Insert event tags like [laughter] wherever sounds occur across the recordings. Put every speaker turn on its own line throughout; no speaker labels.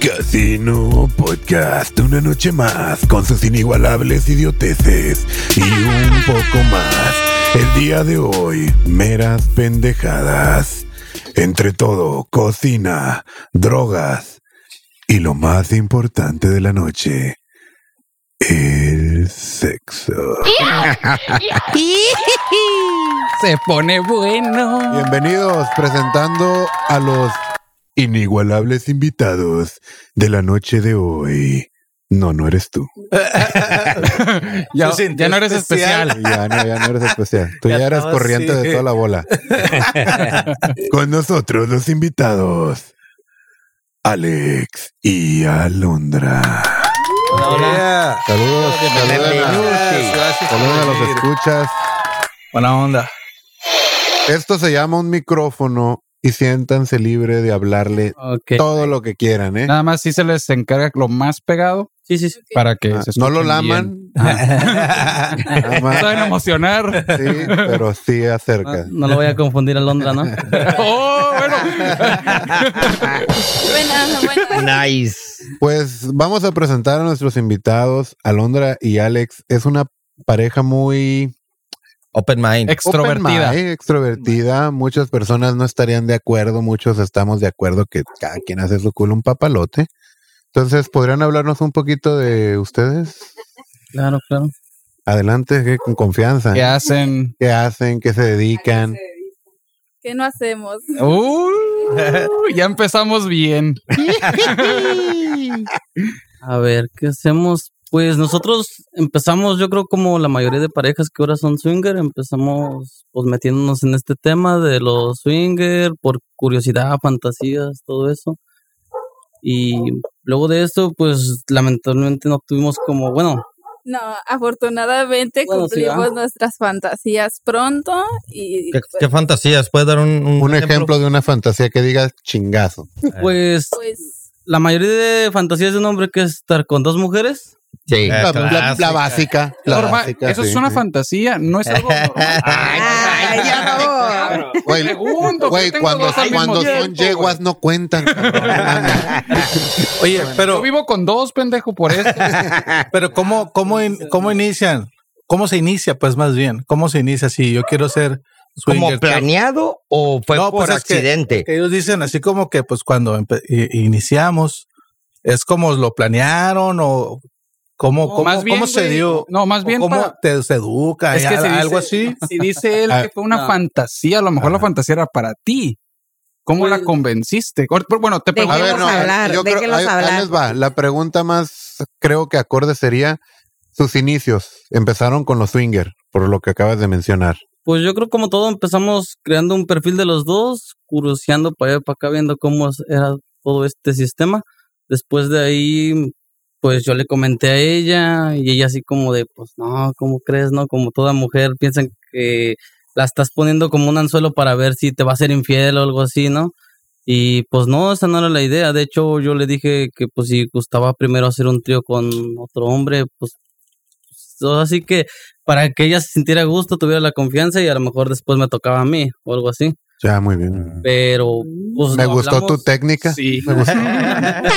Casino Podcast, una noche más con sus inigualables idioteces y un poco más. El día de hoy, meras pendejadas. Entre todo, cocina, drogas y lo más importante de la noche, el sexo.
[laughs] Se pone bueno.
Bienvenidos presentando a los inigualables invitados de la noche de hoy. No, no eres tú.
Ya,
Te sientes
ya no eres
especial.
Ya
especial.
no, ya no eres especial. Tú
Ya
ya eras
estabas
corriente
así.
de toda la bola. Con nosotros los invitados. Alex y Alondra.
Hola.
Saludos, saludos, a-
Gracias por
saludos a los
venir.
escuchas.
Buena onda.
Esto se llama un micrófono y siéntanse libre de hablarle
Ok.
todo lo que quieran, ¿eh?
Nada más si se les encarga lo más pegado
Sí, sí, sí.
para que
Ah,
se
No lo
escuchen bien. [laughs]
laman. Nada
No
más.
saben emocionar.
¿eh?
[laughs]
Sí, pero sí
No,
Ah,
acerca.
[laughs] no lo voy a confundir a Londra, ¿no?
oh, bueno.
Bueno, [laughs] bueno.
Nice.
Pues vamos a presentar a nuestros invitados, Alondra y Alex. Es una pareja muy
Open mind.
Extrovertida.
open mind, extrovertida. Muchas personas no estarían de acuerdo, muchos estamos de acuerdo que cada quien hace su culo un papalote. Entonces, ¿podrían hablarnos un poquito de ustedes?
Claro, claro.
Adelante, que con confianza.
¿Qué hacen?
¿Qué hacen? ¿Qué se dedican?
¿Qué
[laughs]
no hacemos?
Uh, [laughs] ya empezamos bien.
A ver, ¿qué hacemos? Pues nosotros empezamos, yo creo, como la mayoría de parejas que ahora son swinger, empezamos pues metiéndonos en este tema de los swinger, por curiosidad, fantasías, todo eso. Y luego de eso, pues lamentablemente no tuvimos como, bueno,
[laughs] No, afortunadamente
Bueno, sí,
cumplimos
¿verdad?
nuestras fantasías pronto y pues,
¿Qué, qué fantasías? ¿Puedes dar un,
Un ejemplo de una fantasía que diga chingazo.
pues
pues
la mayoría de fantasías de un hombre que es estar con dos mujeres.
Sí.
La, la- la básica. La
Normal.
básica,
Eso
sí,
es una
sí.
fantasía, no es
[laughs]
algo normal.
Ay,
Güey,
Pregunto,
güey,
¿por qué
cuando,
tengo dos al mismo
cuando son
tiempo,
yeguas no cuentan. cabrón, no mames.
Oye,
Yo
pero,
vivo con dos, pendejo, por eso.
[laughs] pero ¿cómo, cómo, in- cómo inician? ¿Cómo se inicia? Pues más bien, ¿cómo se inicia? Si yo quiero ser
¿Como
swinger.
planeado o fue
No,
por
pues es que-
accidente?
que ellos dicen así como que, pues cuando empe- i- iniciamos, es como lo planearon o cómo,
No,
cómo,
más bien,
cómo se
güey,
dio.
no, más
o
bien
¿Cómo
para-
te se educa?
Es que
al-
se dice-
algo así.
[laughs] Si dice él
Ah,
que fue una
no.
fantasía, a lo mejor la fantasía era para ti. ¿Cómo la
Pues,
convenciste? Cor- por- Bueno, te
A
pregunto.
ver, no,
Déjenlos hablar,
yo creo,
déjenlos
ahí- ahí
hablar.
les va. La pregunta más, creo que acorde sería sus inicios. Empezaron con los swinger, por lo que acabas de mencionar.
Pues yo creo como todo empezamos creando un perfil de los dos, curioseando para allá y para acá, viendo cómo es- era todo este sistema. Después de ahí, pues yo le comenté a ella y ella así como de, pues no, ¿cómo crees? No, como toda mujer piensan que la estás poniendo como un anzuelo para ver si te va a ser infiel o algo así, ¿no? Y pues no, esa no era la idea. De hecho, yo le dije que pues si gustaba primero hacer un trío con otro hombre, pues así que para que ella se sintiera a gusto, tuviera la confianza y a lo mejor después me tocaba a mí o algo así.
Ya, muy bien.
Pero pues,
Me
lo
gustó
hablamos.
tu técnica.
Sí.
Me
[laughs]
gustó.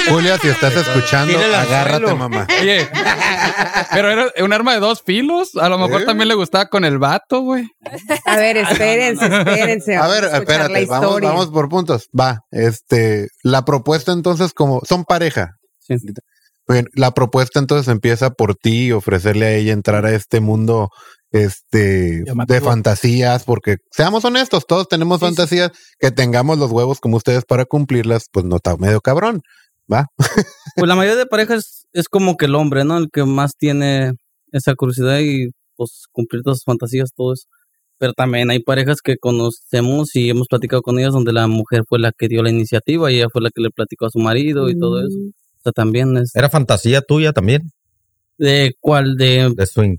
Julia, si estás escuchando,
Tírala al
agárrate,
suelo. [laughs]
mamá.
[laughs] Oye, pero era un arma de dos filos. A lo mejor
¿Eh?
también le gustaba con el vato, güey.
A
[laughs]
ver,
Ah,
espérense, espérense.
A
vamos
ver,
escuchar la
espérate, vamos,
historia.
vamos por puntos. Va, este, la propuesta entonces como, son pareja.
Sí.
Bueno, la propuesta entonces empieza por ti, ofrecerle a ella entrar a este mundo, este,
Llamativo.
de fantasías, porque seamos honestos, todos tenemos
Sí, sí.
fantasías, que tengamos los huevos como ustedes para cumplirlas, pues no está medio cabrón.
Pues la mayoría de parejas es como que el hombre, ¿no? El que más tiene esa curiosidad y pues cumplir todas sus fantasías, todo eso. Pero también hay parejas que conocemos y hemos platicado con ellas donde la mujer fue la que dio la iniciativa y ella fue la que le platicó a su marido y todo eso. O sea, también es...
Era fantasía tuya también,
¿De cuál? ¿De
de swing,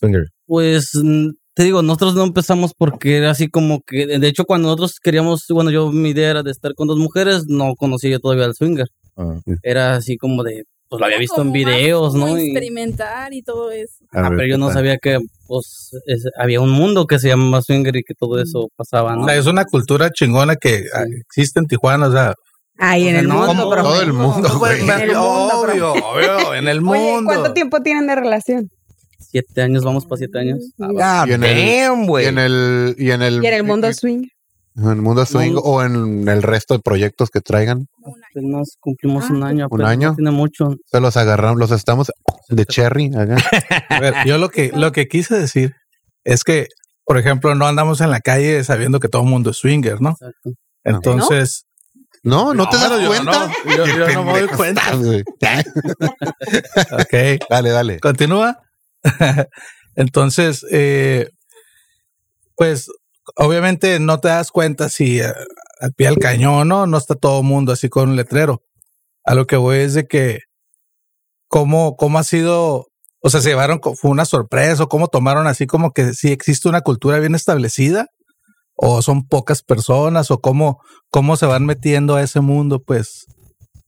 swinger.
Pues mm, te digo, nosotros no empezamos porque era así como que, de hecho, cuando nosotros queríamos, bueno, yo mi idea era de estar con dos mujeres, no conocía yo todavía al swinger.
Ah.
Era así como de, pues lo había visto en
como más
videos,
como
¿no? Y-
Experimentar y todo eso.
A
ah,
ver
pero
qué
yo no
tal.
sabía que, pues, es- había un mundo que se llamaba swinger y que todo eso pasaba,
O
¿no?
sea, es una cultura chingona que ah, existe en Tijuana, o sea,
Ahí en el
No,
mundo,
todo
pero.
Todo el mundo, güey.
En el mundo,
obvio, obvio, en el
Oye, ¿y
mundo.
¿cuánto tiempo tienen de relación?
Siete años, vamos para siete años.
Ah,
God
Y en el-
Ah, damn,
Y
güey.
en el. [laughs] Y en el,
Y en el mundo swing.
En el mundo swing
Mundo-
o en el resto de proyectos que traigan.
Apenas Pues, cumplimos un año.
¿Un
apenas,
año?
no Tiene mucho.
Se los agarramos, los estamos de cherry. acá.
A ver, yo lo que, lo que quise decir es que, por ejemplo, no andamos en la calle sabiendo que todo el mundo es swinger, ¿no?
Exacto.
Entonces,
No, no, te das
pero yo
cuenta.
no, yo-
Qué
yo no me doy
pendejo
cuenta.
estás, güey.
ok,
Dale, dale.
continúa. [laughs] Entonces, eh, pues obviamente no te das cuenta si eh, al pie del cañón no, no está todo el mundo así con un letrero. A lo que voy es de que cómo, cómo ha sido, o sea, se llevaron, co- fue una sorpresa o cómo tomaron así como que si existe una cultura bien establecida o son pocas personas o cómo, cómo se van metiendo a ese mundo, pues,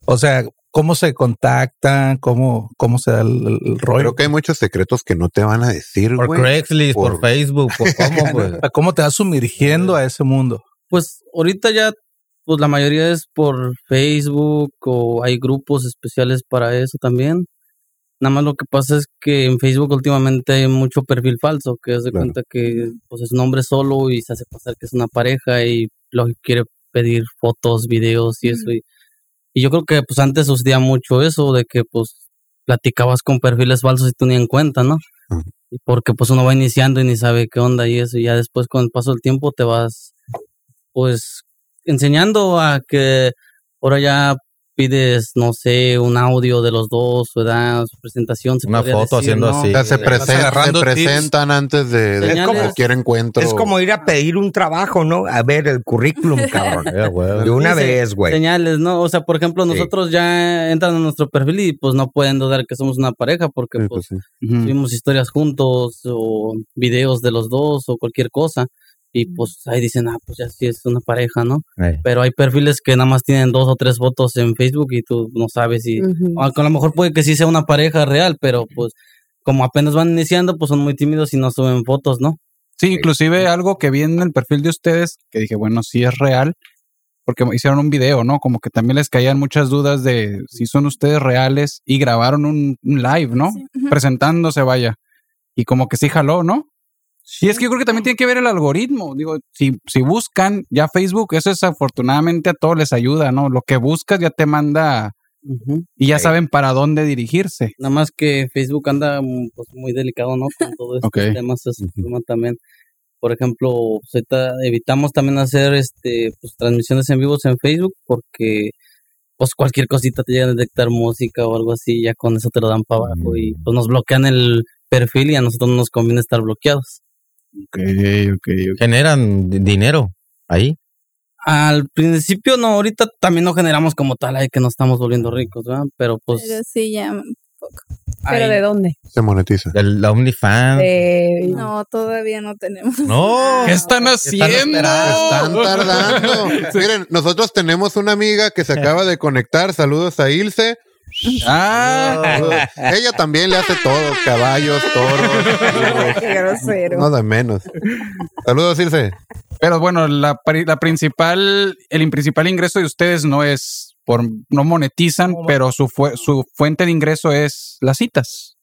o sea, cómo se contactan, cómo, cómo se da el, el- el rollo.
Creo que hay muchos secretos que no te van a decir,
Por
güey.
Craigslist, por,
Por-
Facebook,
[laughs]
por cómo, pues. güey.
a cómo te vas sumergiendo a ese mundo.
Pues ahorita ya, pues la mayoría es por Facebook o hay grupos especiales para eso también. Nada más lo que pasa es que en Facebook últimamente hay mucho perfil falso, que es de
Claro.
cuenta que pues es un hombre solo y se hace pasar que es una pareja y lo que quiere pedir fotos, videos y eso. Y, y yo creo que pues antes sucedía mucho eso de que pues platicabas con perfiles falsos y tú ni en cuenta, ¿no?
Ujú.
Y Porque pues uno va iniciando y ni sabe qué onda y eso. Y ya después con el paso del tiempo te vas pues enseñando a que ahora ya pides, no sé, un audio de los dos, su edad, su presentación. se
Una
podría
foto
decir,
haciendo
¿no?
así.
O sea, se,
Vas
presen- se
agarrando tips.
presentan antes de, de
Señales.
cualquier encuentro.
Es como ir a pedir un trabajo, ¿no? A ver el
[laughs]
currículum, cabrón.
Eh, güey.
De una
Sí, sí.
vez, güey.
Señales, ¿no? O sea, por ejemplo,
Sí.
nosotros ya entran a nuestro perfil y pues no pueden dudar que somos una pareja porque
Sí,
pues
pues sí.
Ujú.
subimos historias juntos o videos de los dos o cualquier cosa. Y pues ahí dicen, ah, pues ya sí es una pareja, ¿no?
Eh.
Pero hay perfiles que nada más tienen dos o tres fotos en Facebook y tú no sabes si...
Ujú.
Aunque a lo mejor puede que sí sea una pareja real, pero pues como apenas van iniciando, pues son muy tímidos y no suben fotos, ¿no?
Sí, inclusive algo que vi en el perfil de ustedes, que dije, bueno, sí es real, porque hicieron un video, ¿no? Como que también les caían muchas dudas de si son ustedes reales y grabaron un, un live, ¿no?
Sí, ujú.
Presentándose, vaya. Y como que sí jaló, ¿no? Y es que yo creo que también tiene que ver el algoritmo. Digo, si, si buscan ya Facebook, eso es afortunadamente a todos les ayuda, ¿no? Lo que buscas ya te manda y ya
Sí.
saben para dónde dirigirse.
Nada más que Facebook anda mm, pues, muy delicado, ¿no? Con todos estos
Ok.
temas, ese tema también. Por ejemplo, pues, ahorita evitamos también hacer este pues, transmisiones en vivos en Facebook porque pues cualquier cosita te llegan a detectar música o algo así, ya con eso te lo dan para abajo y
Mm.
pues nos bloquean el perfil y a nosotros no nos conviene estar bloqueados.
Ok, ok, ok.
Generan di- dinero ahí.
Al principio no, ahorita también no generamos como tal, ay, que nos estamos volviendo ricos, ¿verdad? Pero pues
Pero sí, ya.
¿Pero
ahí-
de dónde?
Se monetiza.
El, la
Ah.
OnlyFans.
De-
No, todavía no tenemos.
No.
[laughs]
¿Qué están haciendo?
Están tardando. Miren, nosotros tenemos una amiga que se acaba de conectar. Saludos a Ilse.
Ah,
Saludos. Ella también le hace todo: caballos, toros.
Ah,
Qué grosero.
No de menos. Saludos, Ilse.
pero bueno, la, pri- la principal, el principal ingreso de ustedes no es por, no monetizan, pero su, fue- su fuente de ingreso es las citas.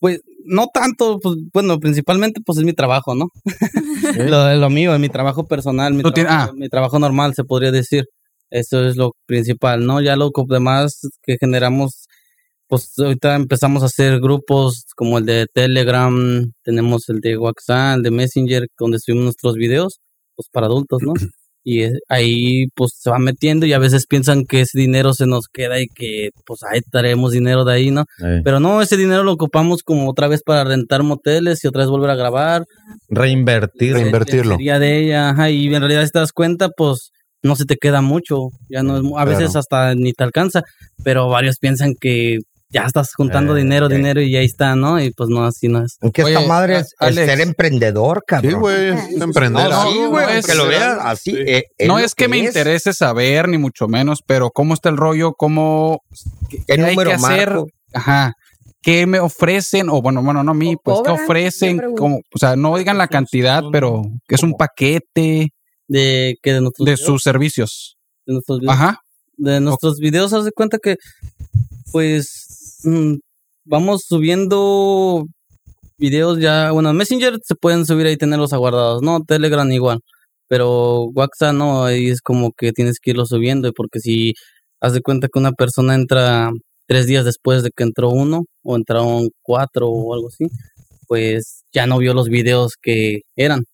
Pues no tanto, pues, bueno, principalmente pues es mi trabajo, ¿no? [laughs] lo, lo mío, es mi trabajo personal, mi
Tú
trabajo,
tienes-
mi trabajo normal, se podría decir. Eso es lo principal, ¿no? Ya lo co- demás que generamos, pues ahorita empezamos a hacer grupos como el de Telegram, tenemos el de WhatsApp, el de Messenger, donde subimos nuestros videos, pues para adultos, ¿no? Y es- ahí pues se va metiendo y a veces piensan que ese dinero se nos queda y que pues ahí traemos dinero de ahí, ¿no?
Eh.
Pero no, ese dinero lo ocupamos como otra vez para rentar moteles y otra vez volver a grabar.
Reinvertir.
Reinver- Reinvertirlo.
Sería de ella, ajá, y en realidad si te das cuenta, pues no se te queda mucho. Ya no es mu- a
Claro.
veces hasta ni te alcanza, pero varios piensan que ya estás juntando
Eh,
dinero,
ok.
dinero y ahí está, ¿no? Y pues no, así no es.
Que esta
Oye,
madre
a-
es, es
Alex.
ser emprendedor, cabrón.
Sí, güey, es
No,
emprender.
No,
sí,
no,
güey,
no
aunque
es-
lo veas así. eh,
No
lo
es que me interese saber, ni mucho menos, pero cómo está el rollo, cómo,
¿Qué
qué hay
número
que hacer?
marco?
ajá, qué me ofrecen, o bueno, bueno, no a mí,
¿O
pues qué
cobran? Yo
ofrecen,
pregunto.
como, o sea, no digan la
Son-
cantidad,
son-
pero que es un paquete
De que de nuestros
de
videos,
sus servicios.
de nuestros videos.
Ajá.
de nuestros videos, haz de cuenta que, pues, mm, vamos subiendo videos ya, bueno, en Messenger se pueden subir ahí, tenerlos aguardados, ¿no? Telegram igual, pero WhatsApp no, ahí es como que tienes que irlo subiendo, porque si haz de cuenta que una persona entra tres días después de que entró uno, o entraron cuatro o algo así, pues ya no vio los videos que eran.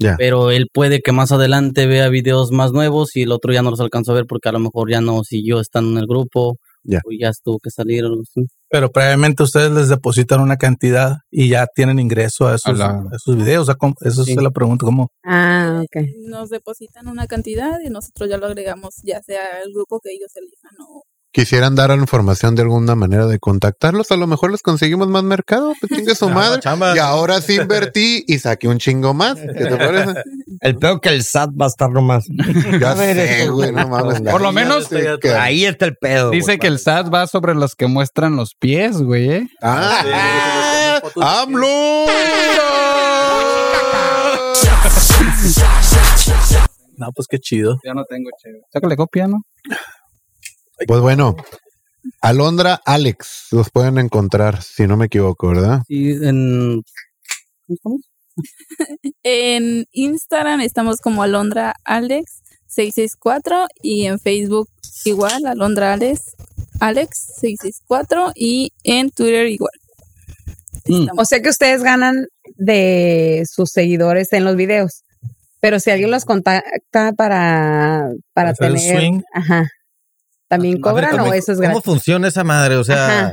Ya.
Pero él puede que más adelante vea videos más nuevos y el otro ya no los alcanzó a ver porque a lo mejor ya no siguió estando en el grupo
Ya.
o ya tuvo que salir o algo así.
Pero previamente ustedes les depositan una cantidad y ya tienen ingreso a esos,
la-
a esos videos. O sea, ¿cómo- eso
Sí.
se la pregunta ¿cómo?
Ah, ok.
Nos depositan una cantidad y nosotros ya lo agregamos, ya sea el grupo que ellos elijan o
Quisieran dar información de alguna manera de contactarlos. A lo mejor les conseguimos más mercado. Pues chingue su madre.
Chamba.
Y ahora sí invertí y saqué un chingo más. ¿Qué te parece?
El peor que el SAT va a estar
[laughs]
nomás.
Ya
A ver,
sé,
eso.
güey, no mames.
Por lo
Ahí
menos-
ya sé que-
Ahí está el pedo.
Dice
güey.
que el SAT va sobre los que muestran los pies, güey. ¿eh?
¡Ah! ¡AMLO!
No, pues qué chido.
Ya no tengo, chévere. Sácale copia, ¿no?
Pues bueno, Alondra Alex, los pueden encontrar, si no me equivoco, ¿verdad?
Y en... ¿cómo estamos?
En Instagram estamos como Alondra Alex 664 y en Facebook igual Alondra Alex Alex 664 y en Twitter igual.
Mm.
O sea que ustedes ganan de sus seguidores en los videos. Pero si alguien los contacta para, para
Hacer el
tener.
swing.
Ajá. ¿También
A ver,
cobran o
¿cómo-
eso es
¿Cómo
gratis?
funciona esa madre? O sea,
Ajá.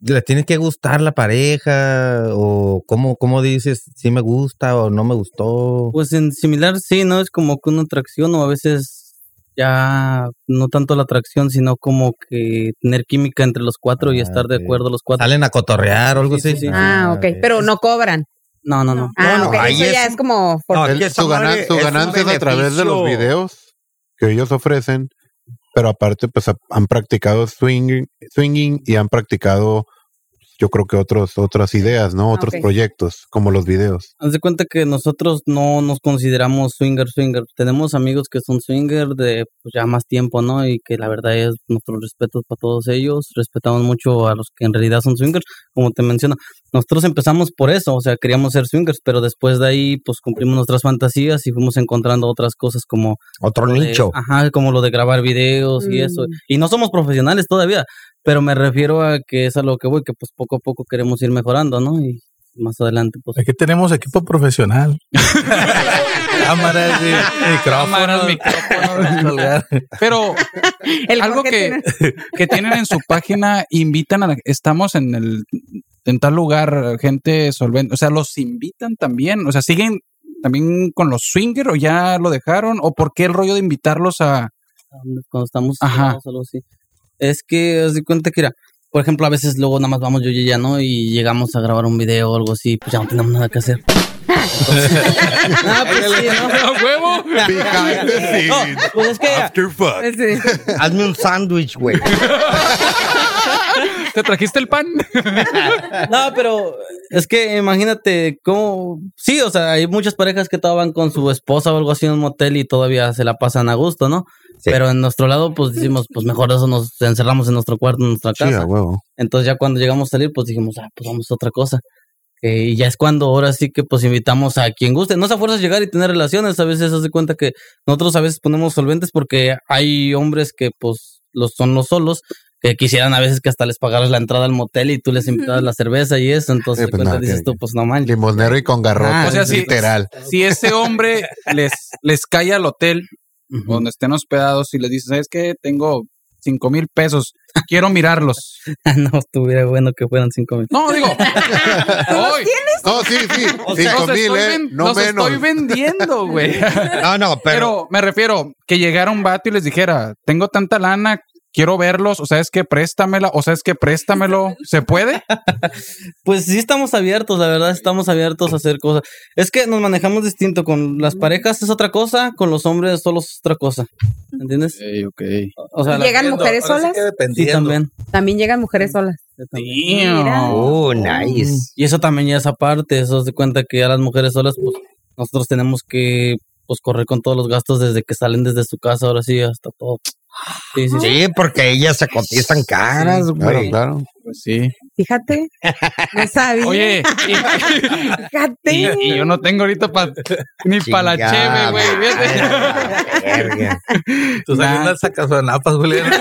¿le tiene que gustar la pareja? ¿O cómo, cómo dices si me gusta o no me gustó?
Pues en similar sí, ¿no? Es como que una atracción o a veces ya no tanto la atracción, sino como que tener química entre los cuatro y
Ah,
estar de
ok.
acuerdo los cuatro.
¿Salen a cotorrear o algo
Sí, sí,
así?
sí.
Ah, ok. Pero no cobran.
No, no, no.
Ah,
no,
ok.
ahí
Eso ya
es-
es como.
No,
El-
aquí esa
su, ganan-
madre
su
es un
ganancia es, a través de los
beneficio.
videos que ellos ofrecen, pero aparte, pues ha- han practicado swing, swinging y han practicado, yo creo que otros, otras ideas, ¿no? Otros
ok.
proyectos, como los videos.
Haz de cuenta que nosotros no nos consideramos swinger, swinger. Tenemos amigos que son swinger de pues, ya más tiempo, ¿no? Y que la verdad es nuestro respeto para todos ellos. Respetamos mucho a los que en realidad son swingers, como te menciono. Nosotros empezamos por eso, o sea, queríamos ser swingers, pero después de ahí, pues cumplimos nuestras fantasías y fuimos encontrando otras cosas como
Otro
lo de-
nicho.
ajá, como lo de grabar videos y eso.
Mm.
Y no somos profesionales todavía, pero me refiero a que es a lo que voy, que pues poco a poco queremos ir mejorando, ¿no? Y más adelante, pues.
Aquí tenemos equipo profesional. Cámaras y
Cámaras,
micrófonos.
micrófonos.
Colgar.
Pero
[laughs] El
algo
porque
que,
tiene-
que tienen en su página, invitan a la- estamos en el en tal lugar, gente solvente, o sea, los invitan también, o sea, siguen también con los swinger o ya lo dejaron o por qué el rollo de invitarlos a
cuando estamos
Ajá.
separados, algo así. Es que haz de cuenta que era, por ejemplo, a veces luego nada más vamos yo y ella, ¿no? Y llegamos a grabar un video o algo así, pues ya no tenemos nada que hacer. Entonces- Ah, pues sí, ¿no?
huevo.
Behind the scenes,
Pues es que
Ah,
after fuck.
Sí.
Hazme un sándwich, güey.
pues,
¿Te trajiste el pan?
[laughs] No, pero es que imagínate cómo. Sí, o sea, hay muchas parejas que todavía van con su esposa o algo así en un motel y todavía se la pasan a gusto, ¿no?
Sí.
Pero en nuestro lado, pues decimos, pues mejor eso nos encerramos en nuestro cuarto, en nuestra
Sí,
casa.
a huevo.
Entonces ya cuando llegamos a salir, pues dijimos, ah, pues vamos a otra cosa. Eh, y ya es cuando ahora sí que pues invitamos a quien guste. No se a fuerzas llegar y tener relaciones. A veces se de cuenta que nosotros a veces ponemos solventes porque hay hombres que pues los son los solos, que quisieran a veces que hasta les pagaras la entrada al motel y tú les invitabas la cerveza y eso. Entonces
Eh,
de
pues,
cuenta
no,
dices
que-
tú, pues no manches.
Limonero y con garrote,
Ah,
o sea, sí.
[laughs]
literal.
Si ese hombre les les cae al hotel
Ujú.
donde estén hospedados y les dice, ¿sabes qué? Tengo cinco mil pesos, quiero mirarlos.
Ah, no, estuviera bueno que fueran cinco mil.
No, digo, [laughs] hoy,
No, sí, sí.
los
cinco
estoy
mil, ¿eh?
ven-
No
los
menos.
estoy vendiendo, güey.
No, no, pero.
Pero me refiero que llegara un vato y les dijera, tengo tanta lana, quiero verlos, o sea, es que préstamela, o sea, es que préstamelo, ¿se puede?
Pues sí estamos abiertos, la verdad estamos abiertos a hacer cosas. Es que nos manejamos distinto, con las parejas es otra cosa, con los hombres solos es otra cosa. ¿Entiendes?
ok.
O sea, la-
¿Llegan mujeres
Ahora sí
solas?
que
sí
dependiendo.
también.
También llegan mujeres solas.
sí, también.
Mira.
Oh, nice.
Y eso también ya es aparte, eso se cuenta que a las mujeres solas, pues nosotros tenemos que pues correr con todos los gastos desde que salen desde su casa, ahora sí, hasta todo. Sí, sí, sí.
Sí, porque ellas se cotizan caras,
Claro,
güey.
claro.
Pues sí.
Fíjate. No sabía.
Oye, y,
Fíjate.
y- y yo no tengo ahorita pa- ni para la cheve,
Chingada
güey. fíjate.
Verga.
Tú
Nah.
saliendo sacas napas, Julián.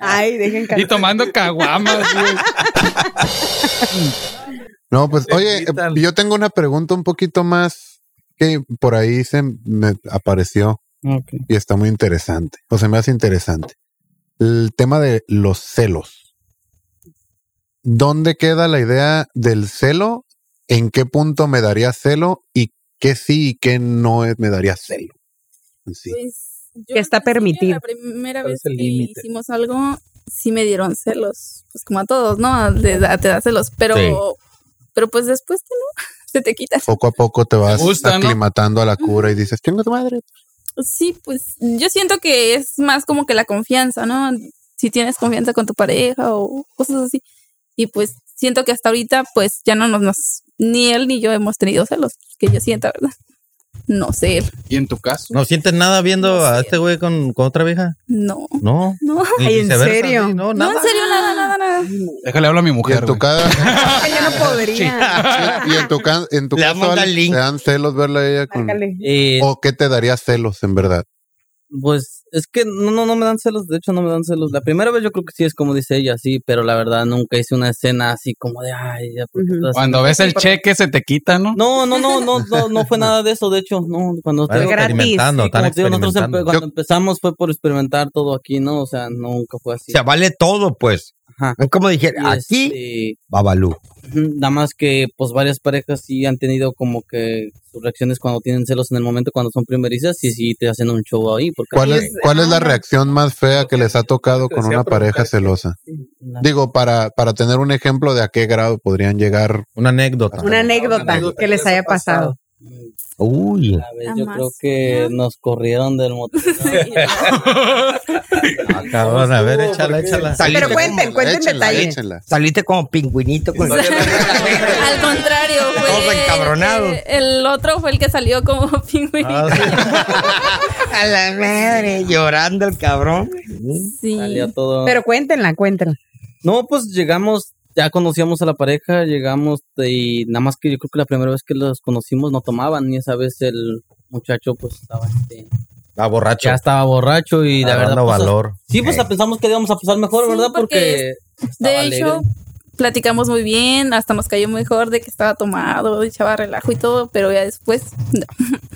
Ay, dejen
Y tomando
[laughs]
caguamas, güey.
No,
Este,
pues, oye,
invitan.
yo tengo una pregunta un poquito más que por ahí se me apareció
Ok.
y está muy interesante. O se me hace interesante. El tema de los celos. ¿Dónde queda la idea del celo? ¿En qué punto me daría celo? ¿Y qué sí y qué no es- me daría celo? Sí.
Pues, yo
Que está
al principio,
permitido.
La primera
¿Cuál
vez
es el
que
límite?
hicimos algo, sí me dieron celos. Pues como a todos, ¿no? Le da- te da celos. Pero,
Sí.
pero pues después te, ¿no? [laughs] se te quitan.
Poco a poco te vas
gusta, ¿no?
aclimatando a la cura y dices, chinga tu madre.
Sí, pues yo siento que es más como que la confianza, ¿no? Si tienes confianza con tu pareja o cosas así. Y pues siento que hasta ahorita, pues ya no nos, nos- ni él ni yo hemos tenido celos, que yo sienta, ¿verdad? No sé, él,
Y en tu caso.
¿No sientes nada viendo
No
a
sé.
este güey con, con otra vieja?
no,
No.
no.
Ni
Ay, ¿en
viceversa,
serio?
sí, No,
No,
nada.
en serio, nada, nada, nada.
Déjale hablar a mi
Y
mujer.
en tu
güey.
cara.
que yo no podría.
y en tu, ca- en tu
Le
caso,
vamos a dar
Alex,
link.
te dan celos verla a ella con,
Márcale.
Eh,
¿O qué te daría celos en verdad?
Pues es que no, no, no me dan celos, de hecho no me dan celos. La primera vez yo creo que sí es como dice ella, sí, pero la verdad nunca hice una escena así como de, ay, ya, ¿por qué
Ujú.
estás
Cuando ves el cheque se te quita, ¿no?
No, no, no, no, no, no fue nada de eso, de hecho, no, cuando
Están
te digo,
Gratis.
experimentando,
como
están
te digo, nosotros empe-
experimentando.
cuando empezamos fue por experimentar todo aquí, ¿no? O sea, nunca fue así.
Se vale todo, pues.
Ajá.
Es como dije,
Y,
aquí,
este,
Babalú.
ujú, nada más que pues varias parejas sí han tenido como que sus reacciones cuando tienen celos en el momento cuando son primerizas y sí te hacen un show ahí. Porque
¿Cuál es,
es-
cuál es la
ajá.
reacción más fea que les ha tocado
que
con
decía
una
provocar
pareja
que-
celosa?
La-
Digo, para, para tener un ejemplo de a qué grado podrían llegar.
Una anécdota.
Una anécdota que les haya pasado.
Uy.
la vez
Nada
yo
más.
creo que nos corrieron del motel.
Ah, cabrón, a ver, échala, échala.
Saliste
Pero
como,
cuenten, cuenten
Échenla,
detalle.
échenla.
saliste como pingüinito con
Al contrario, fue
Todos encabronados.
eh, El, otro fue el que salió como [laughs] pingüinito.
Ah, sí.
[laughs]
A la madre, llorando el cabrón.
sí.
Salió todo.
Pero cuéntenla, cuéntenla.
No, pues llegamos, ya conocíamos a la pareja, llegamos y nada más que yo creo que la primera vez que los conocimos no tomaban y esa vez el muchacho pues estaba este,
Ah, borracho.
ya estaba borracho y la verdad
Agarrando
pues,
valor.
sí pues pensamos que íbamos a pasar mejor
Sí,
verdad porque,
porque
estaba
De hecho,
alegre.
platicamos muy bien, hasta nos cayó mejor de que estaba tomado, echaba relajo y todo, pero ya después, no.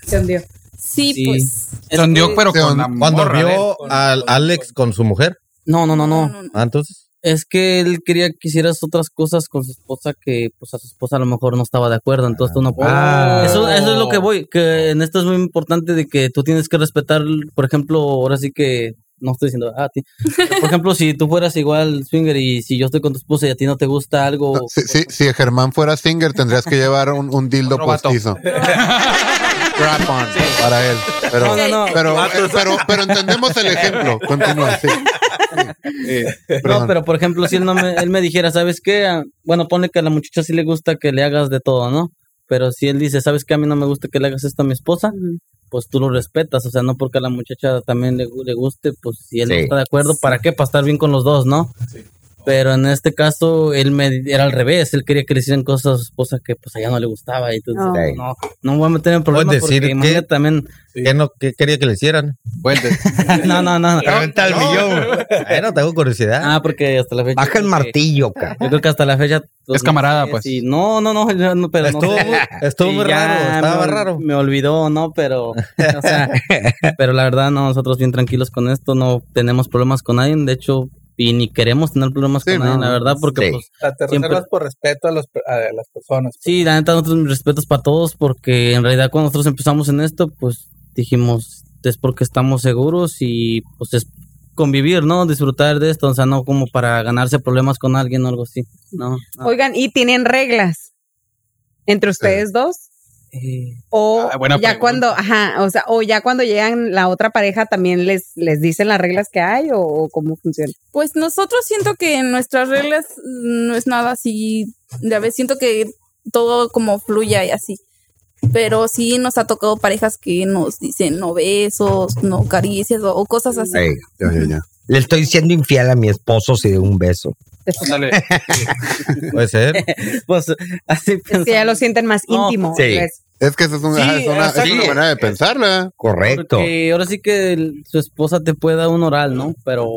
Se hundió.
Sí,
Sí.
pues.
Sondió, pero
Se
con
on-
la
Cuando
morra, ¿eh?
vio a Alex con su mujer,
no no no no
ah, entonces.
es que él quería que hicieras otras cosas con su esposa que pues a su esposa a lo mejor no estaba de acuerdo entonces tú no puedes
Ah.
Eso, eso es lo que voy, que en esto es muy importante de que tú tienes que respetar, por ejemplo, ahora sí que no estoy diciendo ah, a ti. pero, por ejemplo, si tú fueras igual swinger y si yo estoy con tu esposa y a ti no te gusta algo,
No, si, si- si Germán fuera singer, tendrías que llevar un, un dildo
Otro
[laughs]
vato.
postizo. Grab on para él. Pero,
No, no, no.
Pero, pero, pero entendemos el ejemplo. Continúa.
[laughs]
sí. eh,
no,
Perdón.
pero por ejemplo, si él, no me, él me dijera, ¿sabes qué? Ah, Bueno, pone que a la muchacha sí le gusta que le hagas de todo, ¿no? Pero si él dice, ¿sabes qué? A mí no me gusta que le hagas esto a mi esposa, pues tú lo respetas, o sea, no porque a la muchacha también le, gu- le guste, pues si él no
Sí.
está de acuerdo, ¿para qué? Para estar bien con los dos, ¿no? Pero en este caso, él me era al revés, él quería que le hicieran cosas a su esposa que pues a ella no le gustaba y tú dices,
No.
Sí.
no, no me voy a meter en problemas
decir
porque
que-
[laughs]
imagínate también,
¿Qué, no, qué quería que le hicieran?
no, no, no,
Pregunta al millón.
Bueno, tengo curiosidad.
ah, porque hasta la fecha
Baja el
creo que- [laughs]
martillo, cara.
Yo creo que hasta la fecha. pues,
Es camarada,
no sé
pues.
si- no, no, no, yo no, pero no
estuvo
sé.
estuvo
Y
muy
ya
raro, estaba
me, ol-
raro.
Me olvidó, ¿no? Pero, o sea, pero la verdad, no, nosotros bien tranquilos con esto, no tenemos problemas con nadie, de hecho, y ni queremos tener problemas
Sí,
con nadie,
no,
la verdad, porque
sí.
pues,
O sea, te
Siempre.
reservas por respeto a, los, a las personas.
sí, la neta, nosotros mis respetos para todos, porque en realidad cuando nosotros empezamos en esto, pues dijimos, es porque estamos seguros y pues es convivir, ¿no? Disfrutar de esto, o sea, no como para ganarse problemas con alguien o algo así, ¿no?
Ah.
no.
Oigan, ¿y tienen reglas entre ustedes dos?
Eh,
O
Ah, buena
ya
pregunta.
cuando, ajá, o sea, o ya cuando llegan la otra pareja también les, les dicen las reglas que hay o, o cómo funciona.
Pues nosotros siento que nuestras reglas mm, no es nada así. La vez siento que todo como fluya y así. Pero sí nos ha tocado parejas que nos dicen no besos, no caricias o, o cosas así.
Ey,
Ya, ya, ya.
le estoy siendo infiel a mi esposo si de un beso.
[laughs]
Ándale.
[laughs]
Puede ser.
Pues así
Es que ya lo
pensamos.
sienten más
No,
íntimo.
sí.
pues.
[laughs]
Es que eso es, un-
Sí,
ajá, es una, es
exacto.
una manera de pensarla.
Correcto.
Porque ahora sí que el- su esposa te puede dar un oral, ¿no? Pero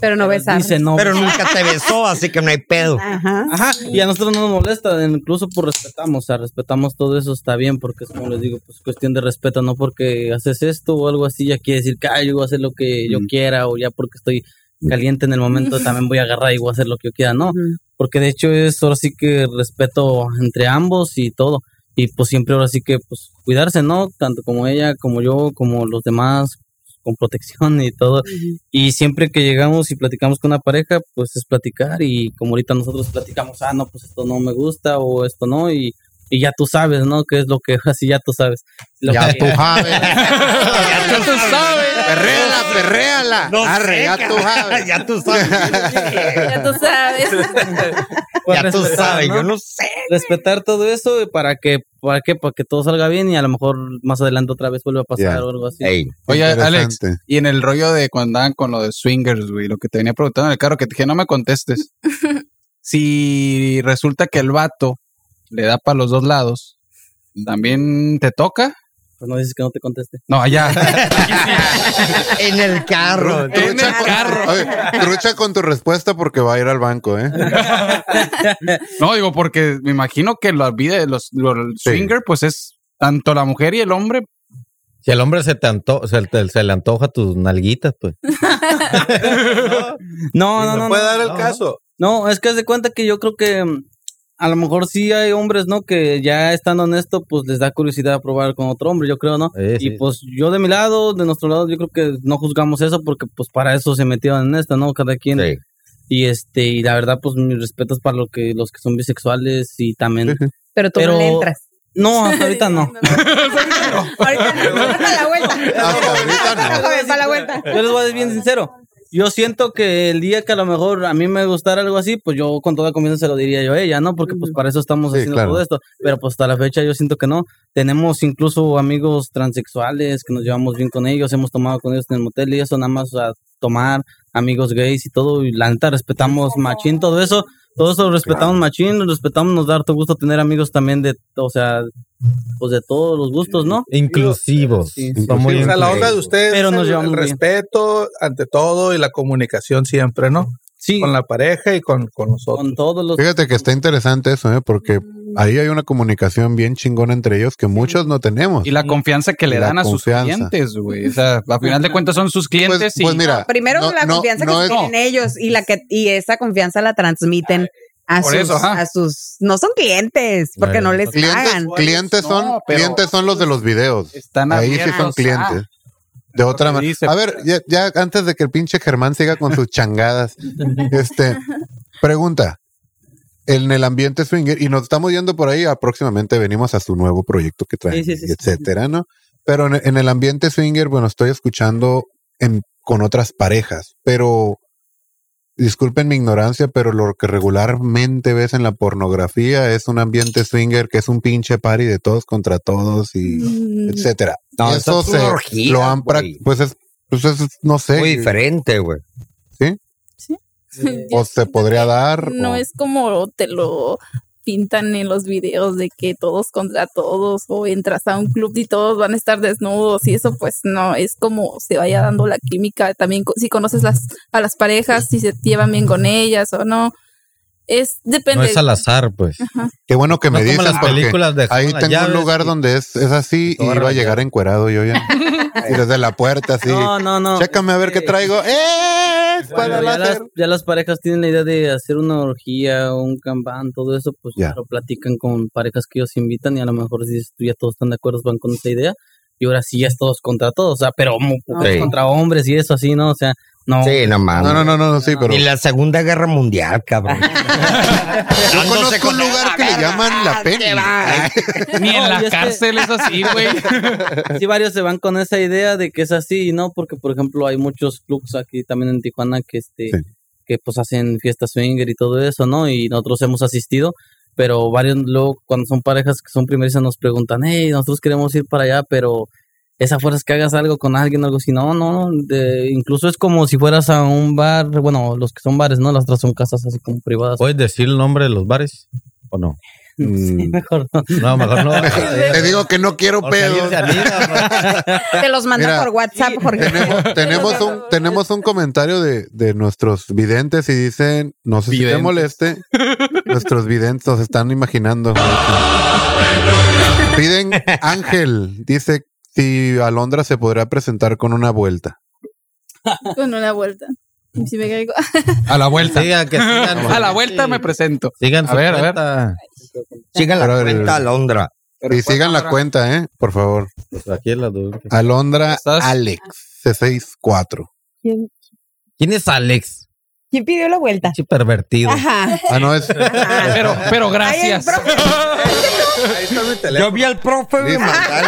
Pero no besar.
dice no.
Pero nunca te besó, así que no hay pedo.
Ajá.
Ajá, y a nosotros no nos molesta, incluso por respetamos, o sea, respetamos todo eso, está bien, porque es como les digo, pues cuestión de respeto, no porque haces esto o algo así, ya quiere decir que "Ay, yo voy a hacer lo que
Mm.
yo quiera, o ya porque estoy caliente en el momento, también voy a agarrar y voy a hacer lo que yo quiera, no,
Ujú.
porque de hecho es ahora sí que respeto entre ambos y todo, y pues siempre ahora sí que pues cuidarse, ¿no? Tanto como ella, como yo, como los demás, con protección y todo, y siempre que llegamos y platicamos con una pareja, pues es platicar y como ahorita nosotros platicamos, ah, no, pues esto no me gusta o esto no, y, y ya tú sabes, ¿no? Que es lo que, [laughs] así ya tú sabes. Lo
Ya
que-
tú sabes.
ya tú sabes.
perréala, perréala.
No
Arre,
sé,
ya tú sabes.
ya tú sabes.
Ya tú sabes.
Pues
ya tú
respetar,
sabes,
¿no?
yo no sé.
Respetar todo eso y para que, para que, para que todo salga bien y a lo mejor más adelante otra vez vuelva a pasar
Ya.
o algo así.
Ey,
Oye, Alex,
Interesante.
y en el rollo de cuando andaban con lo de swingers, güey, lo que te venía preguntando en el carro, que te dije, no me
[laughs]
contestes. si resulta que el vato le da para los dos lados, ¿también te toca?
Pues no dices que no te conteste.
No,
[laughs]
allá.
en el carro.
Trucha con, Oye, trucha con tu respuesta porque va a ir al banco, ¿eh?
[laughs] no, digo, porque me imagino que la vida de los, lo- el
Sí.
swinger, pues es tanto la mujer y el hombre.
[laughs] Si al hombre se, te anto- se, te- se le antoja tus nalguitas, pues.
[laughs] No, no,
No,
no.
puede
no.
dar el
No,
caso.
No, es que haz de cuenta que yo creo que mm, a lo mejor sí hay hombres, ¿no? Que ya estando en esto, pues les da curiosidad probar con otro hombre, yo creo, ¿no?
Sí,
y
sí.
pues yo de mi lado, de nuestro lado, yo creo que no juzgamos eso porque pues para eso se metieron en esto, ¿no? Cada quien.
Sí.
Y este, y la verdad, pues mis respetos para lo que, los que son bisexuales y también...
Pero tú
Pero-
no le entras.
No, hasta ahorita
[laughs]
no.
Ahorita no, para la vuelta.
Hasta ahorita no.
Joven, para la vuelta.
Yo les voy a ser bien sincero. Yo siento que el día que a lo mejor a mí me gustara algo así, pues yo con toda confianza se lo diría yo a ella, ¿no? Porque pues para eso estamos
Sí,
haciendo
claro.
todo esto. Pero pues hasta la fecha yo siento que no. Tenemos incluso amigos transexuales que nos llevamos bien con ellos, hemos tomado con ellos en el motel y eso nada más a tomar amigos gays y todo. Y la neta respetamos machín, todo eso. Todo eso lo respetamos machín, lo respetamos, nos da harto gusto tener amigos también de, o sea, pues de todos los gustos, ¿no?
Inclusivos.
Sí,
Son muy
o sea, la onda de
inclusivos.
ustedes
Pero
es
nos
el,
llevamos
el
bien.
respeto ante todo y la comunicación siempre, ¿no?
Sí,
Con la pareja y con, con nosotros.
con todos
Pues,
los...
Fíjate que está interesante eso, ¿eh? Porque ahí hay una comunicación bien chingona entre ellos que muchos no tenemos.
Y la confianza que le
La
dan a
confianza.
sus clientes, güey. O sea, a final de cuentas son sus clientes
Pues,
y...
pues mira.
Primero
no-
la
no-
confianza
no
que
es-
tienen ellos y la que y esa confianza la transmiten a
Por
sus
eso, ajá.
a sus no son clientes porque
Ay,
no les
Eh, Clientes,
pagan.
clientes
No,
son,
pero-
clientes son los de los videos.
Están
Ahí sí
abiertos
son
a-
clientes. De otra
Lo que
manera.
dice,
A ver, ya, ya antes de que el pinche Germán siga con sus [laughs] changadas, este, pregunta. En el ambiente swinger, y nos estamos yendo por ahí, próximamente venimos a su nuevo proyecto que trae,
Sí, sí, sí, sí.
etcétera, ¿no? Pero en, en el ambiente swinger, bueno, estoy escuchando en- con otras parejas, pero disculpen mi ignorancia, pero lo que regularmente ves en la pornografía es un ambiente swinger que es un pinche party de todos contra todos y
Mm.
etcétera.
No,
eso
esas son
se
orgías,
lo han
güey.
prac- pues es pues es no sé,
Muy diferente, güey.
o se podría dar
No
o-
es como te lo pintan en los videos de que todos contra todos o entras a un club y todos van a estar desnudos y eso pues no es como se vaya dando la química también co- si conoces las a las parejas si se llevan bien con ellas o no es
No
depende
es al azar, pues.
qué bueno que
No
me
como
dicen
las
porque
películas de
ahí
Juan
tengo un
Llaves
lugar
y-
donde es, es así y
Toda
iba a
rayada.
llegar encuerado yo
[laughs]
ya. y desde la puerta así.
No, no, no.
Chécame a ver qué
Eh,
traigo. ¡Eh!
Bueno,
Espada
ya, las,
láser!
ya las parejas tienen la idea de hacer una orgía, un campán, todo eso, pues
Ya.
claro, platican con parejas que ellos invitan y a lo mejor si ya todos están de acuerdo, van con esa idea. Y ahora sí ya es todos contra todos, o sea, pero mu- mujeres
Sí.
contra hombres y eso así, ¿no? O sea, no.
Sí, no mames.
No, no, no, no, no, sí, pero
Ni la Segunda Guerra Mundial,
[laughs]
cabrón.
yo conozco un lugar que le llaman la pena.
Ni
[laughs]
en
No, y
la
es que-
cárcel es así, güey.
[laughs] Sí, varios se van con esa idea de que es así, ¿no? Porque, por ejemplo, hay muchos clubs aquí también en Tijuana que, este,
Sí.
que pues hacen fiestas swinger y todo eso, ¿no? Y nosotros hemos asistido pero varios luego cuando son parejas que son primerizas nos preguntan, hey, nosotros queremos ir para allá, pero esa fuerza es que hagas algo con alguien, algo así, no, no, de- incluso es como si fueras a un bar, bueno, los que son bares, ¿no? Las otras son casas así como privadas.
¿Puedes decir el nombre de los bares o no?
[laughs] Sí, mejor no.
No, [laughs] mejor no.
[laughs]
[laughs]
Te digo que no quiero
Porque alguien
pedos.
se anima, pues.
Te los manda
Mira,
por WhatsApp, Jorge.
Tenemos, [laughs] tenemos, un, tenemos un comentario de, de nuestros videntes y dicen, no sé si te
Videntes.
moleste, nuestros videntes nos están imaginando. Piden Ángel, dice si Alondra se podrá presentar con una vuelta.
[laughs] con una vuelta. Y Si me caigo. [laughs]
A la vuelta.
Sigan, que sigan.
[laughs] A la vuelta me presento.
Sigan
A
su
ver, a ver.
cuenta.
Sigan la
Pero el-
cuenta, Alondra.
Y sigan la cuenta, ¿eh? Por favor.
Pues aquí en la duda.
Alondra
¿Estás?
Alex, C64.
¿Quién,
¿Quién es Alex?
quién pidió la vuelta?
Pinche pervertido.
Ajá.
Ah,
[laughs]
no, es...
Pero, pero gracias.
Ay, el profe.
Ahí está mi
Yo vi al profe, güey, mandar-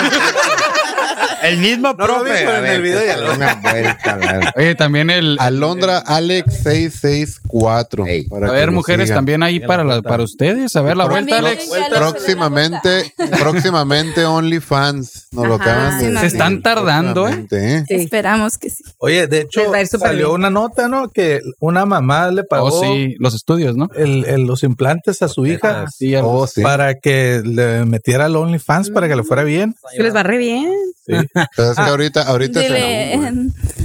El mismo
No lo
profe.
vi, pero
A
en
ver,
el video
que
ya
se
lo
dé una vuelta, la verdad.
Oye, también el.
Alondra Alex 664.
Ey.
para
A
que
ver,
lo
mujeres
sigan.
también ahí para, la- para ustedes. A ver, la vuelta,
También
Alex.
ya les doy la
Próximamente,
[laughs]
próximamente OnlyFans. Nos lo
Ajá.
acaban de
Se
decir.
están tardando, ¿eh?
Próximamente,
Sí.
Esperamos que sí.
Oye, de hecho,
Les va a ir súper
salió
bien.
una nota, ¿no? Que una mamá le pagó
Oh, sí, los estudios, ¿no?
el- el- los implantes a su hija
Ah, sí, a los-
Oh, sí.
para que le metiera al OnlyFans para que le fuera bien. Ah,
Se [laughs] les va re bien.
Pero es que ahorita, ahorita se
Dile,
la-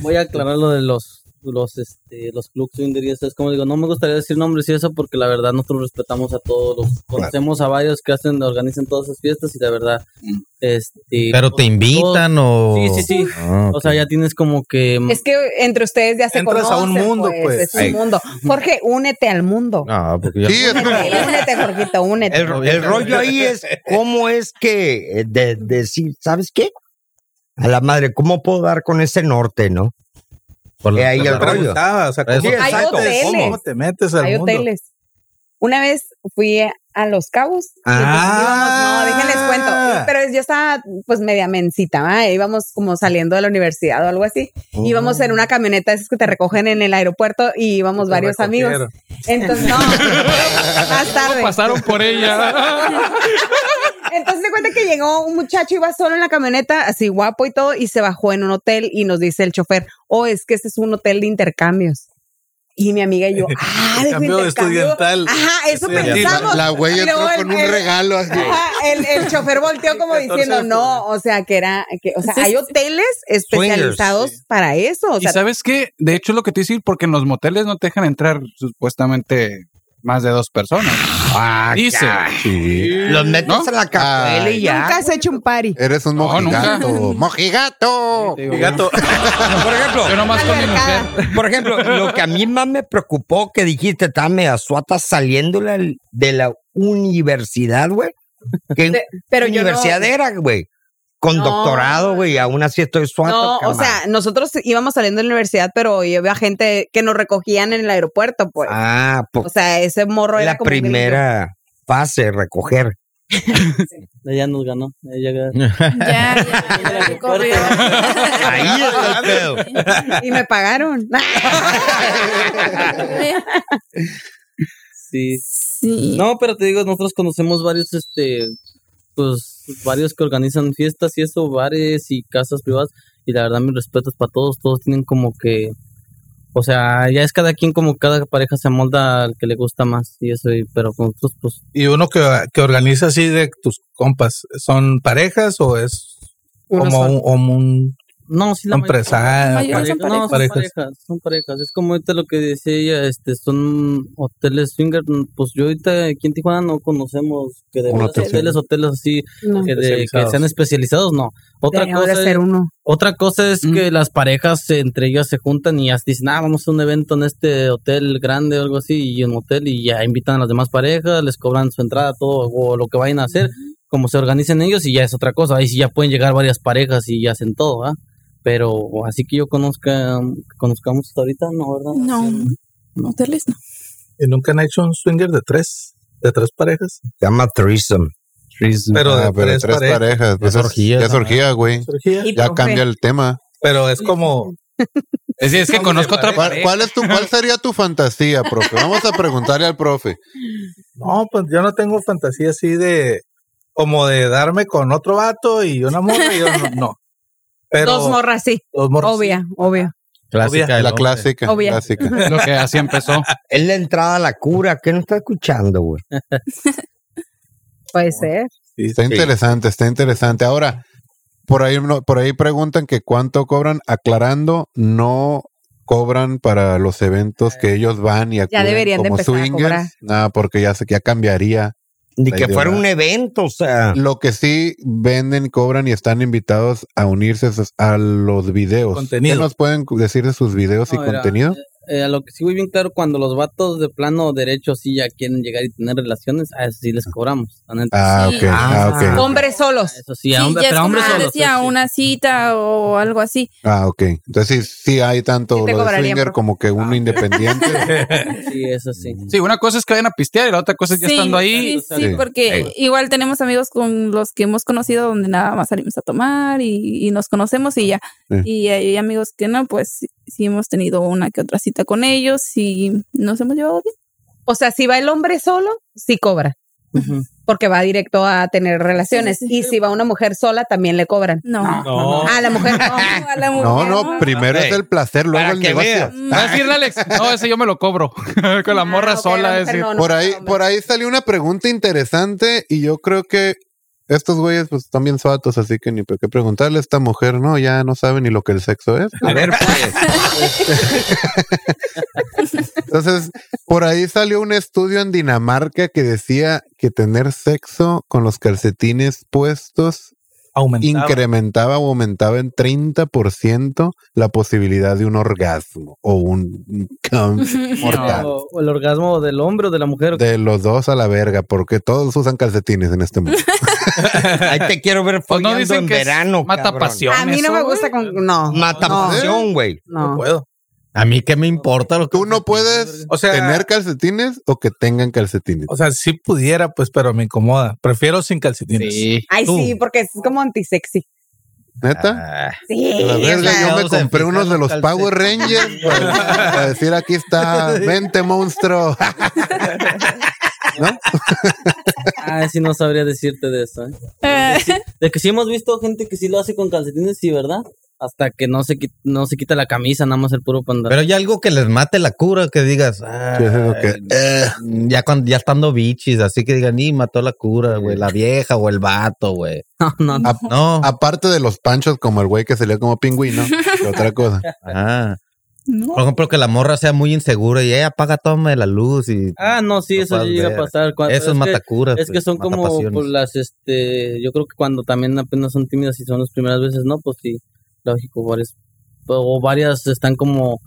Voy a aclarar lo de los los este los clubs Tinder y eso es como digo, no me gustaría decir nombres y eso porque la verdad nosotros respetamos a todos, los conocemos a varios que hacen organizan todas esas fiestas y la verdad
Mm.
este
Pero te invitan o.
Sí, sí, sí.
Ah, ok.
O sea, ya tienes como que
Es que entre ustedes ya se
Em, Entras
conocen.
a un mundo, pues.
Es un
Ahí.
mundo. Jorge, únete al mundo.
No, porque yo-
Sí, es como-
Únete, Jorgito, únete.
[laughs]
El, el rollo
[laughs]
ahí es cómo es que eh, de, decir, ¿sabes qué? A la madre, ¿cómo puedo dar con ese norte, no?
por la-
Eh, ahí
por
el
la-
rollo.
Preguntaba, o sea, ¿cómo,
Sí,
te
exacto.
metes?
Hay hoteles.
¿Cómo te metes al
Hay
mundo?
hoteles. Una vez fui a Los Cabos. y, pues,
Ah.
íbamos- no, déjenles cuento. Pero yo estaba pues media mencita, ¿va? E íbamos como saliendo de la universidad o algo así.
Oh.
Íbamos en una camioneta, esas que te recogen en el aeropuerto y íbamos
Te
varios amigos.
recogieron.
Entonces, no, más tarde.
Pasaron por ella.
Entonces de cuenta que llegó un muchacho, iba solo en la camioneta, así guapo y todo, y se bajó en un hotel y nos dice el chofer, oh, es que este es un hotel de intercambios. Y mi amiga y
[laughs]
yo, ah, de
Intercambio
intercambio
estudiantal.
Ajá, eso
Estudiantil.
pensamos.
La güey
Y
entró
luego
con
el-
un
el-
regalo así.
Ajá, el, el chofer volteó como
14 de
diciendo, no,
febrero.
o sea, que era, que, o sea,
Sí,
hay
sí.
hoteles especializados para eso. [laughs] O
Y
sea,
sabes qué? De hecho, lo que te dicen, porque en los moteles no te dejan entrar supuestamente más de dos personas.
Ah,
Dice.
Los metes
¿No?
a la cajuela y ya.
nunca has hecho un party.
Eres un
No,
mojigato. ¡Mojigato!
Te digo,
Mi gato.
Por ejemplo,
Yo nomás con mi mujer.
por ejemplo, lo que a mí más me preocupó que dijiste, estaba media suata saliéndola l- de la universidad, güey. ¿Qué
Pe- Pero yo no,
universidad era, güey? Con
No.
doctorado, güey, aún así estoy suata.
no, o
camarada.
sea, nosotros íbamos saliendo de la universidad, pero yo veía gente que nos recogían en el aeropuerto, pues.
Ah, pues
O sea, ese morro era
la
como gringo.
primera fase, recoger.
ella nos ganó. Ella
ya, ya, ya, ya corrió.
Ahí es el pedo.
y me pagaron.
sí.
Sí.
No, pero te digo, nosotros conocemos varios, este, pues, varios que organizan fiestas y eso, bares y casas privadas. Y la verdad, mis respetos para todos. Todos tienen como que, o sea, ya es cada quien como cada pareja se amolda al que le gusta más y eso. Y, pero con nosotros, pues,
Y uno que, que organiza así de tus compas, ¿son parejas o es
Uno
como
solo.
un, como un
no, sí la mayoría-
empresario? Ah,
mayoría
Pareja-
son
no, son
parejas.
parejas. son parejas. Es como ahorita lo que decía ella, este, son hoteles swinger. Pues yo ahorita aquí en Tijuana no conocemos que de
Un
veras
hotel
hoteles, hoteles así,
No.
que, de- que
Especializados.
sean especializados, no. Otra
Deberíamos de
cosa es-
hacer uno.
Otra cosa es
Mm.
que las parejas eh, entre ellas se juntan y hasta dicen, ah, vamos a un evento en este hotel grande o algo así, y un hotel, y ya invitan a las demás parejas, les cobran su entrada, todo, o lo que vayan a hacer, como se organicen ellos, y ya es otra cosa. Ahí sí ya pueden llegar varias parejas y ya hacen todo, ¿ah? Pero así que yo conozca, que conozcamos hasta ahorita, no, ¿verdad?
No.
Sí,
Hoteles no.
¿Y nunca han hecho un swinger de tres? ¿De tres parejas?
Se llama threesome.
Pero de
Ah, pero
tres,
tres
parejas.
parejas.
Ya es
Pues es-
orgía,
ya es
¿no?
orgía, güey.
Surgía.
Y
Ya
profe,
cambia el tema.
Pero es como
Es, es que conozco otra
¿Cuál,
pareja.
cuál es tu, ¿Cuál sería tu fantasía, profe? Vamos a preguntarle al profe.
No, pues yo no tengo fantasía así de como de darme con otro vato y una morra. Yo no, no. Pero
Dos morras, sí.
dos morras, sí.
Obvia, obvia.
Clásica
Obvia.
del
La
hombre.
clásica.
Obvia.
clásica.
[laughs]
Lo que así empezó.
Es la entrada a la cura. ¿Qué no está escuchando, güey?
Puede ser.
Está interesante, está interesante. Ahora, por ahí, no- por ahí preguntan que cuánto cobran, aclarando, no cobran para los eventos que ellos van y acuden
deberían de
como
empezar a cobrar.
swingers. Nada, porque ya, se- ya cambiaría.
Ni
La
que
idea.
fuera un evento, o sea.
Lo que sí venden, cobran y están invitados a unirse a sus- a los videos.
Contenido.
¿Qué nos pueden decir de sus videos y
No, era-
contenido?
Eh, a lo que sí voy bien claro, cuando los vatos de plano derecho sí ya quieren llegar y tener relaciones, a eso sí les cobramos. la neta.
Ah,
Sí.
ok. Ah, ok.
Ah.
Hombres solos.
Eso sí, a
Sí,
hombre,
ya es
pero a
como
hombres
les
solos,
decía,
sí.
una cita o algo así.
Ah, ok. Entonces sí, sí hay
Sí
tanto
te
lo de
cobrarían,
swinger
profe.
como que
Ah,
uno
[laughs]
independiente.
Sí, eso sí.
Sí, una cosa es que vayan a pistear y la otra cosa es ya estando ahí.
Sí, sí,
Sí.
porque igual tenemos amigos con los que hemos conocido donde nada más salimos a tomar y, y nos conocemos y ya.
Sí.
Y hay amigos que no, pues sí- sí hemos tenido una que otra cita con ellos y nos hemos llevado bien.
O sea, si va el hombre solo, sí cobra.
Ujú.
Porque va directo a tener relaciones.
Sí, sí, sí.
Y si va una mujer sola, también le cobran.
No.
No.
Ah, la mujer.
No, a la
No,
mujer,
no, primero
Ok.
es el placer, luego
Para
el
que
negocio.
veas.
Mm,
Va a decirle Alex, no, ese yo me lo cobro. [laughs] Con la morra
Ah, ok,
sola.
la mujer
es decir,
no, no,
por
no,
ahí,
hombre.
por ahí salió una pregunta interesante y yo creo que estos güeyes pues están bien suatos, así que ni por qué preguntarle a esta mujer, no, ya no sabe ni lo que el sexo es.
A ver, pues.
[laughs] Entonces, por ahí salió un estudio en Dinamarca que decía que tener sexo con los calcetines puestos
Aumentaba.
incrementaba o aumentaba en 30% la posibilidad de un orgasmo o un un cum mortal.
O, o el orgasmo del hombre o de la mujer.
De los dos a la verga, porque todos usan calcetines en este mundo.
Ahí te quiero ver
Pues no
follando
dicen
en
que es
verano.
mata
cabrón.
pasión.
A mí no me
eso,
gusta con. No.
Mata
no,
pasión, güey.
No
No.
puedo.
A mí qué me importa lo que
Tú no puedes
O sea,
tener calcetines o que tengan calcetines.
o sea, si pudiera, pues, pero me incomoda. Prefiero sin calcetines.
Sí.
Ay,
Tú.
sí, porque es como antisexy.
Neta.
Ah,
[laughs]
Sí.
A la
es
verga,
la
yo me
causa de
compré
fijar
unos de
los
los Power Rangers
[laughs]
para, para decir aquí está, vente monstruo.
Ah, sí, no sabría decirte de eso. ¿eh?
eh, [laughs]
De que sí hemos visto gente que sí lo hace con calcetines, sí, ¿verdad? Hasta que no se, qui- no se quita la camisa, nada más el puro pantalón.
pero hay algo que les mate la cura, que digas, ah,
Que es lo que, eh,
ya cuando ya estando bichis, así que digan, y mató la cura, güey, la vieja o el vato, güey.
[laughs] No, no.
a-
No.
aparte de los panchos como el güey que salió como
[laughs]
pingüino, que otra cosa.
Ah.
no.
Por ejemplo, que la morra sea muy insegura y ella apaga tome la luz y
Ah, no, sí,
No
eso
puedes
llega a
ver.
pasar. Cua-
eso es,
que-
matacuras.
Es que son como pues, las, este, yo creo que cuando también apenas son tímidas y son las primeras veces, ¿no? Pues sí, lógico, varias, o varias están como,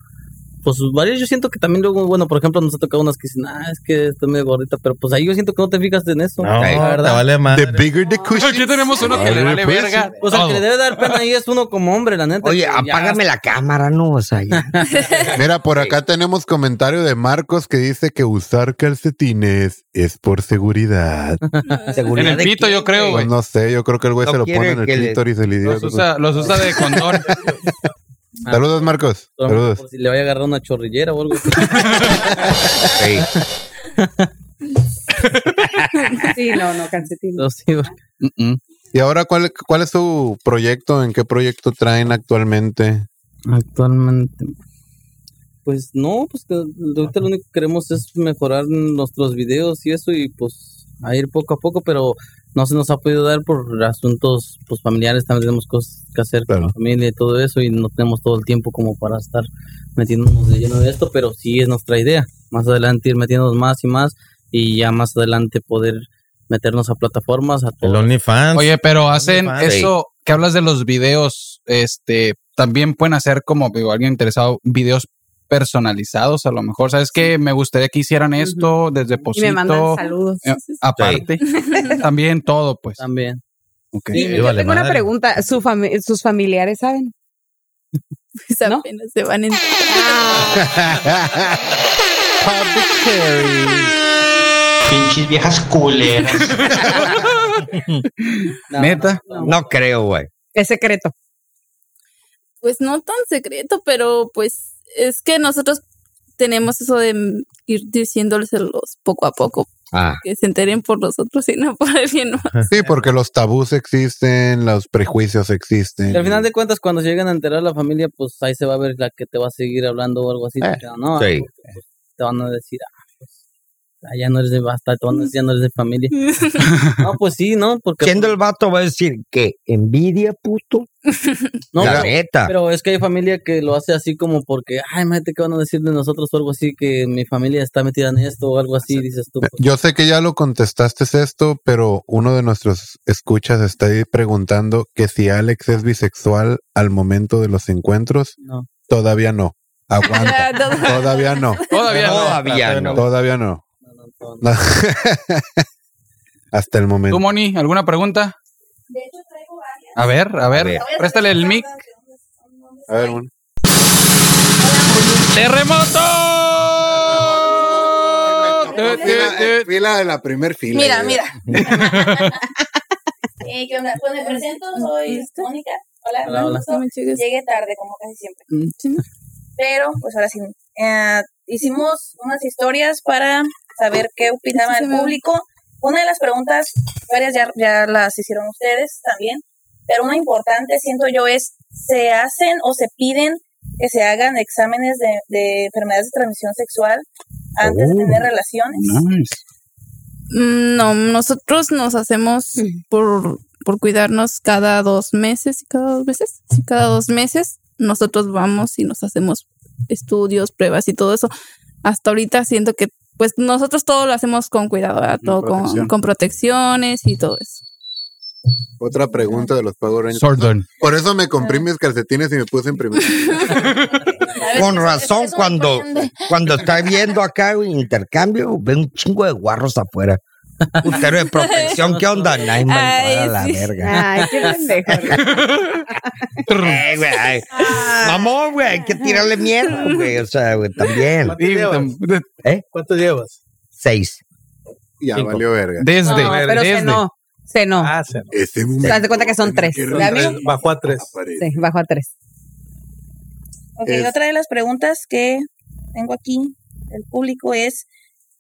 pues varias yo siento que también luego, bueno, por ejemplo, nos ha tocado unas que dicen, ah, es que estoy medio gordita, pero pues ahí yo siento que no te fijas en eso,
No,
la
te
verdad.
vale
The
madre.
bigger the
Aquí
cushion.
tenemos uno que le vale
Pues,
verga.
O sea, que le
todo.
debe dar pena ahí es uno como hombre, la neta.
Oye,
que ya-
apágame la cámara, ¿no? O sea, ya.
[laughs] Mira, por acá tenemos comentario de Marcos que dice que usar calcetines es por seguridad.
En
Seguridad
el
de
pito,
quién,
yo creo,
Pues
güey.
no sé, yo creo que el güey
No
se lo pone
quiere
en el
que le-
clítoris el
Los
idiota.
usa, los usa de condón.
[laughs] Saludos, Marcos. Saludos.
[laughs] Por si le vaya a agarrar una chorrillera o
[laughs]
algo así. [laughs]
Sí.
Sí, no, no, calcetín.
Pero sí, güey.
Mm, mm.
Y ahora, ¿cuál, ¿cuál es su proyecto? ¿En qué proyecto traen actualmente?
Actualmente. Pues no, pues que ahorita lo único que queremos es mejorar nuestros videos y eso y pues a ir poco a poco, pero no se nos ha podido dar por asuntos pues familiares, también tenemos cosas que hacer con
Claro.
la familia y todo eso y no tenemos todo el tiempo como para estar metiéndonos de lleno de esto, pero sí es nuestra idea, más adelante ir metiéndonos más y más y ya más adelante poder meternos a plataformas, a
El
todo.
OnlyFans.
Oye, pero hacen
madre.
eso que hablas de los videos, este, también pueden hacer como digo, alguien interesado, videos personalizados a lo mejor. ¿Sabes qué? Me gustaría que hicieran esto desde
Y me mandan
Posito.
saludos.
eh, Aparte,
[laughs]
también todo, pues.
También.
Ok.
Y
Sí,
yo
vale
tengo una
madre.
pregunta. ¿Su fami- ¿Sus familiares saben?
Pues
¿no?
apenas se van en...
Pinches viejas
[laughs]
culeras.
No,
Neta.
no, no.
No creo, güey.
Es secreto.
Pues no tan secreto, pero pues es que nosotros tenemos eso de ir diciéndoles poco a poco,
Ah.
que se enteren por nosotros y no por alguien más.
Sí, porque los tabús existen, los prejuicios
Y al
existen.
final de cuentas, cuando se llegan a enterar la familia, pues ahí se va a ver la que te va a seguir hablando o algo así.
Eh,
pero no,
sí.
pues, te van a decir, ah, pues, ah, ya no eres de basta, te van a decir, ya no eres de familia. No, pues sí, ¿no? Porque
Siendo el vato va a decir que envidia, puto.
no,
la
pero,
neta.
pero es que hay familia que lo hace así como porque, ay, imagínate que van a decir de nosotros o algo así, que mi familia está metida en esto o algo así, dices tú. pues,
Yo sé que ya lo contestaste esto, pero uno de nuestros escuchas está ahí preguntando que si Alex es bisexual al momento de los encuentros.
No.
Todavía no. Aguanta. [laughs] Todavía no.
Todavía no.
Todavía no.
Todavía no.
no, no, no,
[laughs]
no.
No. Hasta el
¿Tú,
momento.
Moni, alguna pregunta?
De hecho, traigo varias.
A ver, a ver, préstale el mic.
A ver, bueno.
¡Terremoto! Tu, tu, tu.
Fila de la primer fila.
Mira, mira. Eh, ¿qué onda? Pues me presento, soy Mónica. Hola,
Hola, hola.
No me chingues.
Llegué tarde, como casi siempre. Pero, pues ahora sí. eh, hicimos unas historias para saber qué opinaba
Sí, sí,
el
me-
público. Una de las preguntas, varias ya, ya las hicieron ustedes también, pero una importante, siento yo, es, ¿se hacen o se piden que se hagan exámenes de, de enfermedades de transmisión sexual antes de
Oh.
tener relaciones?
Ah.
Nice.
Mm, No, nosotros nos hacemos por, por cuidarnos cada dos meses y cada dos meses. Sí, cada dos meses nosotros vamos y nos hacemos estudios, pruebas y todo eso. Hasta ahorita siento que, pues nosotros todo lo hacemos con cuidado, ¿verdad?
Con
todo con,
protección.
con protecciones y todo eso.
[laughs] Otra pregunta de los Power Rangers.
Sordon.
Por eso me compré mis calcetines y me puse en primer.
A ver, eso-
Con
eso-
razón,
eso es
cuando,
importante.
cuando está viendo acá güey, intercambio, ve un chingo de guarros afuera. Putero de protección, ¿qué onda? Ay, man,
Ay,
a la
sí.
verga.
Ay, qué pendejo.
Eh, güey, ay. Mamón, güey, hay que tirarle miedo, güey. O sea, güey, también. ¿Eh?
¿Cuánto llevas? ¿Cuánto llevas?
Seis.
Ya
Cinco.
valió verga.
Desde,
No, pero se
desde.
no. Se no.
Ah, se no.
Este
Te das de cuenta que son
momento
tres.
tiene
¿La
regresar
vi?
Bajó a tres.
a la pared.
Sí, bajo a tres.
Ok,
Es-
otra de las preguntas que tengo aquí del público es,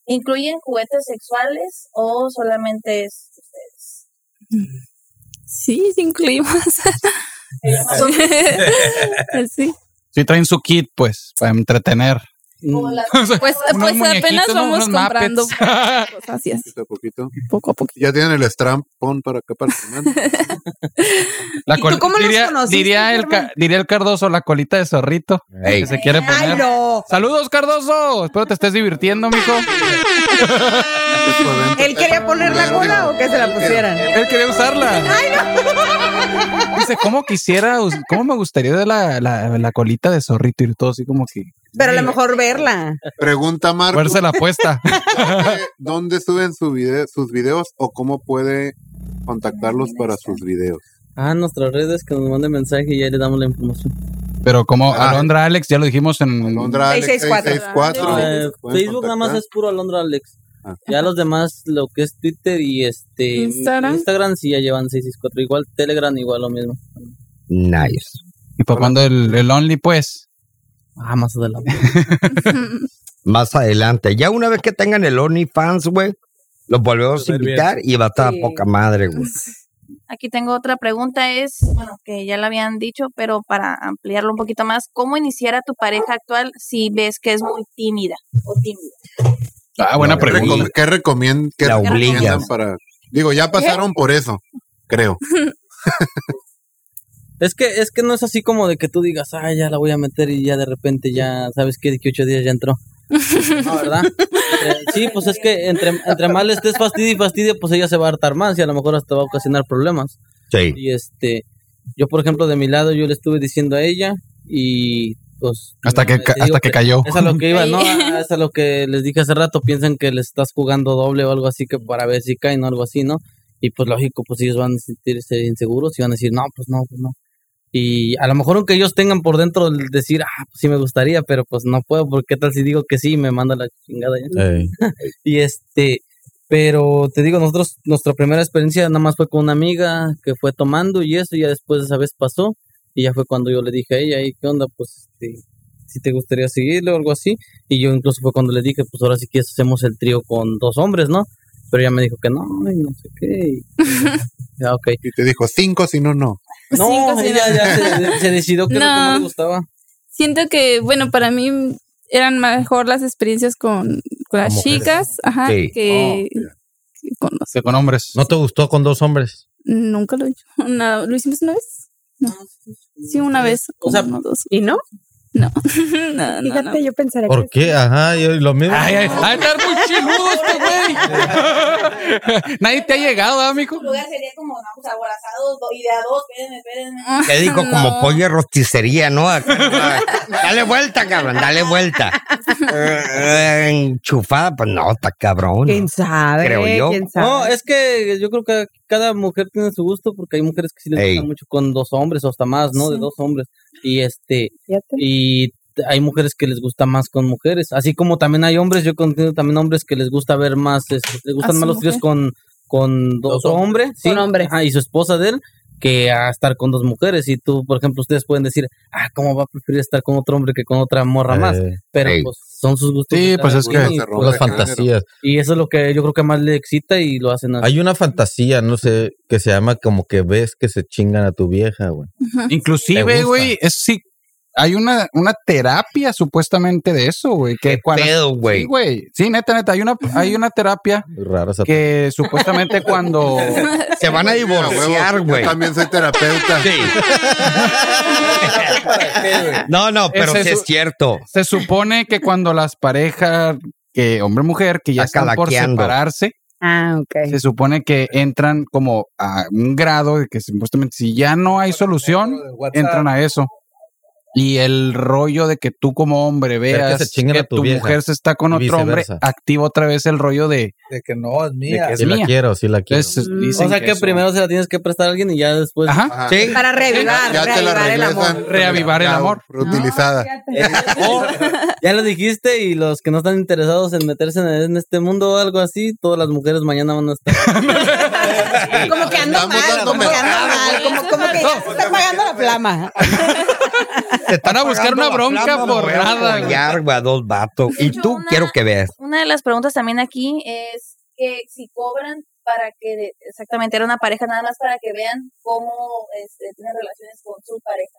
¿incluyen juguetes sexuales o solamente es ustedes?
Sí, [laughs] sí incluimos. sí.
Si traen su kit, pues, para entretener.
Pues,
Unos
pues apenas
muñequitos, ¿no? Unos
vamos
Muppets.
comprando
[laughs]
cosas así, así,
Poquito a poquito.
poco a poquito.
Ya tienen el strampón para acá para el mando.
La
¿Y
col-
tú cómo los
diría,
conociste,
diría, el,
Germán?
ca- diría el Cardoso, la colita de zorrito.
Ey.
Que se quiere
Ay,
poner.
no.
Saludos, Cardoso. Espero te estés divirtiendo, mijo.
¿Él quería poner la cola o que se la pusieran?
Él quería usarla. [laughs] Dice, ¿cómo quisiera, us- cómo me gustaría ver la, la, la colita de zorrito y todo así como que
Pero a lo mejor verla.
Pregunta Marco,
fuerza la apuesta?
¿dónde- [laughs] ¿dónde suben su vide- sus videos o cómo puede contactarlos para sus videos?
Ah, nuestras redes que nos manden mensaje y ya le damos la información.
Pero como
Ah.
Alondra Alex, ya lo dijimos en...
Alondra Alex
664.
664.
Eh,
Pueden
Facebook nada más
contactar.
es puro Alondra Alex.
Ah.
Ya los demás, lo que es Twitter y este
Instagram.
Instagram sí ya llevan 664. Igual Telegram, igual lo mismo.
Nice.
¿Y para cuando el, el Only, pues?
Ah, más adelante.
[laughs] Más adelante. Ya una vez que tengan el OnlyFans, güey, los
Pues
volvemos a
Súper bien.
invitar y va a estar
Sí.
poca madre, güey.
Aquí tengo otra pregunta, es, bueno, que ya la habían dicho, pero para ampliarlo un poquito más, ¿cómo iniciar a tu pareja actual si ves que es muy tímida o tímido?
Ah, buena
No,
¿Qué,
pregunta.
recom- qué recomien- qué
La
recomiendan
obligas.
para...? Digo, ya pasaron por eso, creo.
Es que, es que no es así como de que tú digas, ah, ya la voy a meter y ya de repente ya sabes que de que ocho días ya entró. No, ¿verdad? Eh, sí, pues es que entre, entre más le estés fastidio y fastidio, pues ella se va a hartar más y a lo mejor hasta va a ocasionar problemas.
Sí.
Y este, yo por ejemplo de mi lado yo le estuve diciendo a ella y pues
Hasta que,
te
ca-
digo
hasta que cayó.
es a lo que iba, ¿no?
Sí.
Ah, Es a lo que les dije hace rato, piensan que les estás jugando doble o algo así que para ver si caen o algo así, ¿no? Y pues lógico, pues ellos van a sentirse inseguros y van a decir, no, pues no, pues no. Y a lo mejor aunque ellos tengan por dentro el decir, ah, pues sí me gustaría, pero pues no puedo, porque qué tal si digo que sí y me manda la chingada ya? Y este, pero te digo, nosotros, nuestra primera experiencia nada más fue con una amiga que fue tomando y eso, y ya después de esa vez pasó. Y ya fue cuando yo le dije a ella, ¿y qué onda? Pues este, si te gustaría seguirle o algo así. Y yo incluso fue cuando le dije, pues ahora sí que hacemos el trío con dos hombres, ¿no? Pero ella me dijo que no, y no sé qué. y- ya, ok.
Y te dijo cinco, si no, no.
No,
Cinco, si
ella
no.
ya se, se decidió que no. que no
No.
le gustaba.
Siento que, bueno, para mí eran mejor las experiencias con, con las
mujeres.
chicas, ajá,
Sí.
que
Oh,
Que con hombres.
¿No te gustó con dos hombres?
nunca lo he hecho. [laughs] Una- ¿Lo hicimos una vez? No. Sí, una vez.
O sea,
¿Y no?
No. [laughs] no, no,
Fíjate, yo pensaría
¿Por qué? Ajá, yo lo mismo.
Ay, ay, ay, estar muy chiludo este güey. Nadie te ha llegado, ¿ah, mijo?
Tu lugar sería como, no, pues aborazados, do- y de a dos, espérenme, espérenme.
[laughs]
Te digo como
No.
pollo de rosticería, ¿no? Acá, dale vuelta, cabrón, dale vuelta. Eh, Enchufada, pues no, está cabrón.
¿Quién sabe?
Creo yo.
¿Quién sabe?
No, es que yo creo que cada mujer tiene su gusto porque hay mujeres que sí les
Ey.
gusta mucho con dos hombres o hasta más, ¿no? De
Sí.
dos hombres. Y este,
Fíjate.
y t- hay mujeres que les gusta más con mujeres, así como también hay hombres, yo conozco también hombres que les gusta ver más, este, les
A
gustan
su
más los
mujer.
tríos con con do- otro hombre, sí,
Ah, Con hombre.
ajá, y su esposa de él que a estar con dos mujeres y tú, por ejemplo, ustedes pueden decir, ah, cómo va a preferir estar con otro hombre que con otra morra más,
Eh,
pero
ey.
pues son sus gustos.
Sí,
de cada
pues es que
quien y,
se
pues,
las fantasías.
y eso es lo que yo creo que más le excita y lo hacen así.
Hay una fantasía, no sé, que se llama como que ves que se chingan a tu vieja, güey. Te
Inclusive,
gusta.
güey, es sí. Hay una, una terapia supuestamente de eso, güey. Que cuando-
Pedo,
Sí,
güey.
güey. Sí, neta, neta. Hay una, hay una terapia
Muy rara esa
que supuestamente
[laughs]
cuando.
Se van a divorciar,
Yo
güey.
también soy terapeuta.
No, no, pero
Ese
sí
es-
es cierto.
Se supone que cuando las parejas, que hombre-mujer, que ya están por
Acalaqueando.
separarse,
Ah, ok.
se supone que entran como a un grado de que supuestamente si ya no hay solución, entran a eso. Y el rollo de que tú como hombre
que
veas
se chinguen
que
a tu
tu
vieja
mujer se está con
y
otro hombre,
viceversa.
activa otra vez el rollo de...
De que no, es mía.
que es
Sí la
mía.
quiero, sí la quiero.
Entonces,
Mm.
dicen
O sea que,
eso-
primero se la tienes que prestar a alguien y ya después.
Ajá.
Ajá.
Sí.
Para reavivar,
Ya te la
reavivar el
regresan.
amor. Ah,
Reavivar el
Ya,
amor.
Reutilizada.
Eh, O ya lo dijiste y los que no están interesados en meterse en, en este mundo o algo así, todas las mujeres mañana van a
[laughs]
estar.
Como que ando
Estamos
mal,
dando
como que ando
mensajes.
mal, como, como que ya se está pagando la flama.
Van a buscar una bronca por nada. güey.
Ya, güey, a dos vatos.
De
Y
hecho,
tú
una-
quiero que veas.
Una de las preguntas también aquí es que si cobran para que de- exactamente era una pareja nada más para que vean cómo este, tienen relaciones con su pareja.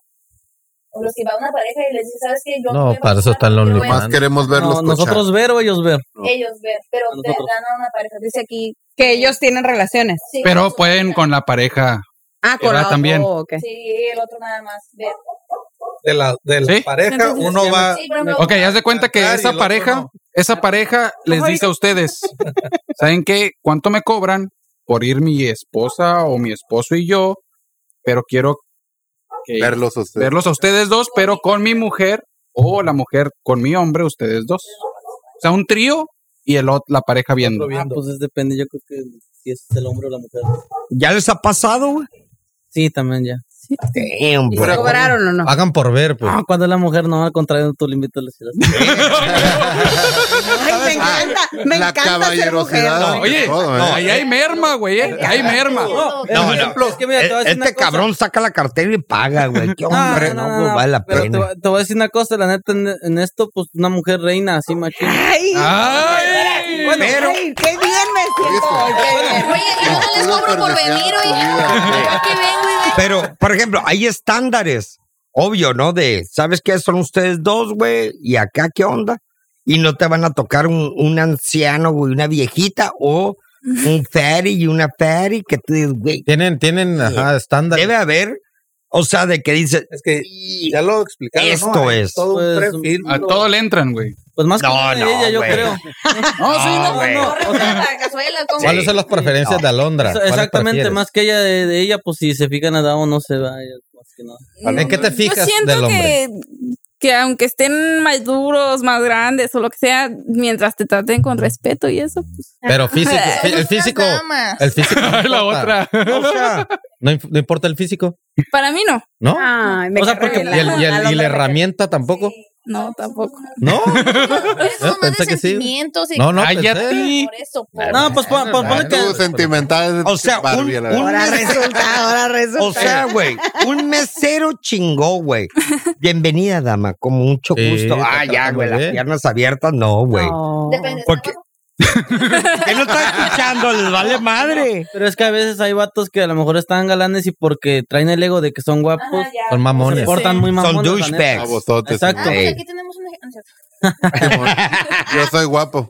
O los que va una pareja y les dice, ¿sabes qué? Yo
No,
voy a
para eso
participar,
están los
yo voy a-
Más queremos verlos
No, nosotros ver o ellos ver.
Ellos ver, pero
A
te
nosotros.
dan a una pareja. Dice aquí.
Que ellos tienen relaciones.
sí,
Pero
con su
pueden
pareja.
con la pareja.
Ah, con
Ahora
la-
también.
oh, ok.
Sí, el otro nada más ver.
de la, de la
¿Sí?
pareja,
Entonces,
uno va.
Sí, por ejemplo,
Ok, haz de cuenta que
Ah, y el
esa
otro
pareja,
no.
Ah,
esa pareja les dice
[laughs]
a ustedes, ¿saben qué? ¿Cuánto me cobran por ir mi esposa o mi esposo y yo? Pero quiero que-
Verlos ustedes.
verlos a ustedes dos, pero con mi mujer o la mujer con mi hombre, ustedes dos. O sea, un trío y el, ot- la pareja viendo.
Ah, pues es depende, yo creo que si es el hombre o la mujer.
¿Ya les ha pasado,
[laughs]
güey?
Sí, también ya.
Damn,
¿Y
bro.
se cobraron o no?
Hagan por ver, pues.
Ah, cuando es la mujer, no, al contrario, tú le invitas a la ciudad.
Ay, me encanta, me
Ah, la
encanta ser mujer.
caballerosidad.
No, oye,
Todo, ¿eh?
ahí hay merma, güey, eh, ahí hay merma.
No, no.
Es que mira, te voy a decir una
Este
cosa.
cabrón saca la cartera y
[laughs]
paga, güey. Qué
Ah,
hombre,
no,
no,
no,
pues,
no,
vale la
pero Te,
pena.
voy- te voy a decir una cosa, la neta, en, en esto, pues una mujer reina, así machín.
Ay,
Ah,
Ay,
Pero
ay, qué bien me siento.
Eso.
hoy, qué bien.
Oye, yo no les cobro por venir, oye. Yo aquí vengo y
Pero, por ejemplo, hay estándares, obvio, ¿no? De, ¿sabes qué? Son ustedes dos, güey, y acá, ¿qué onda? Y no te van a tocar un, un anciano, güey, una viejita o un ferry y una ferry que tú dices, güey,
Tienen, tienen, ajá, estándar.
debe haber, o sea, de que dices,
Es que
"Y-
ya lo explicaron. ¿no?
Esto
Hay
es.
Todo un
Pues,
perfil.
A todo le entran, güey.
Pues más que
No,
una de
no,
ella, yo
Ah,
güey.
[laughs]
creo.
No, sí,
No,
no,
güey.
no.
vengo. La [laughs] cazuela, ¿cómo?
¿Cuáles son las preferencias de Alondra?
Eso-
¿Cuáles
Exactamente,
prefieres?
más que ella de, de ella, pues si se fijan a Dao no se va. ella, más que nada.
¿En qué te fijas
Yo
del
siento
hombre?
que, que aunque estén más duros, más grandes o lo que sea, mientras te traten con respeto y eso, pues.
Pero físico,
Son
fí- el físico,
[laughs]
el físico. no
La
importa.
otra.
O sea, no, inf- no importa el físico,
Para mí no.
¿no?
Ay, me
O sea,
cargué
porque-
Y,
la-
el-
al
y el- y la
hombre me
herramienta tampoco.
No, tampoco.
No, ¿Eh?
Eso
pensé
más de
que sí.
sentimientos y
No, no,
Cállate.
pensé.
Por eso, por-
No, pues pon- pon- ponle que-
Tú sentimental.
O sea, un,
Barbie, a la verdad.
un
resulta, ahora resulta.
O sea, güey, un mesero chingó, güey. Bienvenida, dama, con mucho
Sí,
gusto.
te
Ah, ya,
tratan
güey,
muy
las
bien.
piernas abiertas, no, güey. [laughs]
Depende.
Porque... ¿Qué no está escuchando? Les vale madre.
Pero es que a veces hay vatos que a lo mejor están galanes y porque traen el ego de que son guapos.
Son
Se
mamones.
portan muy
Son
mamones. la neta.
douchebags.
Babosotes,
Exacto.
Ah, pues
Ey.
aquí tenemos un ejemplo.
Yo soy guapo.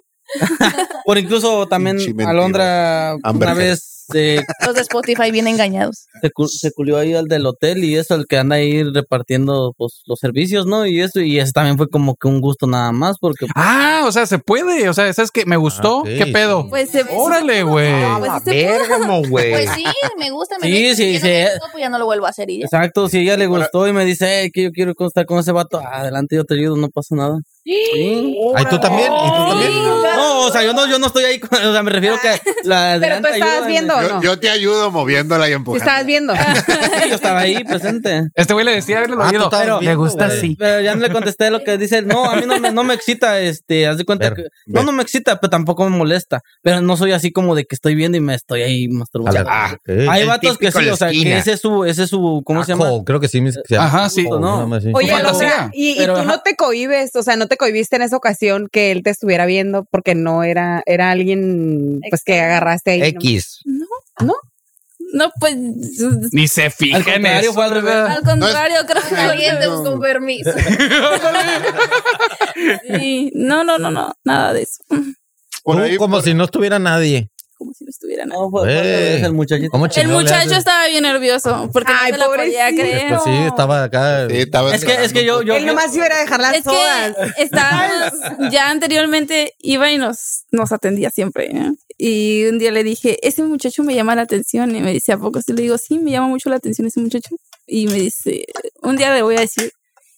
Por incluso también
Pinche mentira.
Alondra
Amber
una vez se,
Los de Spotify bien engañados.
se, cu- se culió ahí al del hotel y eso, el que anda ahí repartiendo pues, los servicios, ¿no? Y eso, y eso también fue como que un gusto nada más porque...
Ah, o sea, se puede. O sea, ¿sabes qué? Me gustó.
sí,
¿Qué pedo?
Pues se
Órale, güey.
Ah,
Ah,
A
pues sí se pudo.
Bérgamo, güey.
Pues sí, me gusta, me
Sí,
gusta.
sí,
Si
sí.
ya no me gustó, pues ya no lo vuelvo a hacer y ya.
Exacto, si ella le gustó y me dice, "Ey, que yo quiero estar con ese vato, adelante yo te ayudo, no pasa nada. Sí.
Ay, tú también, y tú también.
No, o sea, yo no, yo no estoy ahí, con- o sea, me refiero que la
Pero tú
adelante
estabas
ayuda,
viendo,
Yo,
¿no?
yo te ayudo moviéndola y
¿Sí
empujándola.
estabas viendo.
Sí, yo estaba ahí presente.
[laughs] Este güey le decía haberle
Ah, tú
oído.
estabas
pero le
viendo,
gusta
güey.
así.
Pero ya no le contesté lo que dice, él. no, a mí no me, no me excita, este, haz de cuenta
Ver,
que, no, no me excita, pero tampoco me molesta, pero no soy así como de que estoy viendo y me estoy ahí
A la-
masturbando.
ah,
Hay
el
vatos que
típico en
sí,
la
o sea, que
esquina.
ese es su, ese es su, ¿cómo se llama?
Asshole, creo que sí. me- se llama
Ajá, sí.
Gusto, ¿no?
asshole, nada más, sí.
Oye,
Su fantasía,
Alondra, [laughs] y, y
pero
tú
ajá.
no te cohibes, o sea, no te cohibiste en esa ocasión que él te estuviera viendo porque no era, era alguien pues que agarraste ahí. ¿no?
X.
No, pues.
Ni se
Al
fijen en
contrario,
eso.
fue al revés.
Al contrario, creo que alguien
Saliendo con permiso.
Sí. No, no, no, no. Nada de eso.
Por
Tú
ahí,
como
por-
si no estuviera nadie.
Como si no estuviera nada.
No, fue- fue al revés, el muchachito.
Eh, ¿Cómo
El
chingado le
muchacho
haces?
estaba bien nervioso porque
Ay,
no se lo podía
pobrecito.
creer.
Pues sí, estaba acá.
Sí, estaba
Es que, es que yo,
llorando.
yo,
Él nomás iba a ir a dejar las
Es
sodas. [laughs]
que estábamos, ya anteriormente iba y nos, nos atendía siempre. ¿eh? Y un día le dije, ese muchacho me llama la atención. Y me dice, ¿a poco? sí?". le digo, sí, me llama mucho la atención ese muchacho. Y me dice, un día le voy a decir.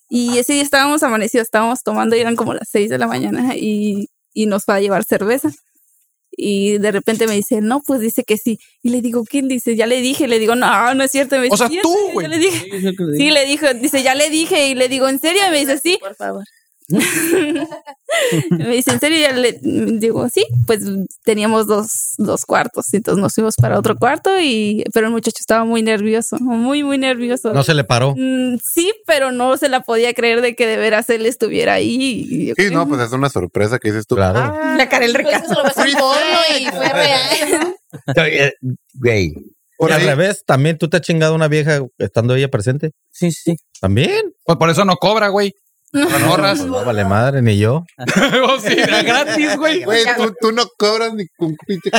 Y ese día estábamos amanecidos, estábamos tomando, y eran como las 6 de la mañana y, y nos va a llevar cerveza. Y de repente me dice, no, pues dice que sí. Y le digo, ¿quién dice? Ya le dije, le digo, no, no es cierto. Y me dice,
O sea,
Pues "Sí, es
tú,
cierto".
güey.
Yo le dije, sí, le dijo, dice, ya le dije. Y le digo, ¿en serio? Y me dice, sí.
Por favor.
Me dice, ¿en serio? Y ya le digo, sí, pues teníamos dos, dos cuartos, entonces nos fuimos para otro cuarto y, pero el muchacho estaba muy nervioso, muy, muy nervioso.
No se le paró.
Mm, sí, pero no se la podía creer de que de veras él estuviera ahí. Y yo
Sí,
creo-
no, pues es una sorpresa que dices tú. [laughs]
Claro.
La Karel Rica.
Pues eso se
[laughs]
lo ves en porno y fue real.
Eh, Güey.
Y
Por
al
ahí,
revés, también tú te has chingado una vieja estando ella presente.
Sí, sí.
También.
Pues por eso no cobra, güey. Las morras.
No vale madre, ni yo.
Oh,
O sí, era gratis, güey.
[laughs] güey, tú, tú no cobras ni con pinche.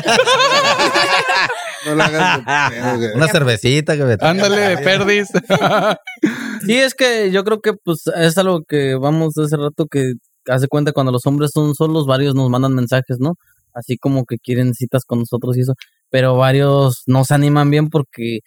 no lo hagas. de pedo, güey.
Una cervecita que me
Ándale, perdis.
[laughs] Sí, es que yo creo que pues es algo que vamos de hace rato que hace cuenta cuando los hombres son solos, varios nos mandan mensajes, ¿no? Así como que quieren citas con nosotros y eso, pero varios no se animan bien porque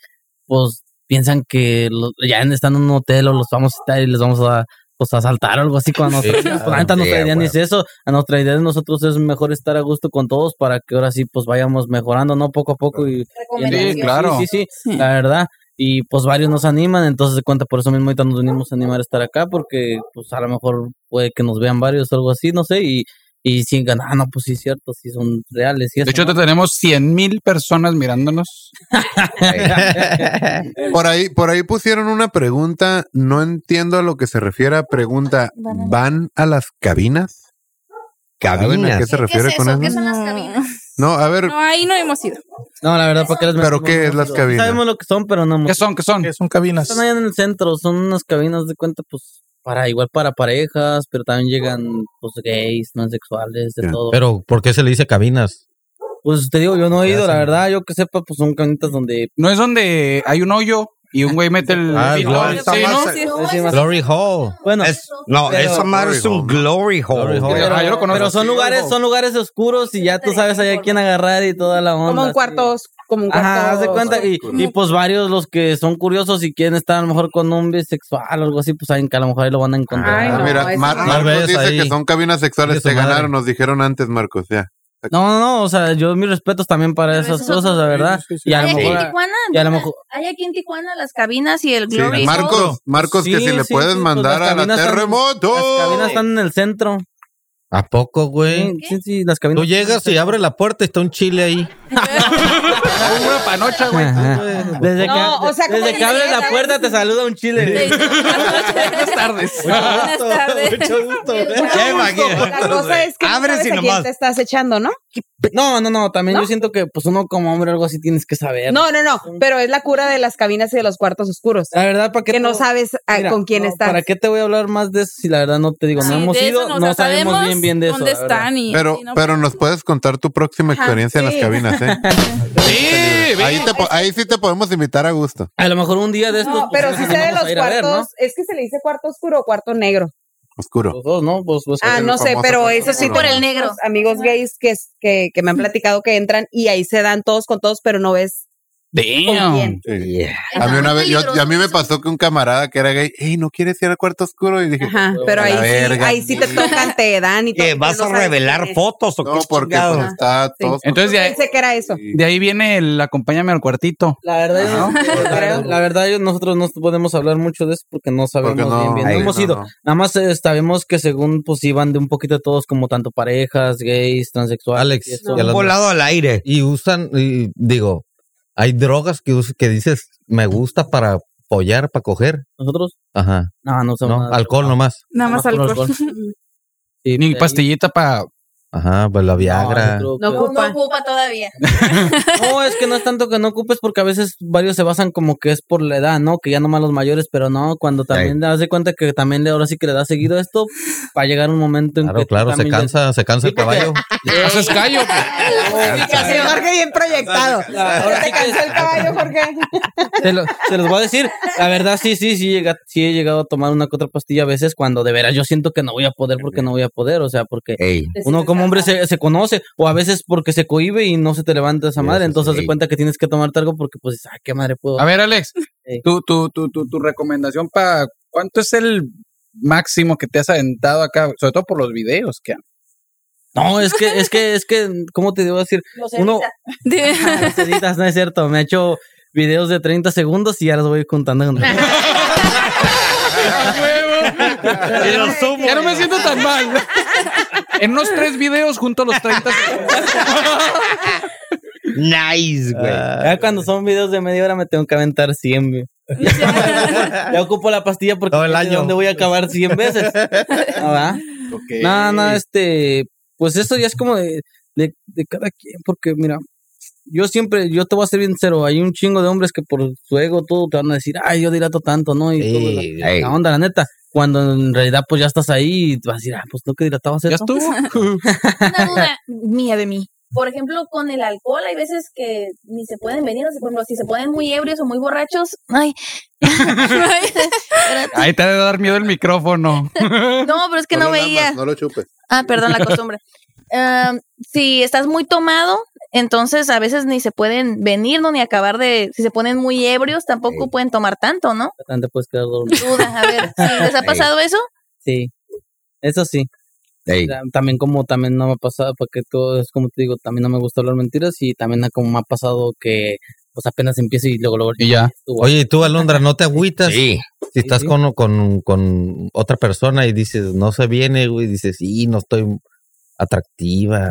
pues piensan que lo- ya están en un hotel o los vamos a citar y les vamos a pues asaltar o algo así cuando
Sí,
nosotros,
claro.
pues, la neta nuestra
Sí,
idea ni
güey.
es eso, a nuestra idea de nosotros es mejor estar a gusto con todos para que ahora sí pues vayamos mejorando, ¿no? Poco a poco y
Sí,
Recomendación.
claro.
Sí, sí, sí,
Hmm.
Sí.
la verdad. Y pues varios nos animan, entonces de cuenta por eso mismo ahorita nos venimos a animar a estar acá, porque pues a lo mejor puede que nos vean varios o algo así, no sé, y, y sigan, ah, no, pues sí, es cierto, sí son reales. Y eso,
De hecho,
¿no?
te tenemos 100 mil personas mirándonos.
Por ahí, por ahí pusieron una pregunta, no entiendo a lo que se refiere. Pregunta, ¿van a las cabinas? ¿Saben a
Cabinas.
qué se refiere
es
con
eso?
eso?
¿Qué son las cabinas?
No, a ver,
No, ahí no hemos ido.
no, la verdad, ¿para qué les
pero
mentimos?
¿qué es las cabinas?
Sabemos lo que son, pero no.
¿Qué son? ¿Qué son?
que son cabinas.
Están allá en el centro, son unas cabinas de cuenta, pues, para igual para parejas, pero también llegan, pues, gays, transexuales, de
Ya.
todo.
Pero, ¿por qué se le dice cabinas?
pues te digo, yo no he
¿Qué
ido, la
hacen?
verdad, yo que sepa, pues son cabinitas donde...
No es donde hay un hoyo y un güey mete el.
Ah,
pito.
gloria,
Sí, ¿no?
Sí, no,
Sí, más-
Glory Hall.
Bueno,
Es- no,
Pero-
esa madre es un glory hole.
Glory hole.
Pero,
Ah, yo lo conozco.
pero son
Sí,
lugares,
ojo.
son lugares oscuros y ya tú sabes ahí a quién agarrar y toda la onda.
Como un
sí.
cuarto, como un cuarto.
Ajá, haz de cuenta. Y, y pues varios los que son curiosos y quieren estar a lo mejor con un bisexual o algo así, pues saben que a lo mejor ahí lo van a
Ah,
encontrar.
Ay, no,
mira,
eso
Mar-
no.
Marcos
Tal vez
dice
ahí.
que son cabinas sexuales,
Chingue su
te
madre.
ganaron, nos dijeron antes, Marcos, ya.
No, no, no, o sea, yo mis respetos también para
Pero
esas
eso es
cosas, la verdad. Y a lo
Hay aquí en
mejor.
Tijuana,
y a lo mejor.
hay aquí en Tijuana las cabinas y el
Sí,
Glory.
Marcos,
Hole.
Marcos, que
Sí,
si le
sí,
puedes
sí, pues,
mandar
las
a la
cabinas están-
terremoto.
Las cabinas están en el centro.
¿A poco, güey?
Sí, sí, las cabinas.
Tú llegas y abres la puerta y está un chile ahí.
Ah, Una panocha, güey.
Desde
No,
que,
o sea, ¿cómo
desde
que
que abres
llegas?
la puerta te saluda un chile. [laughs]
Buenas
tardes.
Buenas tardes.
Mucho gusto.
La cosa es que no
Abres
sabes
y
a quién
nomás.
te estás echando, ¿no?
No, no, no, también yo siento que pues uno como hombre algo así tienes que saber.
No, no, no, pero es la cura de las cabinas y de los cuartos oscuros.
La verdad, ¿para qué
Que no
todo-
sabes a-
Mira,
con quién
no,
estás.
¿Para qué te voy a hablar más de eso si la verdad no te digo, no
Sí,
hemos
de
ido,
eso no, o
no,
sea,
sabemos,
sabemos
bien bien de eso.
dónde
la verdad.
están y-
Pero,
y no-
pero nos puedes contar tu próxima
Ajá,
experiencia en las
sí.
[laughs]
cabinas, ¿eh? Ahí, te po- ahí sí te podemos invitar a gusto.
A lo mejor un día de estos
No,
pues,
pero
nos
sí sé de
vamos
los
a ir a ver,
cuartos.
¿no?
Es que se le dice cuarto oscuro o cuarto negro.
Oscuro.
Los dos, ¿no? Pues, pues,
Ah,
el
no sé,
famoso
pero
cuarto
eso sí.
oscuro. Por el
tengo
negro.
unos Amigos gays que, es- que, que me han platicado que entran y ahí se dan todos con todos, pero no ves con quién.
Sí. A mí una vez, yo, y a mí me pasó que un camarada que era gay, hey, ¿no quieres ir al cuarto oscuro? Y dije,
Ajá, pero
A
ahí
la
sí,
verga.
ahí sí te tocan, te dan y todo.
¿Qué, ¿Vas
pero no
a
sabes
revelar
quién es.
fotos o
no,
qué
porque
chingado?
pues, está todo.
Entonces de ahí,
Pensé que era eso.
de ahí viene el acompáñame al cuartito.
La verdad, yo- la, verdad- la verdad, yo- nosotros no podemos hablar mucho de eso porque no sabemos
Porque no,
bien, bien. No
ahí
hemos
no,
ido.
no.
Nada más eh, sabemos que según pues iban de un poquito de todos, como tanto parejas, gays, transexuales. y
Alex,
eso.
que las-
Volado al aire.
y usan, y digo, hay drogas que, us- que dices, me gusta para follar, para coger.
Nosotros,
Ajá.
no, pues no somos.
No, alcohol nomás.
Nada más
puro
alcohol.
[laughs] Sí,
Ni
eh,
pastillita para.
Ajá, pues la Viagra.
No, yo
No
creo
[laughs] No, no
ocupa.
ocupa todavía.
que- [laughs] no, es que no es tanto que no ocupes porque a veces varios se basan como que es por la edad, ¿no? Que ya nomás los mayores, pero no, cuando también te das de cuenta que también le- ahora sí que le das seguido esto, va a llegar un momento en
claro,
que tú
claro, se
también ya-
cansa, se cansa el caballo.
Haces callo. pues.
[laughs] Casi Jorge bien proyectado.
Ahora
¿Te
sí que-
cansó el caballo, Jorge?
[laughs] Se, lo- se los voy a decir. La verdad, sí, sí, sí, llega, sí he llegado a tomar una que otra pastilla a veces cuando de veras yo siento que no voy a poder porque no voy a poder. O sea, porque
Ey,
uno como hombre se, se conoce o a veces porque se cohíbe y no se te levanta esa madre. Entonces,
sí.
de cuenta que tienes que tomarte algo porque, pues, ah, qué madre puedo.
A ver, Alex,
Sí.
tu, tu, tu, tu, tu recomendación para. ¿Cuánto es el máximo que te has aventado acá? Sobre todo por los videos que han.
No, es que, es que, es que, ¿cómo te debo decir?
Los
Uno,
evita.
De-
[laughs] Las editas, no es cierto. Me ha hecho videos de 30 segundos y ya los voy contando.
[laughs] Ya no- Ya no me siento tan mal. En unos tres videos junto a los 30 segundos.
Nice, güey.
Ah,
Ah.
Ya cuando son videos de media hora me tengo que aventar 100. güey. Ya ocupo la pastilla porque
Todo el
no sé
año.
dónde voy a acabar 100 veces. No, ¿verdad? no, no, este, pues eso ya es como de, de, de cada quien, porque mira, yo siempre, yo te voy a ser bien cero, hay un chingo de hombres que por su ego todo te van a decir, ay, yo dilato tanto, ¿no? Y todo, la-
Sí,
Ey.
la onda, la neta. Cuando en realidad pues ya estás ahí y te vas a decir, ah, pues tú que dilatabas
Ya
esto. [laughs]
estuvo.
Una [laughs] duda mía de mí. Por ejemplo, con el alcohol hay veces que ni se pueden venir, o sea, por ejemplo, si se ponen muy ebrios o muy borrachos, ay, [laughs]
Ahí te debe dar miedo el micrófono.
no, pero es que no,
lo
veía.
lamas, no lo chupes.
Ah, perdón, la
[laughs]
costumbre. Am, si estás muy tomado, entonces a veces ni se pueden venir, no ni acabar de. Si se ponen muy ebrios, tampoco pueden tomar tanto, ¿no?
Te puedes quedar dormido.
Duda, a
[laughs]
ver, ¿sí ¿les ha
Ey.
pasado eso?
Sí, eso sí.
Ey.
Ya, También como también no me ha pasado, porque todo es como te digo, también no me gusta hablar mentiras y también como me ha pasado que pues apenas empiezo y luego luego
Y ya.
estuvo.
Oye, ¿y tú, Alondra, no te agüitas
Sí.
si estás
sí.
con, con, con otra persona y dices, no se viene, güey, dices, sí, no estoy
[laughs]
atractiva.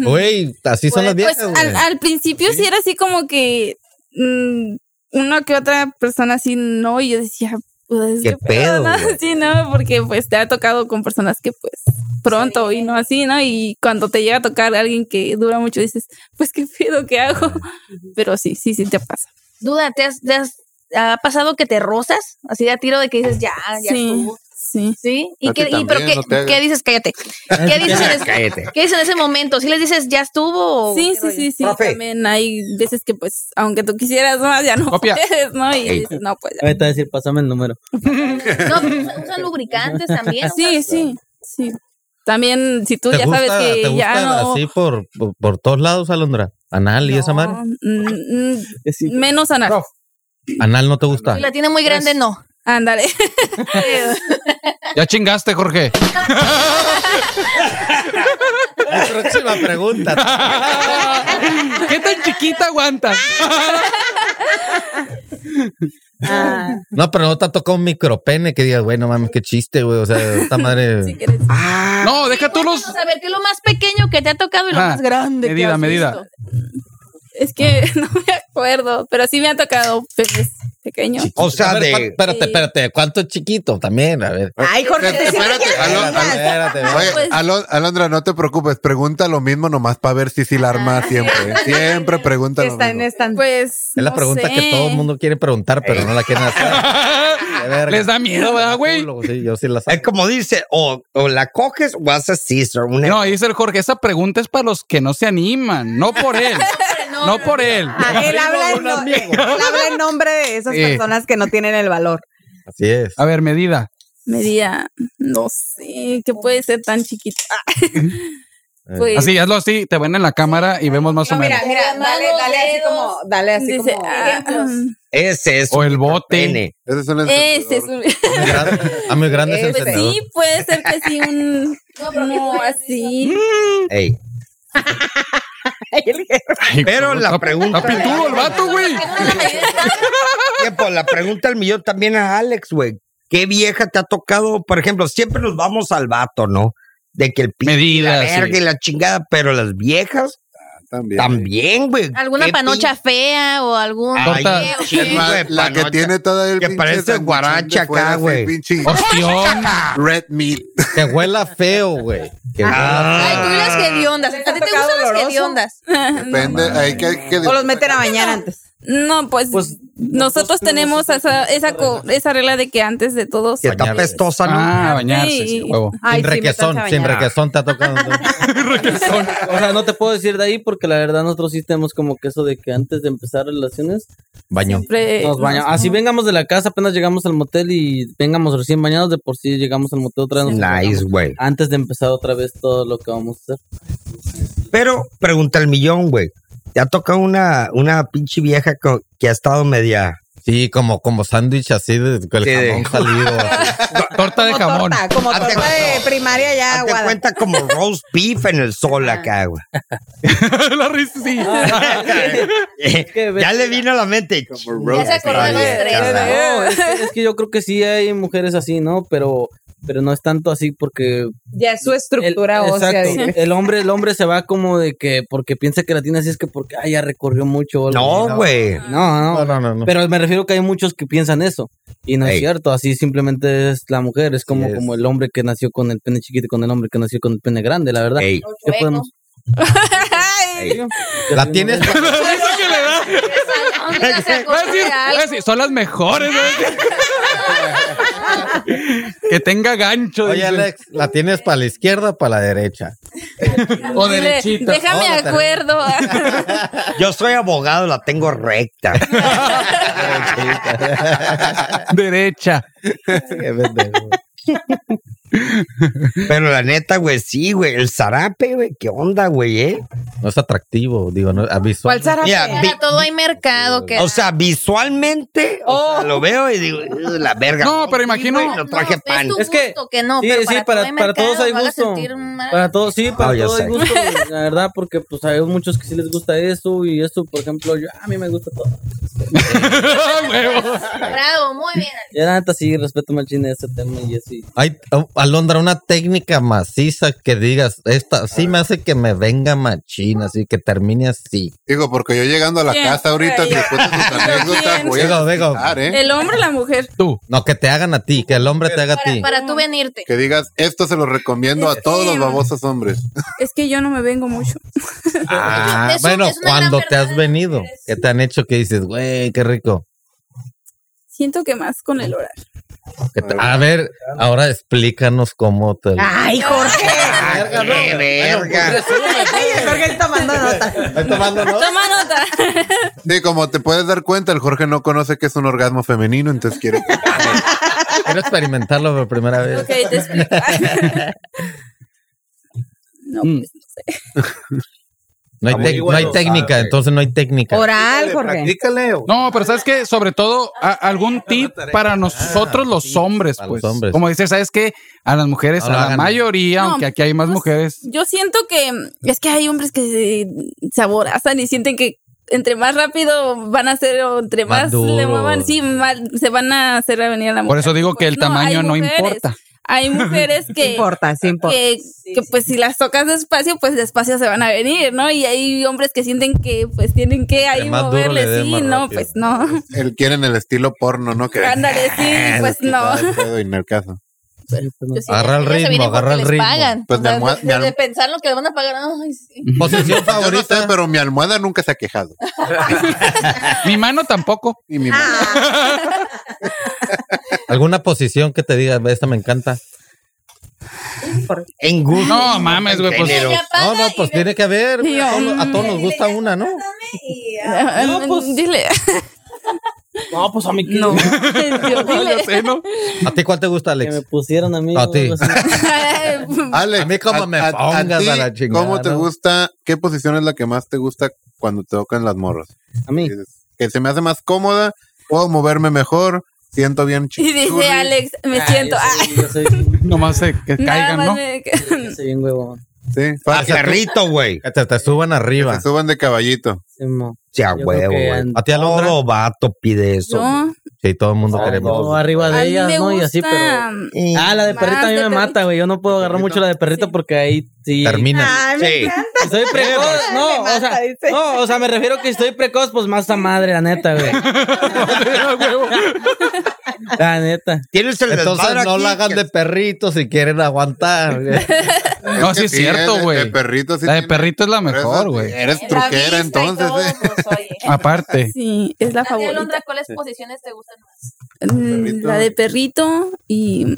Güey, así son las
Pues
viejas, güey.
al, al principio sí era así como que mm, una que otra persona así no, y yo decía, pues
¿Qué pedo,
¿no?
güey?
Sí, no, porque pues te ha tocado con personas que pues pronto y no así, ¿no? Y cuando te llega a tocar alguien que dura mucho, dices, pues qué pedo, ¿qué hago? Pero sí, sí, sí te pasa.
Duda, ¿te has, te has- ha pasado que te rozas? Así de a tiro de que dices, ya, ya
Sí.
estuvo.
Sí.
Sí, y,
A ti
qué, y- pero
también,
qué,
no te hagas.
qué dices, cállate.
[laughs]
¿Qué dices, en ese,
Cállate.
¿Qué dices en ese momento? Si les dices, ya estuvo. o
Sí,
qué
sí,
rollo?
sí, sí.
Profe.
También hay veces que pues, aunque tú quisieras más, ya no
Copia.
puedes, ¿no? Y
Ey.
dices, no, pues ya.
Ahorita te voy a decir, pásame el número.
No, pues, usan, usan lubricantes también.
Sí, sí, sí. También, si tú
¿Te
ya
gusta,
sabes que
te gusta
ya no...
así por, por, por todos lados, Alondra? ¿Anal y esa
No,
madre?
mm, mm,
Es decir,
menos anal.
¿Anal no te gusta?
Si la tiene muy grande, no. [laughs]
Ándale.
Ya chingaste, Jorge.
[laughs] Próxima pregunta.
[laughs] ¿Qué tan chiquita aguantas?
Ah.
No, pero no te ha tocado un micropene que digas, güey, no mames, qué chiste, güey. O sea, esta
[laughs]
madre.
Ah.
no, deja tú los.
Vamos a ver qué es lo más pequeño que te ha tocado y lo
Ah,
más grande. que
medida,
has
medida.
visto.
Es que [laughs] no me acuerdo, pero sí me ha tocado peces pequeños.
O sea,
de-
Espérate, espérate, ¿cuánto es chiquito? También, a ver.
Ay, Jorge, te siento
Espérate,
que-
Alon-
Espérate,
Oye, Alon- Alondra, no te preocupes, pregunta lo mismo nomás para ver si sí la
Ah,
arma siempre. ¿eh?
[laughs]
Siempre pregunta lo mismo.
Pues.
Es la
no
pregunta
sé.
que todo el mundo quiere preguntar, pero no la quieren hacer.
Les da miedo, ¿verdad, güey?
Sí, yo sí la
Es como dice, o, o la coges o haces scissor. Una...
No, dice el Jorge, esa pregunta es para los que no se animan, no por él. No, por él.
Ah, él, habla en, no- él habla en nombre de esas
Sí.
personas que no tienen el valor.
Así es. Eh.
A ver, medida.
Medida, no sé, que puede ser tan chiquita.
Ah,
Pues-
así, hazlo así, te ven en la cámara y vemos más o menos.
ah, mira, dale, dale así como, dale así como.
ah,
Ese es.
O el bote.
Ese es un
Este es un.
A Ah, muy
[laughs]
grande es el
Pues
encendedor.
sí, puede ser que sí, un. No, así.
Ey.
Pero la pregunta.
Está pitudo el vato, güey.
[laughs]
Tiempo, pues, la pregunta del millón también a Alex, güey. ¿Qué vieja te ha tocado? Por ejemplo, siempre nos vamos al vato, ¿no? De que el pito y la
Medida, sí.
verga y la chingada, pero las viejas
Ah, también.
también, güey.
Alguna
¿Qué
panocha fea o algún.
Ay,
feo,
chingo
feo.
La,
de
la que
panocha.
tiene toda el
Que
pinche
parece
sanguchón
guaracha
de fuera,
acá,
así,
güey.
pinche
Ostión.
[laughs] Red meat.
Que huela feo, güey. Que
Ay, tú y las hediondas. ¿A ti te gustan las
doloroso?
hediondas?
Depende, hay que, hay que-
O los meten a bañar antes.
No, pues, nosotros tenemos esa, esa, co- esa regla de que antes de todos.
Que está pestosa, ¿no?
Ah, bañarse, sí, huevo.
Ay, sí,
sin requesón,
métanse a
sin
bañar.
requesón te ha tocado.
O sea, no te puedo decir de ahí porque la verdad nosotros sí tenemos como que eso de que antes de empezar relaciones
Baño.
siempre
nos bañamos. Así vengamos de la casa, apenas llegamos al motel y vengamos recién bañados, de por sí llegamos al motel otra vez. nos
Nice,
bañamos
güey.
Antes de empezar otra vez todo lo que vamos a hacer.
Pero pregunta el millón, güey. Te ha tocado una, una pinche vieja co- que ha estado media.
Sí, como, como sándwich así de con el
Sí, de-
jamón
[laughs]
salido. así.
Torta de
Como
jamón.
torta, como
Hazte
torta de
cuenta.
primaria ya
Te
aguada.
cuenta como roast beef en el sol acá,
[laughs]
güey.
la risa, sí.
que ves-
ya le vino a la mente.
Ya se acordó de los tres.
No, es, que, es que yo creo que sí hay mujeres así, ¿no? Pero, pero no es tanto así porque
Ya es su
el,
estructura ósea.
exacto,
dice.
el hombre, el hombre se va como de que porque piensa que la tiene así es que porque ay, ya recorrió mucho. o algo así,
No, güey.
No, no,
No, no, no. no.
Pero me refiero que hay muchos que piensan eso. Y no
Ey.
es cierto, así simplemente es la mujer, es como,
es.
como el hombre que nació con el pene chiquito y con el hombre que nació con el pene grande, la verdad.
Ey,
¿Qué podemos? [laughs]
la
[laughs]
tienes.
Ya se
Va a
acordó
decir,
de
va a
algo.
decir, [laughs] son
[laughs]
las mejores. ¿no? que tenga gancho.
Oye,
dice.
Alex, la tienes para la izquierda o para la derecha.
O
Dile,
derechita.
Déjame
Hola,
acuerdo.
yo soy abogado, la tengo recta.
[laughs]
[laughs]
Derecha.
Qué pendejo.
Pero la neta, güey, sí, güey. El zarape, güey. ¿Qué onda, güey, eh?
no es atractivo, digo, no, a visual-
¿Cuál será?
Mira, vi-
Para todo hay mercado. Que
o sea, visualmente o sea, lo veo y digo, "Ugh, la verga.
No, pero imagino-
güey, no traje pan.
Es que-
que no,
sí,
pero
sí,
para,
para-
todo hay
para todos
mercado,
hay
no hagas
gusto.
sentir mal.
Para todos, sí, para
Oh,
Ah, ya
todos
sé.
hay gusto, güey, la verdad, porque pues hay muchos que sí les gusta eso y eso, por ejemplo, yo, a mí me gusta todo.
¡Ah, Huevo.
Bravo, muy bien.
Y la neta sí, respeto más chine ese tema y así.
Hay, oh, Alondra, una técnica maciza que digas, esta sí me hace que me venga machín, así que termine así.
Digo, porque yo llegando a la
¿Quién?
casa ahorita,
Ay,
si cuento tus anécdotas,
¿Quién?
voy a
Digo, digo,
dar, ¿eh?
El hombre o la mujer.
Tú.
no, que te hagan a ti, que el hombre te haga a
Para,
ti.
para tú venirte.
Que digas, esto se lo recomiendo a todos los babosos hombres.
Es que yo no me vengo mucho.
Ah,
Es un-
bueno,
es una gran
cuando te
verdad
has
de
venido, que te han hecho que dices, güey, qué rico.
Siento que más con el horario.
Que te- a ver, ahora explícanos cómo te.
Ay, Jorge.
Ah, qué
pues,
verga.
Ay, el Jorge está tomando nota.
Estoy tomando, ¿no?
Toma nota.
Sí, como te puedes dar cuenta, el Jorge no conoce que es un orgasmo femenino, entonces quiere.
[laughs] Quiero experimentarlo por primera vez.
ok, te
[laughs]
explico. no,
Mm.
pues,
No hay, tec- no hay técnica, entonces no hay técnica. [laughs]
Oral, Jorge.
No, pero sabes que sobre todo a- algún tip para
Ah,
nosotros los hombres, pues.
hombres.
Como dices, sabes que a las mujeres,
No lo
a la
hagan.
mayoría,
No,
aunque aquí hay más mujeres.
Yo siento que es que hay hombres que se, se aborazan y sienten que entre más rápido van a hacer o entre
Más
más, le
duro.
muevan, sí, más se van a hacer venir a la mujer. Pues
Por eso digo que el tamaño
hay
no
mujeres.
importa.
Hay mujeres que
importa, sí importa.
que, que, pues si las tocas despacio, pues despacio se van a venir, ¿no? Y hay hombres que sienten que pues tienen que ahí
más duro le
moverle,
den,
sí,
más
no,
rápido.
pues no.
El quieren el estilo porno, ¿no? Que-
Ándale,
[laughs]
sí, pues no.
El pedo en el caso.
Agarra el
Se
ritmo,
vienen
agarra
porque
el
les
ritmo.
pagan.
Pues
O
mi
sea,
almohada-
de-
mi
de
alm-
pensar lo que les van a pagar. ay, sí.
Posición
favorita. pero mi almohada nunca se ha quejado.
mi mano tampoco.
Y mi mano.
¿Alguna posición que te diga, esta me encanta?
En
gusto.
No mames, güey, pues- Género.
No, no, pues tiene que haber. güey, A todos, a todos nos gusta una, ¿no?
[laughs] No, pues, dile.
No, pues a mí
[laughs] no.
[laughs]
Yo
sé,
¿no?
¿A ti cuál te gusta, Alex? Que me
pusieron a mí.
A ti.
Alex,
a mí como me pongas
ti,
a la chingada.
¿Cómo te
¿no?
gusta? ¿Qué posición es la que más te gusta cuando te tocan las morras?
A mí.
Que, que se me hace más cómoda, puedo moverme mejor, siento bien chido.
Y dice Alex, me siento. ah, [laughs]
Nomás se que
caigan,
nada más
¿no?
me- [laughs]
Sí.
A perrito,
güey.
Que te, te suban arriba. Que te
suban de caballito.
Ya,
Yo
huevo,
creo que
güey.
en
A ti al otro vato [laughs] pide eso.
No.
Sí, todo el mundo
queremos.
pues.
No, arriba
A
de
mí me
ellas, ¿no? Y así, pero.
gusta,
Ah, la de
más
perrito a mí
de
me mata, güey. Yo no puedo agarrar mucho la de perrito porque ahí sí.
Termina.
Ay, me Sí. encanta.
Soy precoz. No, o sea, no, o sea, me refiero que estoy precoz, pues más a madre, la neta, güey. La neta.
Tienes
Entonces no la hagan de perrito si quieren
[laughs]
aguantar.
No, sí es cierto, güey. la de perrito es la mejor, güey.
Eres
truquera, vista y entonces, todo, eh.
[laughs]
Aparte.
Sí, es la
A ti,
favorita.
Alondra, ¿cuáles posiciones te gustan más?
Mm, La de perrito y,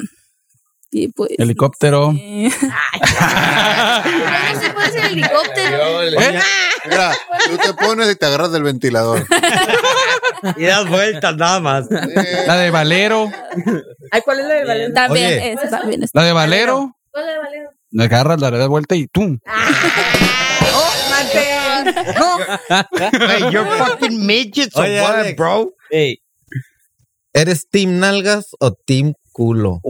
y pues.
Helicóptero.
eh,
No se puede ser helicóptero. Pues,
Mira, mira,
¿Eh?
tú te pones y te agarras del
[laughs]
ventilador.
Y das vueltas nada más.
La de Valero.
[laughs] Ay, ¿cuál es la de Valencia?
También,
Oye.
esa también es.
La de Valero. Le agarras, la das vuelta y ¡tum!
¡Oh, Mateo!
Hey,
[laughs]
you're fucking midgets or
Oye,
what,
Alex.
bro?
¿Eres team nalgas o team culo?
[laughs]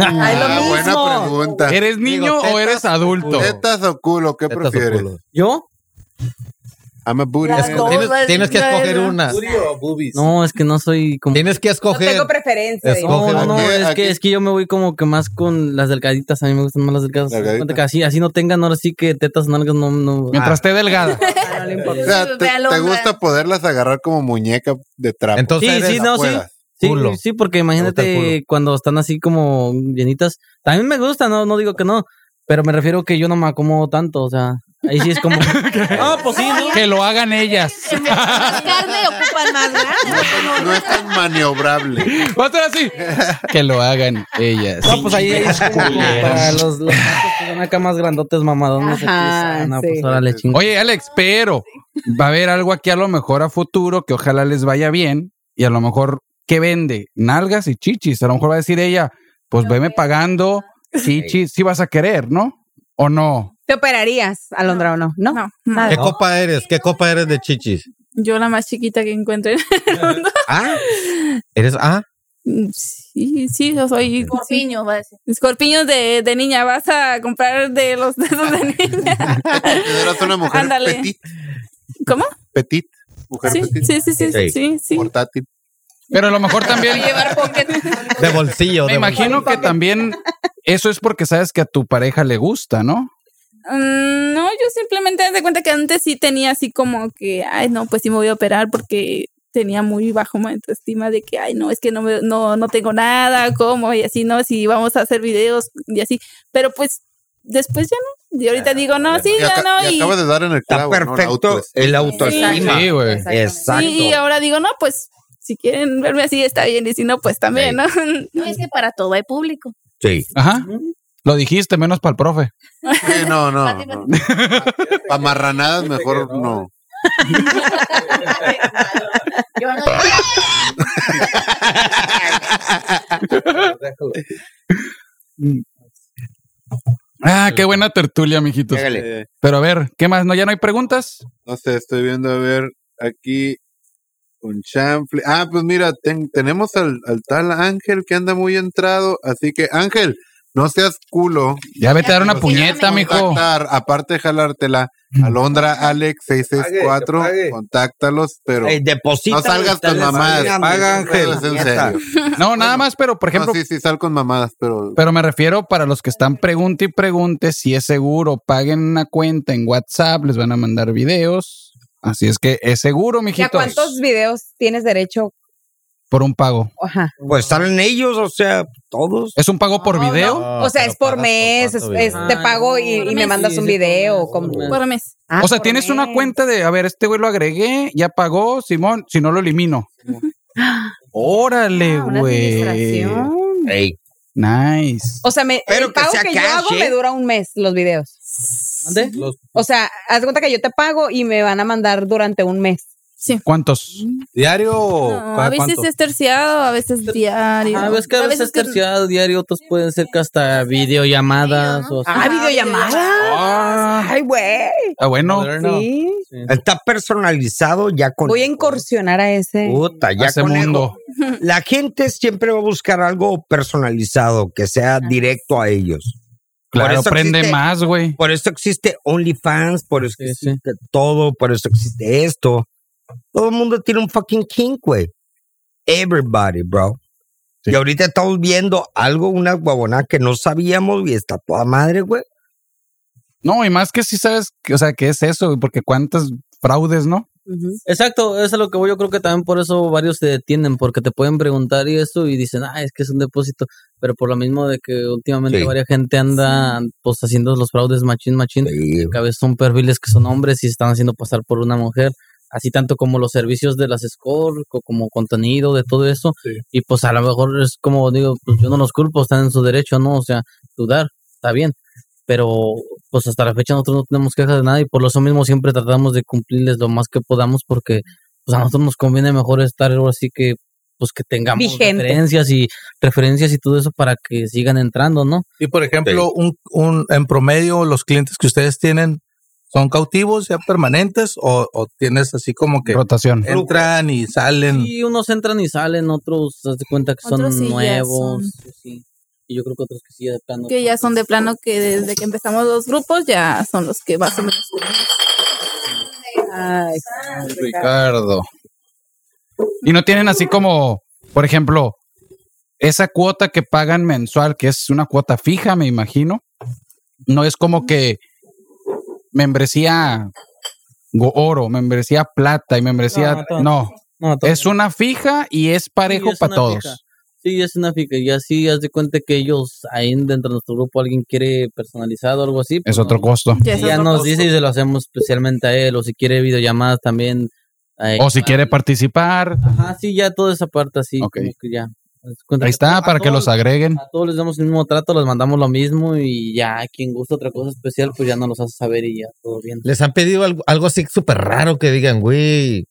Ah, buena pregunta.
¿Eres niño o eres adulto?
¿Tetas o culo? ¿Qué
Tetas o
prefieres?
culo.
¿Yo?
I'm a booty.
Las dos, Tienes- las- tienes que las- escoger una.
No, es que no soy como.
Tienes que
No tengo preferencia. digo.
No, no, no,
Aquí-
es
aquí-
que, es que yo me voy como que más con las delgaditas. A mí me gustan más las delgadas. Cuenta que Así, así no tengan, ahora sí que tetas, nalgas, no. no
Mientras esté
[laughs]
delgada.
Ah.
Ah,
O sea, te, te
eh.
gusta poderlas agarrar como muñeca de trapo.
Entonces
sí, sí, no, sí. Sí,
Culo.
sí, porque imagínate cuando están así como llenitas. También me gusta, no, no digo que no, pero me refiero que yo no me acomodo tanto, o sea, ahí sí es
Ah,
[laughs]
como... [laughs] no, pues sí,
Que lo hagan ellas.
Más pues, carne ocupan más, pues, ¿verdad?
No es tan maniobrable.
Va a estar así. Que lo hagan ellas.
No, pues ahí es como para los, los vatos que son acá más grandotes, mamadones. aquí,
Ajá,
ah, no,
sí.
pues órale, chingón.
Oye, Alex, pero va a haber algo aquí a lo mejor a futuro que ojalá les vaya bien y a lo mejor ¿qué vende? Nalgas y chichis. A lo mejor va a decir ella, pues veme pagando chichis, sí vas a querer, ¿no? ¿O no?
¿Te operarías, Alondra, o no? No,
¿Qué
Ah,
nada.
copa eres? ¿Qué copa eres de chichis?
Yo la más chiquita que [laughs] encuentre.
¿Ah? ¿Eres ah? A?
Mm, Sí, sí, yo soy. sí.
Corpiño, va a decir.
Escorpiños de, de niña, vas a comprar de los dedos de niña.
Eras una mujer
Ándale.
petit.
¿Cómo?
Petit. Mujer
Sí,
petit.
sí, sí, sí, sí, sí, sí.
Portátil.
Pero a lo mejor también
Llevar pocket.
De bolsillo.
me
de
imagino que también eso es porque sabes que a tu pareja le gusta, ¿no?
Mm, No, yo simplemente haz de cuenta que antes sí tenía así como que, ay, no, pues sí me voy a operar porque tenía muy bajo mi autoestima de que, ay, no, es que no, me- no, no tengo nada, ¿cómo? Y así, ¿no? Si vamos a hacer videos y así. Pero pues después ya no. Y ahorita digo, no, sí,
Y,
ya
aca-
no.
y
Y,
acabas de dar en el
Está
clavo. ¿no? La
perfecto
autoestima.
el autoestima.
Sí, güey.
Exacto.
sí, y ahora digo, no, pues si quieren verme así está bien y si no, pues también, ¿no? [laughs]
No, es que para todo hay público.
Sí.
Ajá. Lo dijiste, menos para el profe.
Sí, no, no.
[laughs]
no. Pa' marranadas Ah, mejor
[laughs]
no. [laughs]
Yo no.
Ah, qué buena tertulia, mijitos.
Pégale.
Pero a ver, ¿qué más? ¿No ya no hay preguntas?
No sé, estoy viendo a ver aquí con chanfle. Ah, pues mira, ten- tenemos al, al tal Ángel que anda muy entrado. Así que, Ángel, no seas culo.
Ya vete a dar una
Nos
puñeta,
puedes
mijo.
contactar, Aparte de jalártela, Alondra Alex 664, contáctalos, pero
Ey, deposita,
no salgas
dale,
con mamadas.
dale,
Paga,
dale,
Ángel, es en
puñeta.
serio.
No, nada más, pero por ejemplo.
sí, sí, sal con mamadas, pero.
Pero me refiero para los que están pregunte y pregunte si es seguro. Paguen una cuenta en WhatsApp, les van a mandar videos. Así es que es seguro,
¿Y a
mijitos.
cuántos videos tienes derecho?
Por un pago.
Ajá.
Pues salen ellos, o sea, todos.
¿Es un pago por video?
Ah,
o sea, es por mes, es- es- te pago y, y me mandas un video. como-
Ah, Por mes.
Ah,
o sea,
por
tienes
mes.
una cuenta de, a ver, este güey lo agregué, ya pagó, Simón, si no
[gasps]
lo elimino. Órale,
Ah, una
güey.
administración.
Nice.
O sea, me, el pago que, yo hago me dura un mes los videos. O sea, haz de cuenta que yo te pago y me van a mandar durante un mes.
Sí.
¿Cuántos?
¿Diario o
No,
cada
a veces
cuánto?
es terciado, a veces diario.
A veces Ah, que a veces es terciado diario, otros pueden ser que hasta videollamadas o así.
Ah, videollamadas. Ay, güey.
Ah,
Está Ah, bueno.
Sí.
Está personalizado ya con
Voy a incursionar a ese.
puta, ya
Ese
con
mundo.
ego. [laughs] La gente siempre va a buscar algo personalizado que sea directo a ellos.
Claro,
eso
prende
existe-
más, güey.
Por eso existe OnlyFans, por eso existe todo, por eso existe esto. Todo el mundo tiene un fucking kink, güey. Everybody, bro. Y ahorita estamos viendo algo, una guabonada que no sabíamos y está toda madre, güey.
No, y más que si sabes, que- o sea, que es eso, güey, porque cuántas fraudes, ¿no?
Exacto, eso es a lo que voy. Yo creo que también por eso varios se detienen, porque te pueden preguntar y eso y dicen, ah, es que es un depósito. Pero por lo mismo de que últimamente
Sí.
varia gente anda pues haciendo los fraudes machín, machín, que a veces son perfiles que son hombres y están haciendo pasar por una mujer. Así tanto como los servicios de las score, co- como contenido, de todo eso. Y pues a lo mejor es como digo, pues yo no los culpo, están en su derecho, ¿no? O sea, dudar, está bien pero pues hasta la fecha nosotros no tenemos quejas de nada y por eso mismo siempre tratamos de cumplirles lo más que podamos porque pues a nosotros nos conviene mejor estar ahora sí que pues que tengamos
Vigente.
referencias y referencias y todo eso para que sigan entrando, ¿no?
Y por ejemplo, un, un, en promedio, los clientes que ustedes tienen son cautivos, ya permanentes, o, o tienes así como que
Rotación.
entran y salen.
Y unos entran y salen, otros se cuenta que son
Otros sí ya
nuevos.
son.
sí. Y yo creo que otros que sí de plano.
Que ya son de plano que desde que empezamos los grupos ya son los que más o menos.
Ay,
Ricardo. Y no tienen así como, por ejemplo, esa cuota que pagan mensual, que es una cuota fija, me imagino. No es como que membresía go- oro, membresía plata y membresía.
No,
No,
todo- todo
es una fija y es parejo
Sí, es
para
una
todos.
fija. Sí, es una fija. Y así haz de cuenta que ellos ahí dentro de nuestro grupo alguien quiere personalizado o algo así. pues
Es otro
no.
costo.
Ya,
es otro
nos
costo.
dice y se lo hacemos especialmente a él. O si quiere videollamadas también. eh,
O si quiere participar,
Ajá, sí, ya toda esa parte así. como que ya. Haz de cuenta
ahí
que
está,
a
para que
todos-
los agreguen.
A todos les damos el mismo trato, les mandamos lo mismo y ya quien gusta otra cosa especial, pues ya nos los hace saber y ya todo bien.
Les han pedido algo, algo así súper raro que digan, güey,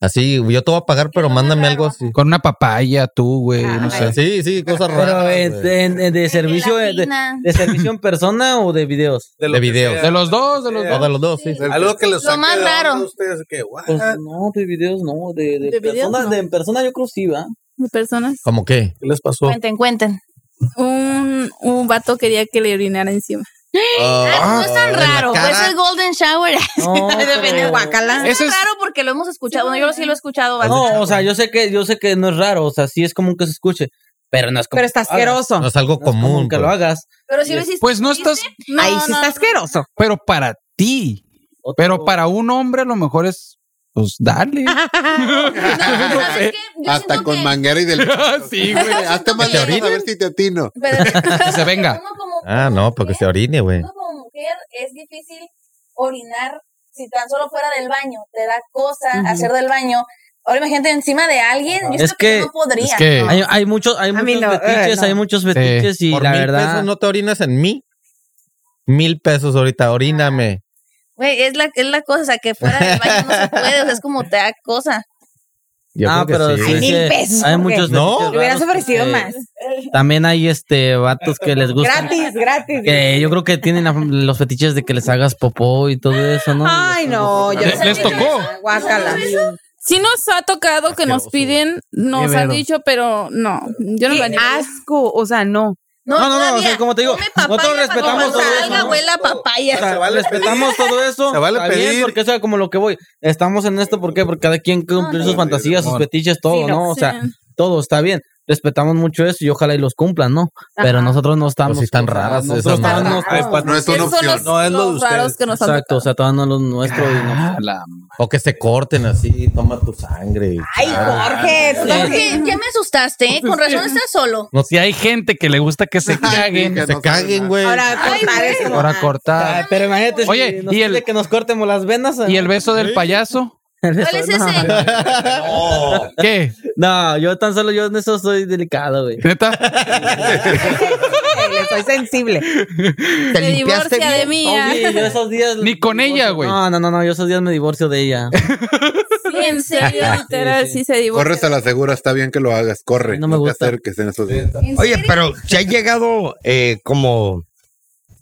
así, yo te voy a pagar, pero mándame algo así.
Con una papaya, tú, güey, no sé.
Sí, sí, cosas
Pero
raras.
eh,
güey.
de, de- de servicio, eh, de,
gelatina.
de servicio en persona o de videos.
De videos.
De los dos, de los
O
dos.
de los dos, sí.
Algo que les
Lo más raro.
ustedes que, "What?"
Pues no, de videos no, de, de,
De videos
personas,
no.
de en persona yo creo sí, ¿va?
de personas.
¿Cómo qué?
¿Qué les pasó?
Cuenten, cuenten.
Un, un vato quería que le orinara encima.
Ah, no es tan raro.
cara.
Pues el Golden Shower. [laughs]
No,
Depende
pero-
guacala. Es
Ese es-
raro porque lo hemos escuchado. Bueno, yo sí lo he escuchado bastante.
No, o sea, yo sé que yo sé que no es raro, o sea, sí es común que se escuche, pero no es como
Pero está
que lo hagas,
asqueroso.
No es algo
no es común
común.
que lo
pues.
hagas.
Pero sí lo hiciste.
Pues no estás,
No,
Ahí sí
no,
está asqueroso.
pero para ti.
Otro-
Pero para un hombre a lo mejor es, pues dale.
No,
[laughs]
¿sabes qué? Yo
Hasta
siento
con
que-
manguera y del.
sí,
Güey, Hazte más lejos a ver si te atino.
pero-
[laughs] Que se venga.
Uno como-
Ah, no, porque se orine, güey.
uno como mujer es difícil orinar si tan solo fuera del baño. Te da cosa hacer del baño. Ahora imagínate encima de alguien. Yo
Es
siento que,
que-
yo no podría.
Es que-
Hay, hay muchos, hay
mí
muchos
no, eh,
fetiches,
no.
hay muchos fetiches y
Por
la
mil
verdad
pesos no te orinas en mí. Mil pesos ahorita, oríname.
Güey, es la, es la cosa, o sea, que fuera del baño no se puede, o sea, es como te da cosa.
Yo
Ah,
creo que
pero sí,
güey.
sí, Hay muchos
No,
Te hubieras
Ah,
ofrecido más.
También hay este vatos que les gusta.
Gratis, gratis.
Que yo creo que tienen la- los fetiches de que les hagas popó y todo eso, ¿no?
Ah,
Ay, no. yo no
Les-
sabía
les
que-
tocó.
Guácala.
Sí nos ha tocado que nos piden, nos
Qué
han
vero.
dicho, pero no, yo no
Qué
la niego.
asco, o sea, no.
No, no, no, o sea, como te digo, nosotros respetamos todo eso. ¿no?
abuela papaya.
O sea, respetamos todo eso.
Se vale
está bien,
pedir.
porque eso es como lo que voy. Estamos en esto, ¿por qué? Porque cada quien cumple sus fantasías, sus fetiches, todo,
Sí, no,
¿no? O
sí.
sea, todo está bien. Respetamos mucho eso y ojalá y los cumplan, ¿no? Pero
Ajá.
nosotros no estamos.
Pues
sí están raras
Nosotros
esas
estamos-
madres.
no es una opción.
No es lo de ustedes. raros que nos han
Exacto, o sea, todavía no es lo
Ah,
nuestro. y no.
O que se corten así, toma tu sangre.
Ay,
Jorge, tú también.
Ya me asustaste, ¿eh? Con razón estás solo.
No, si hay gente que le gusta que se caguen.
se caguen, güey.
Ahora, cortar es como.
Ahora cortar.
Ah, pero imagínate,
Oye,
si nos
y el-
pide que nos cortemos las venas.
¿Y el beso del payaso?
¿Cuál es ese?
¿Qué?
No, yo tan solo yo en eso soy delicado, güey.
[laughs]
¿Neta?
Le soy sensible.
Te
Me
limpiaste
divorcia de
bien.
mí. ah.
Oye, yo esos días.
Ni con ella, güey.
No, no, no, no, yo esos días me divorcio de ella.
Sí, en serio, literal, sí se divorcia.
Corres a la segura, está bien que lo hagas, corre.
No me gusta.
te acerques en esos días.
Oye, pero se ha llegado eh, como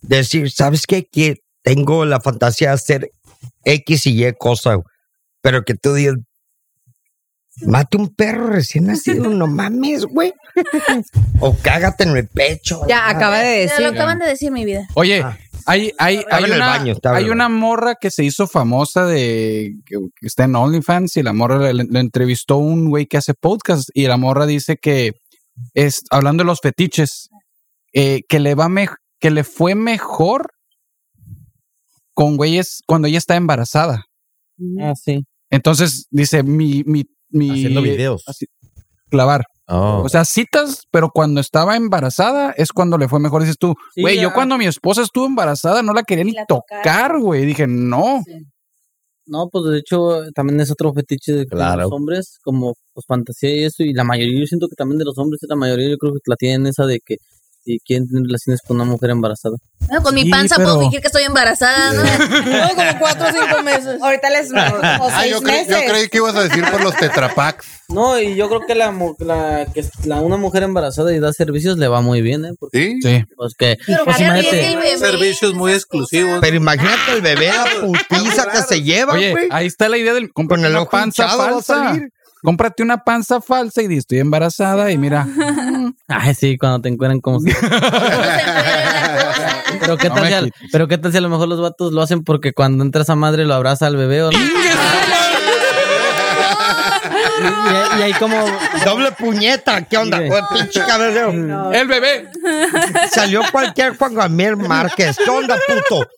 decir, ¿sabes qué? Que tengo la fantasía de hacer X y Y cosa, güey. pero que tú digas, mate un perro recién nacido, no [laughs] mames, güey. o cágate en el pecho.
Ya, acaba de
Te lo
decir.
acaban de decir mi vida.
Oye, hay, hay,
Estaba
hay,
en el
una,
baño, estaba en
hay
el
una morra que se hizo famosa de que, que está en OnlyFans y la morra le, le- le entrevistó un güey que hace podcast y la morra dice que es hablando de los fetiches eh, que le va mej- que le fue mejor con güeyes cuando ella está embarazada.
Ah, sí.
Entonces dice mi mi mi
Haciendo videos.
así, clavar.
Oh.
O sea, citas, pero cuando estaba embarazada es cuando le fue mejor. Dices tú,
Sí,
güey, yo
ah.
cuando mi esposa estuvo embarazada no la quería ni
la tocaron.
tocar, güey. Dije, no.
No, pues de hecho también es otro fetiche de que
Claro.
los hombres, como pues fantasía y eso, y la mayoría, yo siento que también de los hombres, la mayoría yo creo que la tienen esa de que si quieren tener relaciones con una mujer embarazada.
Bueno, con
Sí,
mi panza
pero-
puedo fingir que estoy
[laughs]
embarazada, ¿no?
No, como cuatro o cinco meses. Ahorita les. O
[laughs] Ah,
seis
yo, cre- yo
meses.
creí que ibas a decir por los tetrapacks.
No, y yo creo que la, mu- la que es- la una mujer embarazada y da servicios le va muy bien, ¿eh? Porque,
¿Sí?
Sí.
pues que,
Pero
pues,
que
imagínate,
arriesgue el bebé.
Servicios muy exclusivos.
Pero imagínate el bebé, la putiza que se lleva,
Oye,
güey.
ahí está la idea del
Con
cómprate
el
una
ojo
panza
hinchado va a
falsa.
salir.
Cómprate una panza falsa y di, estoy embarazada y mira,
[laughs]
ay sí, cuando te encuentran como
[laughs]
si- pero qué
No
tal
me
si al-
quites.
pero qué tal si a lo mejor los vatos lo hacen porque cuando entra esa madre lo abraza al bebé o no. Y, y ahí como
[laughs] Doble puñeta, ¿qué onda?
Sí,
Oye, pinche cabello.
el bebé.
Salió cualquier Juan Gabriel Márquez. ¿Qué onda, puto?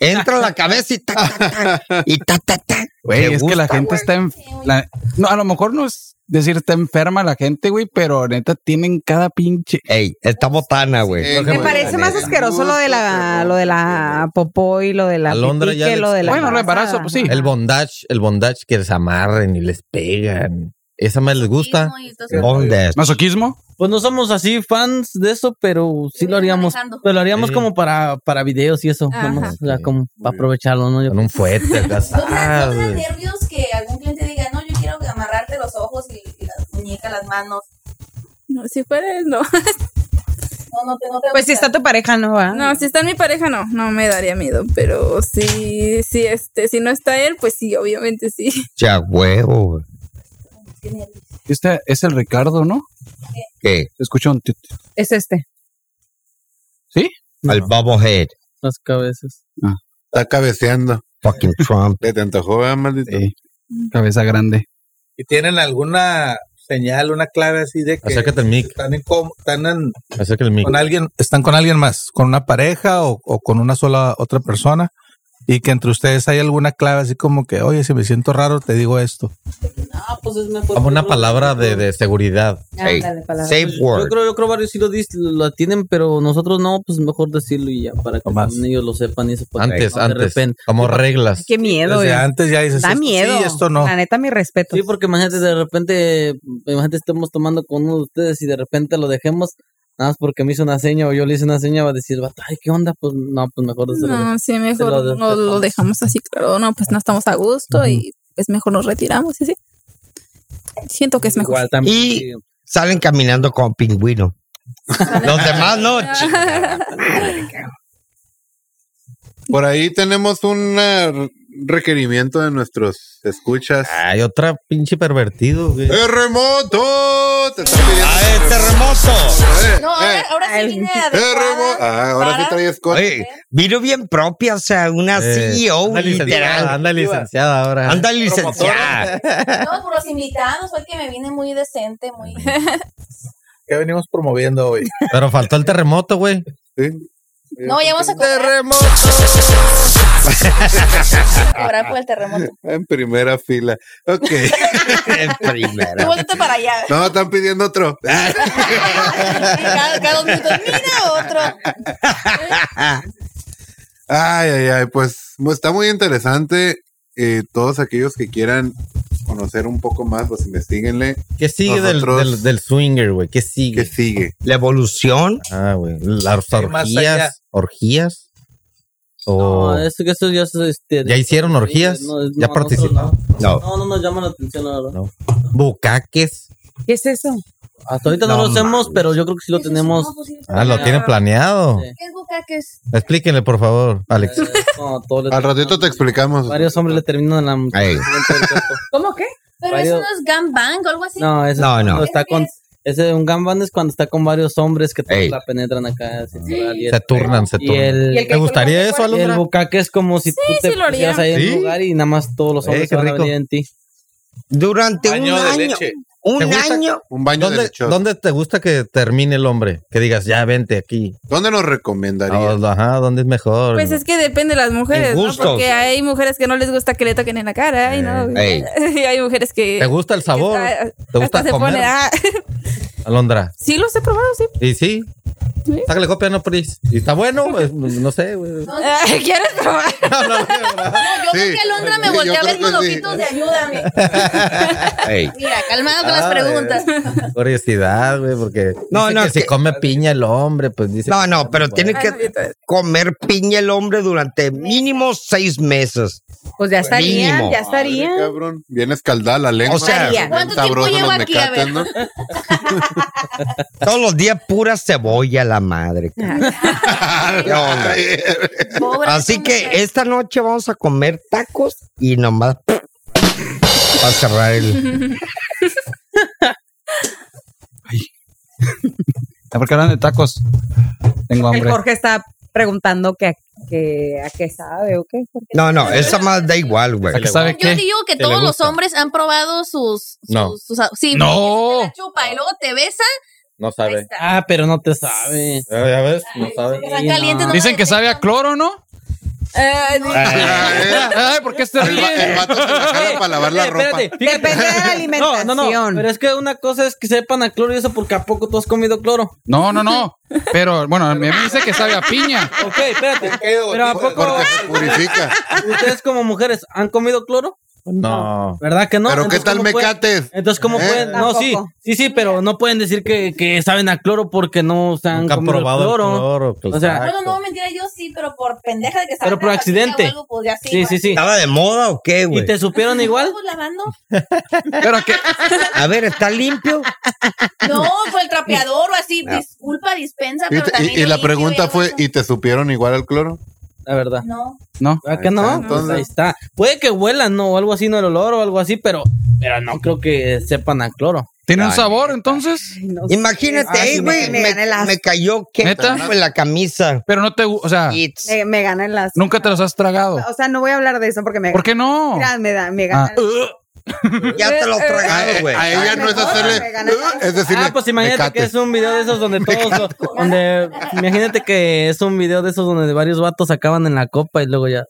Entra la cabeza y ta, ta, ta, y ta, ta, ta.
Güey,
Me
es que la
gusta,
gente
güey.
está en... la- no, a lo mejor no es decir está enferma la gente, güey, pero neta tienen cada pinche...
Ey, está botana, güey.
Eh,
Me parece más asqueroso lo de la lo de la popó y lo de la
Alondra
pipí
ya
que
le
lo de la
Bueno, lo embarazo,
embarazada.
pues sí.
El bondage, el bondage que les amarren y les pegan. Esa más les gusta.
Y todo eso.
¿Dónde?
¿Masoquismo?
pues no somos así fans de eso, pero sí lo haríamos,
Manejando.
pero lo haríamos
Sí.
como para para videos y eso,
Ajá.
nomás, o sea, como para aprovecharlo, ¿no? Yo-
Con
[laughs]
un fuerte, acá,
¿No te da- no te da
¡zas!
nervios que algún cliente diga, no, yo quiero amarrarte los ojos y, y las muñecas, las manos?
No, si fuera él,
No,
no.
no te, no te
Pues si está tu pareja, no va.
No, si está mi pareja, no, no me daría miedo. Pero si, si, este, si no está él, pues sí, obviamente sí.
Ya, huevo, güey.
Este es el Ricardo, ¿no?
¿Qué?
Se escucha un... tit.
Es este.
¿Sí?
Al bobblehead.
las cabezas.
Está cabeceando.
Fucking Trump.
¿Te, te antojó, eh, maldito?
Sí. Cabeza grande.
Y tienen alguna señal, una clave así de que
Acércate al mic.
están, en com- están en-
Acércate al mic.
con alguien, están con alguien más, con una pareja o, o con una sola otra persona. Y que entre ustedes hay alguna clave así como que, oye, si me siento raro, te digo esto.
Ah, pues es
Como una palabra de, de seguridad.
Ey,
Ándale, palabra.
Safe
Yo
word.
creo, yo creo varios sí lo, dis- lo tienen, pero nosotros no, pues mejor decirlo y ya, para que
Nomás.
también ellos lo sepan y eso. para que
Antes,
no de
antes.
repente-
Como reglas.
Qué miedo,
Desde
eh.
antes ya dices,
Da
esto
miedo.
sí, esto no.
La neta, mi respeto.
Sí, porque imagínate, de repente, imagínate, estemos tomando con uno de ustedes y de repente lo dejemos, nada más porque me hizo una seña o yo le hice una seña, va a decir, vato, ay, ¿qué onda? Pues no, pues mejor se lo dejo.
No, sí,
lo
mejor
de-
no lo dejamos así, claro. No, pues no estamos a gusto y pues mejor nos retiramos, y así. Siento que es mejor.
Igual también. Y salen caminando con pingüino. Los
[laughs]
demás no.
Por ahí tenemos un eh, requerimiento de nuestros escuchas.
Hay otra pinche pervertido. güey.
¡Terremoto! ¡Te está pidiendo! Eh,
No, ahora, ahora sí vine a
Ah, ahora sí traes cosas.
Oye, vino bien propia, o sea, una
Eh,
CEO
anda licenciada,
literal.
anda licenciada ahora.
Anda licenciada.
[laughs] No, por los invitados, fue que me vine muy decente, muy.
¿Qué venimos promoviendo hoy?
[laughs] Pero faltó el terremoto, güey.
[laughs] No, ya vamos a cobrar.
Terremoto.
Vamos a cobrar por el
[laughs]
terremoto.
[laughs] En primera fila. Ok.
en
Tú
primera.
volvete para allá.
No, están pidiendo otro.
Cada, cada dos minutos, mira otro.
Ay, ay, ay, pues mu- está muy interesante. Eh, todos aquellos que quieran conocer un poco más, pues investiguenle.
¿Qué sigue del,
Nosotros-
del, del swinger, güey? ¿Qué
¿Qué
sigue?
sigue?
La evolución.
Ah, güey. Las
más allá?
orgías. ¿Orgías? O...
No, eh. eso que eso ya es, este,
Oh. ¿Ya hicieron orgías?
No, es-
¿Ya
no,
participaron?
No.
No, no nos llama la atención, la verdad.
¿Bucaques?
¿Qué es eso?
Hasta ahorita no,
No
lo hacemos, pero yo creo que sí lo tenemos.
Ah, lo tiene planeado.
Sí.
¿Qué es bucaques?
Explíquenle, por favor, Alex.
eh, no, todo le
Al ratito te
terminan-
explicamos.
Varios hombres le terminan la.
Ey.
¿Cómo qué?
Pero eso
Varios-
no es gangbang o algo así.
No, ese
No,
es
no.
cuando está con. Ese un gangbang es cuando está con varios hombres que todos
Ey.
la penetran acá. sexual y
Se
el-
turnan, se
Y
turnan.
el,
¿Y el
¿Te gustaría eso,
y el
Alondra?
bucaque es como si tú te
sí lo haría.
pusieras ahí en
¿Sí?
un lugar y nada más todos los
Eh,
hombres
qué
se van a
rico.
venir en ti.
Durante
Baño
un
de
año.
leche.
Un
¿Te gusta?
año.
Un baño de
¿Dónde,
lechón. ¿Dónde,
dónde te gusta que termine el hombre? Que digas, ya vente aquí.
nos
Ah,
recomendaría?
ajá, ¿dónde es mejor?
Pues es que depende de las mujeres, ¿no?
Gustos.
Porque hay mujeres que no les gusta que le toquen en la cara y no.
Ey.
[laughs] Y hay mujeres que.
Eh, ¿Te gusta el
que
sabor?
está-
¿Te gusta
hasta se
comer?
pone. ah, [laughs]
Alondra.
sí, los he probado, sí.
Y sí. Sácale copia, no pris. Y está bueno, pues, no sé, güey.
Ah, ¿Quieres probar?
No, no,
Yo creo que Alondra me
Sí, yo
voltea a ver
creo
con
que sí.
ojitos de ayúdame.
Ey.
Mira, calmado con
Ah,
las preguntas.
güey. Curiosidad, güey, porque.
No,
dice
no,
que
es
si
que-
come piña el hombre, pues dice.
No, no, pero tiene
Ah, no,
que
yo te-
comer piña el hombre durante mínimo seis meses.
Pues ya estarían,
Mínimo.
ya
Madre,
estarían.
cabrón. Bien escaldada la lengua.
O sea,
Bien
¿Cuánto tiempo
sabrosos
llevo
los
aquí? A ver.
mecates, ¿no?
Todos los días pura cebolla la madre. ¿Qué onda?
Pobre
Así
esa [laughs]
que
mujer.
esta noche vamos a comer tacos y nomás [laughs] para cerrar el.
¿Por qué hablan de tacos? Tengo
El
hambre.
Jorge está preguntando que, a- que a qué sabe o qué. porque-
No, no, esa más da igual, güey.
¿A qué sabe
Yo
qué?
digo que
¿Te le
todos los
gusta?
hombres han probado sus. sus-
No.
sus- sí,
No.
Oh.
porque si te la chupa y luego te besa.
No
ahí
sabe.
está.
Ah, pero no te sabe.
Ya ya ves, no sabe.
Están calientes, no
Dicen
la
que sabe a
detectan.
cloro, ¿no?
Eh,
Ah,
[laughs] Ay, ¿por qué se
El, va- el
ríe?
vato se la jala para lavar la
Eh,
ropa.
espérate, fíjate.
Depende de la
[laughs] No,
alimentación.
no, no. Pero es que una cosa es que sepan a cloro y eso porque a poco tú has comido cloro.
No, no, no. Pero bueno, a mí me dice que sabe a piña.
Ok, espérate. Pero a poco
Porque se purifica.
ustedes como mujeres han comido cloro,
No.
¿verdad que no?
Pero ¿qué
Entonces,
tal
¿cómo pueden-
mecates?
Entonces, ¿cómo
Eh,
pueden? No, sí,
tampoco.
sí, sí, pero no pueden decir que, que saben a cloro porque no se han
Nunca han
comido el
probado el
cloro.
cloro. pues,
O sea-
Bueno, no, mentira, yo sí, pero por pendeja de que estaba
Pero
en
por
la familia
accidente.
o algo, pues, ya sí,
Sí,
bueno.
sí, sí.
¿Estaba de moda o qué,
¿Y
güey?
te supieron igual?
¿Estamos lavando?
[laughs]
Pero que
A ver, ¿está limpio?
[laughs] No, fue el trapeador o así. Disculpa, dispensa.
Y,
Pero
te- y-
también
y la
ahí sí
pregunta
veo
fue,
eso.
¿y te supieron igual al cloro?
La verdad.
No.
no.
¿Verdad que no? Pues,
está, entonces.
Ahí está. Puede que huelan, ¿no? O algo así, no el olor o algo así, pero, pero no creo que sepan a cloro.
¿Tiene un sabor entonces?
Imagínate,
Ah, sí, me-
ey, güey,
me
me,
gané las-
me cayó que
¿Neta?
en la camisa.
Pero no te, gu- o sea,
It's-
Me, me ganan las.
nunca te los has tragado.
O sea, no voy a hablar de eso porque me
¿Por qué no?
Mira, me, da, me
Ah.
ganan.
Ya te lo tragaron, güey.
A ella no es hacerle...
Me ganan las-
Es decirle,
ah, pues imagínate
"Mecate".
que es un video de esos donde todos, [laughs] donde, imagínate que es un video de esos donde varios vatos acaban en la copa y luego ya.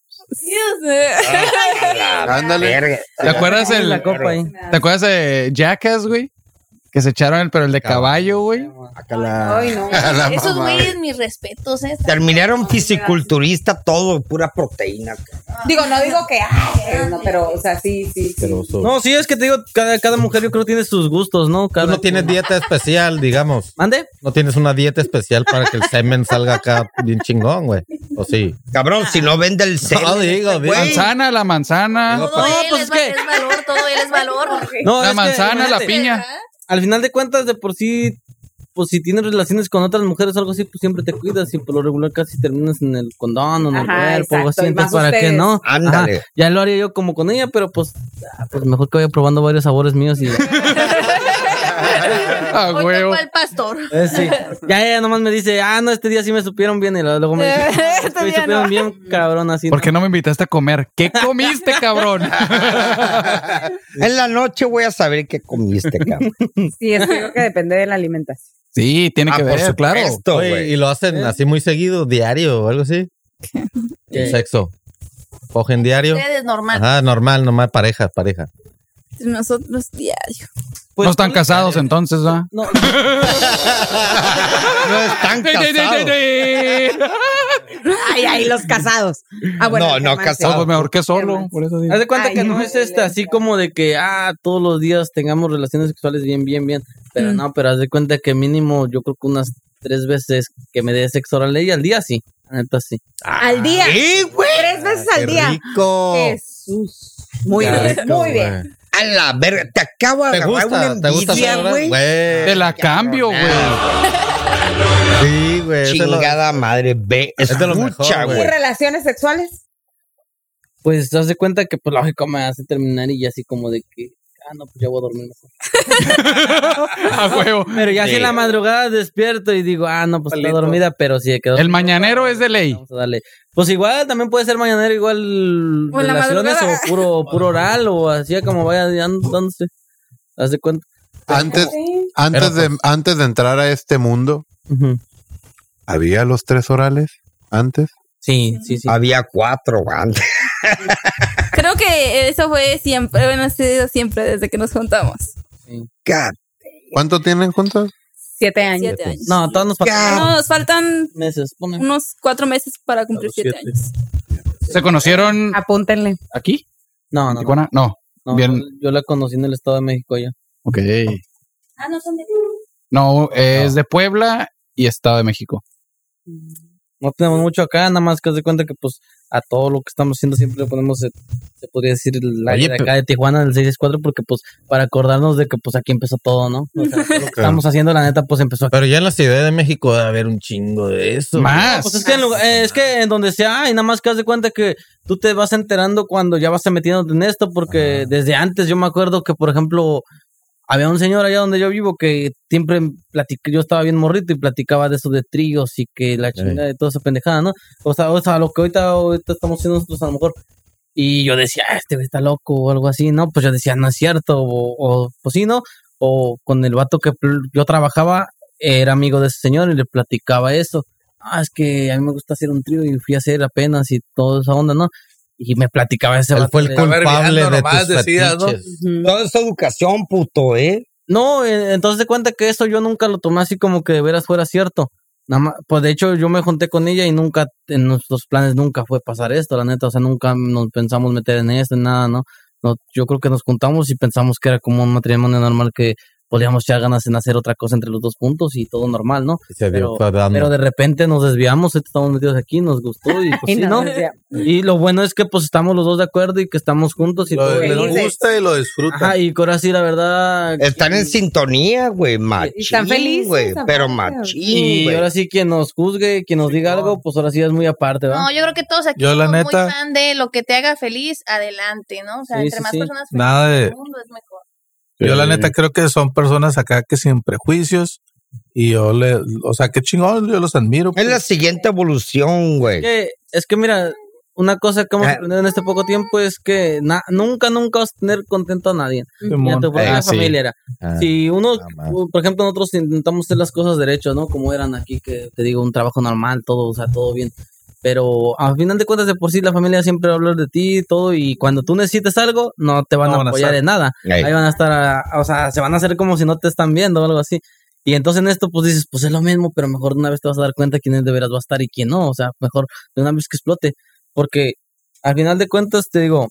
Ándale.
Verga.
¿Te acuerdas
en
[laughs]
el
la copa ahí.
¿Te acuerdas de Jackass, güey? que se echaron el, pero el de caballo, güey.
Ay, no.
[laughs] la
Esos
mamá.
güeyes, mis respetos, ¿eh?
Terminaron fisiculturista todo, pura proteína.
Ah.
Digo, no digo que, ay, no, pero, o sea, sí, sí.
No, sí, es que te digo, cada, cada mujer yo creo tiene sus gustos, ¿no? Cada
no tienes dieta especial, digamos.
¿Mande?
No tienes una dieta especial para que el semen salga acá bien chingón, güey. O sí.
Cabrón, si no vende el semen.
[laughs] No, digo, digo.
Manzana, la manzana.
Todo él es, va- es valor, todo él es
[laughs]
valor. Jorge.
pues, No,
La
es que,
manzana, la
imagínate,
piña.
Al final de cuentas, de por sí, pues si tienes relaciones con otras mujeres o algo así, pues siempre te cuidas y por lo regular casi terminas en el condón o en
Ajá,
el cuerpo o algo
exacto,
así.
y
Entonces,
más
¿para qué
ustedes.
no? Ajá,
Ándale.
ya lo haría yo como con ella, pero pues, ah, pues mejor que vaya probando varios
[laughs]
sabores míos y...
A
Hoy
huevo.
tocó al pastor.
[laughs] Eh, sí. Ya ella nomás me dice, ah, no, este día sí me supieron bien. Y luego me dice,
Eh,
"No,
este
me
día
supieron
no".
bien, cabrón, así.
¿Por qué no me invitaste a comer?
[laughs]
¿Qué comiste, cabrón?
En la noche voy a saber qué comiste, cabrón.
Sí, es que creo que depende de la alimentación.
[laughs] Sí, tiene
Ah,
que
por
ver, claro.
supuesto,
Oye,
güey. ¿Eh?
y lo hacen así muy seguido, diario o algo así.
¿Qué?
Sexo. Cogen diario.
Ustedes normal.
Ajá, normal, normal, pareja, pareja.
Nosotros diario.
Pues,
no están
ponle-
casados entonces, ¿ah?
No,
[laughs]
No están casados.
Ay, ay, los casados. Ah, bueno.
No, no,
Germán, sí.
No,
casados.
pues mejor que solo, por eso digo.
Haz de cuenta
Ay,
que no
híjole,
es este así como de que, ah, todos los días tengamos relaciones sexuales bien, bien, bien. Pero
Mm.
no, pero haz de cuenta que mínimo yo creo que unas tres veces que me dé sexo oral y al día sí. La neta sí.
Ah,
Al día.
Sí, güey.
Tres veces al día.
Ah, Rico.
Jesús. Muy
Qué
bien.
rico,
Muy bien.
güey.
A la verga, te acabo de
¿Te
agarrar
gusta?
una
¿Te gusta
envidia,
hacer horas?
güey.
Te
Güey.
la cambio, güey.
Sí, güey. eso es lo-
Chingada madre, ve.
Es de lo
Escucha,
mejor,
¿Y
güey.
güey.
relaciones sexuales?
Pues haz de cuenta que, pues lógico, me hace terminar y ya así como de que, ah, no, pues ya voy a dormir mejor.
[laughs] A huevo.
Pero ya así en la madrugada despierto y digo, ah, no, pues está dormida, pero sí quedó.
El mañanero es de ley.
Vamos a darle. Pues igual también puede ser mañanero, igual
O en la
relaciones
madrugada.
o puro, puro oral o así como vaya dando- dándose. Haz de cuenta.
Antes, antes, de, antes de entrar a este mundo, ¿había los tres orales antes?
Sí, sí, sí.
Había cuatro antes.
Creo que eso fue siempre, bueno, ha sido siempre desde que nos juntamos.
God,
¿Cuánto tienen juntos?
Siete años.
Siete años.
No, todos nos
God.
No, nos faltan
meses. pone.
unos cuatro meses para cumplir siete,
siete.
años.
¿Se conocieron
Apúntenle.
aquí?
No,
¿En
no, no,
Tijuana? No.
no,
Bien.
Yo la conocí en el Estado de México ya.
Ok.
Ah, no son de.
No, es de Puebla y Estado de México.
No tenemos mucho acá, nada más que haz de cuenta que pues a todo lo que estamos haciendo siempre le ponemos, eh, se podría decir, la
Oye,
de
pero-
acá de Tijuana del 664 porque pues para acordarnos de que pues aquí empezó todo, ¿no?
[laughs]
O sea, todo lo que estamos haciendo, la neta, pues empezó aquí.
Pero ya en la Ciudad de México debe haber un chingo de eso.
Más.
Pues es que, en lugar- eh, es que en donde sea, y nada más que haz de cuenta que tú te vas enterando cuando ya vas metiéndote en esto, porque desde antes yo me acuerdo que, por ejemplo, había un señor allá donde yo vivo que siempre platicaba, yo estaba bien morrito y platicaba de eso de tríos y que la chingada de toda esa pendejada, ¿no? O sea, o sea, lo que ahorita, ahorita estamos haciendo nosotros a lo mejor. Y yo decía, "Ah, este güey está loco o algo así, ¿no? Pues yo decía, no es cierto, o, o pues sí, ¿no? O con el vato que pl- yo trabajaba, era amigo de ese señor y le platicaba eso ah, es que a mí me gusta hacer un trío y fui a hacer apenas y toda esa onda, ¿no? Y me platicaba ese
Él
vato
fue el
de-
culpable
Estaba
de
vergueando
tus
nomás, decías, ¿no?
fetiches.
Toda esa educación, puto, ¿eh?
No, eh, entonces de cuenta que eso yo nunca lo tomé así como que de veras fuera cierto. Nada más, pues de hecho yo me junté con ella y nunca, en nuestros planes nunca fue pasar esto, la neta, o sea, nunca nos pensamos meter en esto, en nada, ¿no? no yo creo que nos juntamos y pensamos que era como un matrimonio normal que podíamos echar ganas en hacer otra cosa entre los dos puntos y todo normal, ¿no?
Y se
Pero-
dio fue dando.
Pero de repente nos desviamos, estamos metidos aquí, nos gustó [laughs] y pues sí, ¿no? Y lo bueno es que pues estamos los dos de acuerdo y que estamos juntos y
Lo,
todo.
le
pero-
felices.
gusta y lo disfruta.
Ajá, y ahora sí, la verdad.
Están en sintonía, güey, machín,
están felices,
güey,
aparte.
pero machín,
Y
güey.
ahora sí, quien nos juzgue, quien nos diga algo, pues ahora sí es muy aparte, ¿verdad?
No, yo creo que todos aquí
Yo, la
somos
neta-
muy fan de lo que te haga feliz, adelante, ¿no? O sea,
Sí,
entre
sí,
más
sí.
personas felices
Nada
en
de.
el mundo es mejor.
Yo la neta creo que son personas acá que sin prejuicios y yo le, o sea, qué chingón, yo los admiro.
Es
pues.
la siguiente evolución, güey.
que- es que mira, una cosa que hemos
Eh.
aprendido en este poco tiempo es que na- nunca, nunca vas a tener contento a nadie. Ni a
Simón.
tu propia
Ah, sí.
familia era.
Ah,
Si uno,
nada más.
por ejemplo, nosotros intentamos hacer las cosas derecho, ¿no? Como eran aquí, que te digo, un trabajo normal, todo, o sea, todo bien. Pero a final de cuentas, de por sí, la familia siempre va a hablar de ti y todo. Y cuando tú necesites algo, no te van
No
a
van a
apoyar
estar.
en nada.
Ey.
Ahí van a estar, a- a- o sea, se van a hacer como si no te están viendo o algo así. Y entonces en esto, pues dices, pues es lo mismo, pero mejor de una vez te vas a dar cuenta quién es de veras va a estar y quién no. O sea, mejor de una vez que explote. Porque al final de cuentas, te digo,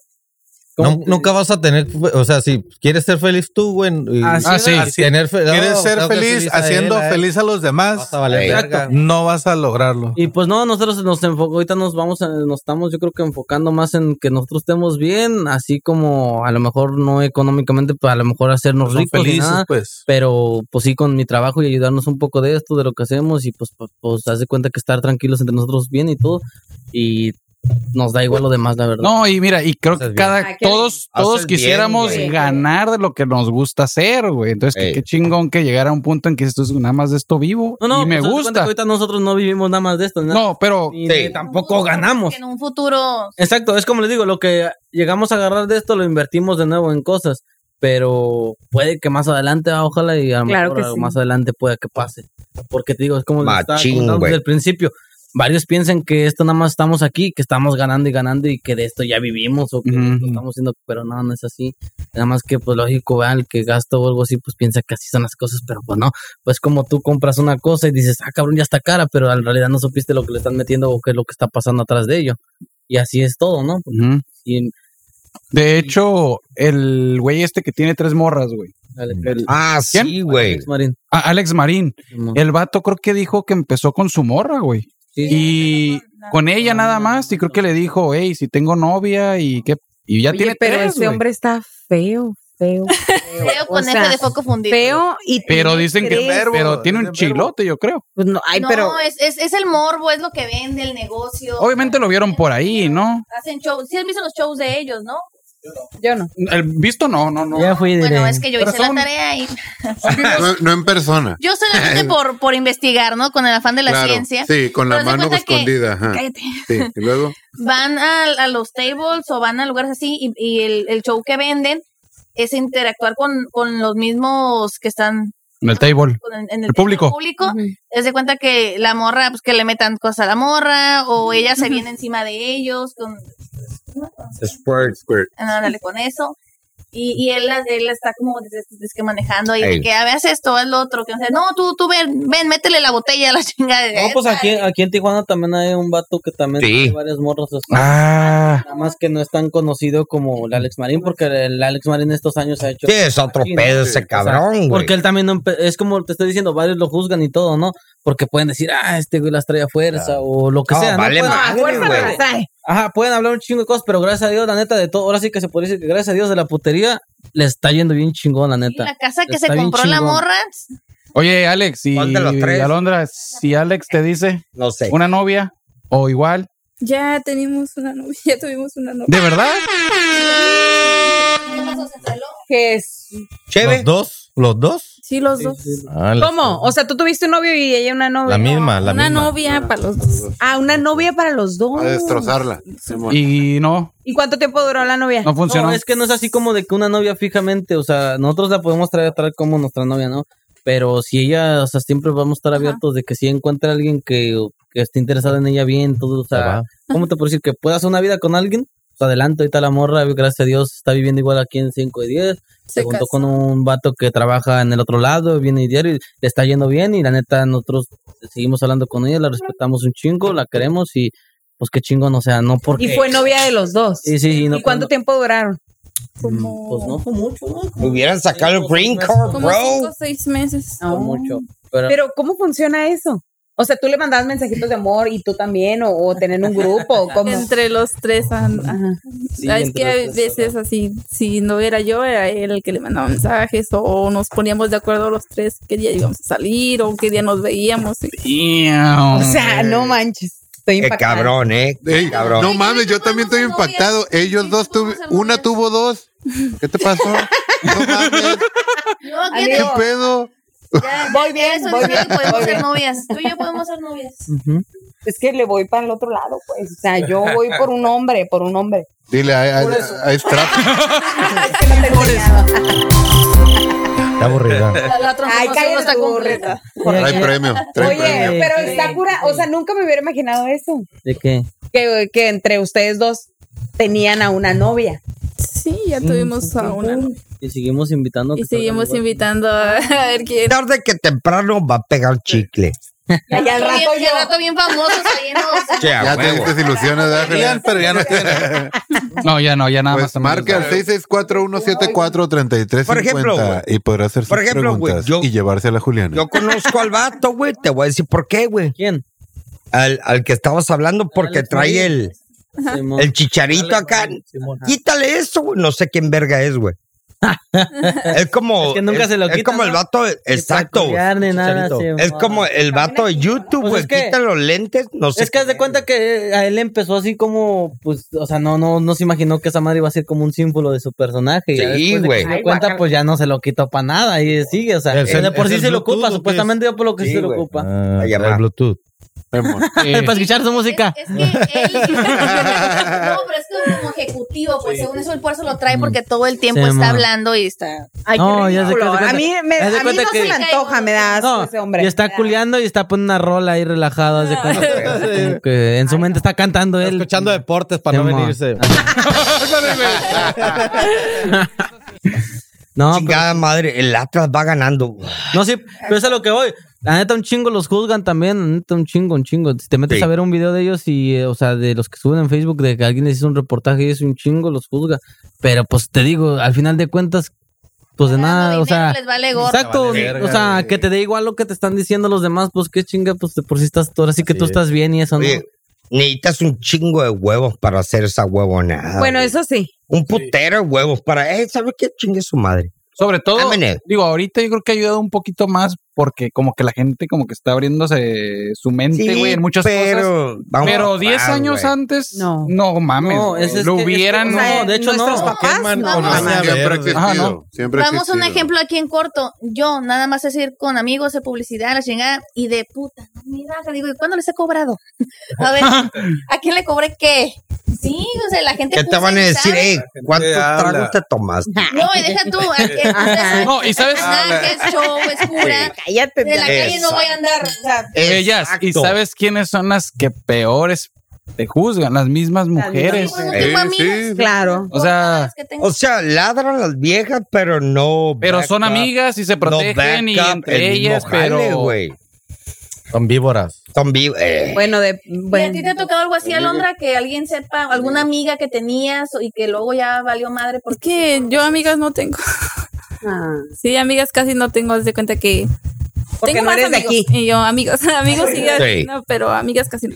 No- nunca vas a tener, o sea, si quieres ser feliz tú, güey, y-
Ah,
Así es. Así-
tener fe-
Quieres
no,
ser
tengo que
feliz
a
haciendo
él, a él.
feliz a los demás.
Vas a valer
Exacto.
verga.
No vas a lograrlo.
Y pues no, nosotros nos enfo- ahorita nos vamos, a- nos estamos yo creo que enfocando más en que nosotros estemos bien, así como a lo mejor no económicamente, pero a lo mejor hacernos
Son
ricos ni
felices,
nada,
pues.
pero pues sí con mi trabajo y ayudarnos un poco de esto, de lo que hacemos y pues pues, pues haz de cuenta que estar tranquilos entre nosotros bien y todo y nos da igual lo demás, la verdad.
No, y mira, y creo que cada, todos, todos
Haces bien,
quisiéramos
güey.
ganar de lo que nos gusta hacer, güey. Entonces, qué, qué chingón que llegara a un punto en que esto es nada más de esto vivo.
No, no,
y me
pues, haz de cuenta que
gusta.
ahorita nosotros no vivimos nada más de esto.
No, pero
tampoco ganamos.
En un futuro.
Exacto, es como les digo, lo que llegamos a agarrar de esto lo invertimos de nuevo en cosas, pero puede que más adelante, ah, ojalá y a lo
Claro
mejor
que sí.
más adelante pueda que pase. Porque te digo, es como les estaba
Machín,
comentando
güey.
desde el principio. Varios piensan que esto nada más estamos aquí, que estamos ganando y ganando y que de esto ya vivimos o que de esto estamos haciendo, pero no, no es así. Nada más que, pues lógico, vean, el que gasto o algo así, pues piensa que así son las cosas, pero pues no. Pues como tú compras una cosa y dices, ah, cabrón, ya está cara, pero en realidad no supiste lo que le están metiendo o qué es lo que está pasando atrás de ello. Y así es todo, ¿no? Pues,
Ujú.
Y-
De hecho, el güey este que tiene tres morras, güey. Ah,
ah, sí, güey. Alex
Marín.
Alex Marín. El vato creo que dijo que empezó con su morra, güey. y con ella nada más. Y creo que le dijo, hey, si tengo novia y que... Y ya
Oye,
tiene
pero
tres,
ese
güey.
hombre está feo, feo.
Feo con
sea,
F de foco fundido.
Feo y
Pero
tiene
dicen que...
tres.
pero tiene un chilote, yo creo.
Pues no, ay,
no,
pero
es, es, es el morbo, es lo que vende el negocio.
Obviamente lo vieron por ahí, ¿no?
Hacen shows. Sí, han visto los shows de ellos, ¿no?
yo no.
El visto no, no, no.
Ya fui
Bueno, es que yo hice la tarea
[laughs]
y.
No, no en persona.
Yo
[laughs]
solamente por, por investigar, ¿no? Con el afán de la
Claro,
ciencia.
Sí, con la
Pero haz de
mano
cuenta que-
escondida. ajá.
Cállate.
Sí, y luego.
[laughs] van a, a los tables o van a lugares así y, y el, el show que venden es interactuar con, con los mismos que están
En el table.
con- en, en
El público.
público. Es de cuenta que la morra, pues que le metan cosas a la morra o ella se viene encima de ellos con,
Squirt.
Ah,
Ah.
ándale, con eso. Y, y él, él está como des- des- que manejando ahí,
Ey.
de que a veces esto, haz lo otro, que no sé, no, tú, tú ven, ven, métele la botella a la [laughs] chingada.
No, pues aquí, aquí en Tijuana también hay un vato que también tiene varias morras. así. Nada más que no es tan conocido como el Alex Marín, porque el Alex Marín estos años ha hecho.
Sí, es otro
Sí,
pedo
¿no?
ese
O sea,
cabrón, güey.
Porque él también no empe- es como te estoy diciendo, varios lo juzgan y todo, ¿no? Porque pueden decir, ah, este güey las trae a fuerza o lo que
No,
sea. ¿no?
vale
Pueden-
madre,
pueden-
güey.
Ajá, pueden hablar un chingo de cosas, pero gracias a Dios, la neta, de todo. Ahora sí que se puede decir que gracias a Dios de la putería le está yendo bien chingón, la neta.
La casa que
Está
se
bien
compró la
chingón.
morra,
Oye, Alex, y,
¿Cuál de los tres?
Alondra, si Alex te dice
no sé.
una novia o igual,
Ya tenemos una novia, [laughs] ya tuvimos una novia.
¿de verdad?
que es
¿Los dos? ¿Los dos?
Sí, los dos.
Ah, la-
¿Cómo? O sea, tú tuviste un novio y ella una novia.
La misma, la
una
misma.
novia para los dos. Ah, una novia para los dos.
A destrozarla.
Uh,
Simón.
Y no,
¿Y cuánto tiempo duró la novia?
No, es que no es así como de que una novia fijamente, o sea, nosotros la podemos traer, traer como nuestra novia, ¿no? Pero si ella, o sea, siempre vamos a estar abiertos de que si encuentra a alguien que, que esté interesado en ella bien, todo, o sea, ¿cómo te puedo decir? Que pueda hacer una vida con alguien, pues adelante, ahorita la morra, gracias a Dios, está viviendo igual aquí en 5 y 10, se,
Se
juntó
casó.
con un vato que trabaja en el otro lado, viene diario, y le está yendo bien y la neta, nosotros seguimos hablando con ella, la respetamos un chingo, la queremos y pues qué chingón, o sea, no porque...
Y fue novia de los dos.
Sí, sí, sí, no
¿Y cuánto tiempo duraron?
Pues no fue mucho, ¿no?
Me hubieran sacado el green card,
Como
bro.
cinco o seis meses.
Oh.
No mucho. Pero,
Pero, ¿cómo funciona eso? O sea, tú le mandabas mensajitos de amor y tú también, o, o tener un grupo,
[laughs]
o cómo?
Entre los tres. an- ajá.
Sí,
Ah, es
entre
que a
los tres,
veces así, si no era yo, era él el que le mandaba mensajes o nos poníamos de acuerdo los tres qué día íbamos a salir o qué día nos veíamos. y-
O sea, no manches. Estoy
Qué
impactada.
cabrón, eh.
Ey,
cabrón.
No mames, yo también estoy impactado. Ellos dos tuve, una tuvo dos. ¿Qué te
[laughs]
pasó?
no, ¿qué
¿Qué
digo?
pedo?
Ya,
Voy bien,
eso
voy
es
bien,
que podemos
voy
ser
bien. [laughs]
novias. Tú y yo podemos ser novias.
Es que le voy para el otro lado, pues. O sea, yo voy por un hombre, por un hombre.
[laughs]
Dile a, a, a Strap.
Está
[laughs]
aburrida.
Ay, cállate está completa.
Hay premio. trae premio.
Oye, pero está pura, o sea, nunca me hubiera imaginado eso.
¿De qué?
Que, que entre ustedes dos tenían a una novia. Mm,
Sí, ya tuvimos a una. novia.
Y seguimos invitando.
Y seguimos invitando a ver quién.
Tarde que temprano va a pegar chicle.
Y al rato, bien famosos ahí en
[laughs]
los-
Ya te diste ilusiones, ¿verdad, Julián?
pero ya no
No, ya no, ya nada
Pues
más.
marca al 664-174-3350
Por ejemplo, güey.
y podrá hacer sus
Por ejemplo, güey,
preguntas
yo-
y llevarse a la Juliana.
Yo conozco al vato, güey. Te voy a decir por qué, güey.
¿Quién?
Al, al que estabas hablando porque trae el, el chicharito acá. Quítale eso, güey. No sé quién verga es,
[laughs]
güey. es como.
Es que nunca
es-
se lo
es
quitan,
como el
¿no?
vato. Exacto. güey.
peculiar ni nada,
Chicharito.
sí,
es
no.
como el vato de YouTube, güey.
Pues es que-
Quita los lentes. No sé.
Es que haz de cuenta que a él empezó así como, pues, o sea, no, no, no se imaginó que esa madre iba a ser como un símbolo de su personaje. Y ya
Sí,
después de que
güey.
se dio cuenta, pues ya no se lo quitó para nada y sigue, o sea,
Es el-
de por
es
sí
el
se lo
Bluetooth,
ocupa,
¿o qué es?
supuestamente yo por lo que
Sí,
se lo
güey.
ocupa.
Ah,
Ahí
trae
va.
Bluetooth.
[laughs]
[laughs] para escuchar su música.
Es que él. No, pero es que como ejecutivo, pues según eso el puerzo lo trae porque todo el tiempo
Mm. Sí,
está
ma.
hablando y está.
Ay, qué
No, ya se
ridículo.
cuenta-
A mí, me,
ya se
a mí
cuenta
no
que-
se me antoja, me da asco
No,
ese hombre.
y está culeando y está poniendo una rola ahí relajada. haz de cuenta. Como que en su mente está cantando él.
Escuchando deportes para no
Simón.
venirse.
No, pero-
Chingada madre. El Atlas va ganando. güey.
no, sí, pero es a lo que voy. La neta, un chingo los juzgan también. La neta, un chingo, un chingo. Si te metes
Sí.
a ver un video de ellos y, eh, o sea, de los que suben en Facebook, de que alguien les hizo un reportaje y es un chingo, los juzga. Pero pues te digo, al final de cuentas, pues de nada,
Ganando
o sea.
dinero, les vale gorro.
Exacto,
Vale verga,
o sea,
güey.
que te dé igual lo que te están diciendo los demás, pues qué chinga, pues de por si estás, ahora sí que
Así
tú
es.
estás bien y eso, ¿no?
Oye, necesitas un chingo de huevos para hacer esa huevonada.
Bueno,
güey.
eso sí.
Un putero de huevos para. Eh, ¿Sabes qué? Chingue su madre.
Sobre todo,
Ámene.
digo, ahorita yo creo que ha ayudado un poquito más porque como que la gente como que está abriéndose su mente, güey, en muchas cosas.
vamos
Pero
a
10
parar,
años
güey.
antes,
No.
no, mames,
No,
güey,
ese es
lo
que- es que-
hubieran...
No, de hecho, no.
nuestros papás
Queman
no.
con
no.
Maña
Siempre ha
verde.
existido.
Ajá, no.
Siempre ha
Vamos a un
existido.
ejemplo aquí en corto. Yo nada más es ir con amigos de publicidad, la chingada, y de puta, no, mira, que digo, ¿y cuándo les he cobrado? [laughs] A
[laughs]
ver,
[laughs]
¿a quién le cobré qué? Sí, o sea, la gente.
¿Qué te
juzga
van a
y
decir?
sabe.
Eh, ¿Cuántos
Te habla.
tragos te tomaste?
[laughs] No, y deja tú. ¿a qué?
[laughs] No, y sabes...
Ah,
Ajá, que es show, es cura.
Cállate.
De la calle no
Exacto.
voy a andar. O sea,
Ellas, y
Exacto.
sabes quiénes son las que peores te juzgan, las mismas
mismas
mujeres.
Bueno,
Sí,
tengo
sí.
amigas.
Claro.
O sea,
Es que tengo-
Ah. O sea, ladran las viejas, pero no.
pero
back
son
up,
amigas y se
no
protegen y
back up
entre
el mismo
ellas,
jale,
pero...
güey.
Son víboras.
Son vivos. eh.
Bueno, de.
¿Y
Bueno.
a ti te ha tocado algo así, Alondra, que alguien sepa, alguna amiga que tenías y que luego ya valió madre?
Es
Porque
que yo amigas no tengo.
Ah.
Sí, amigas casi no tengo. Haz de cuenta que.
Porque
tengo
no
más
eres de
amigos.
aquí. Ah.
Y yo, amigos, [laughs] amigos sí, ya-
Sí.
no, pero amigas casi no.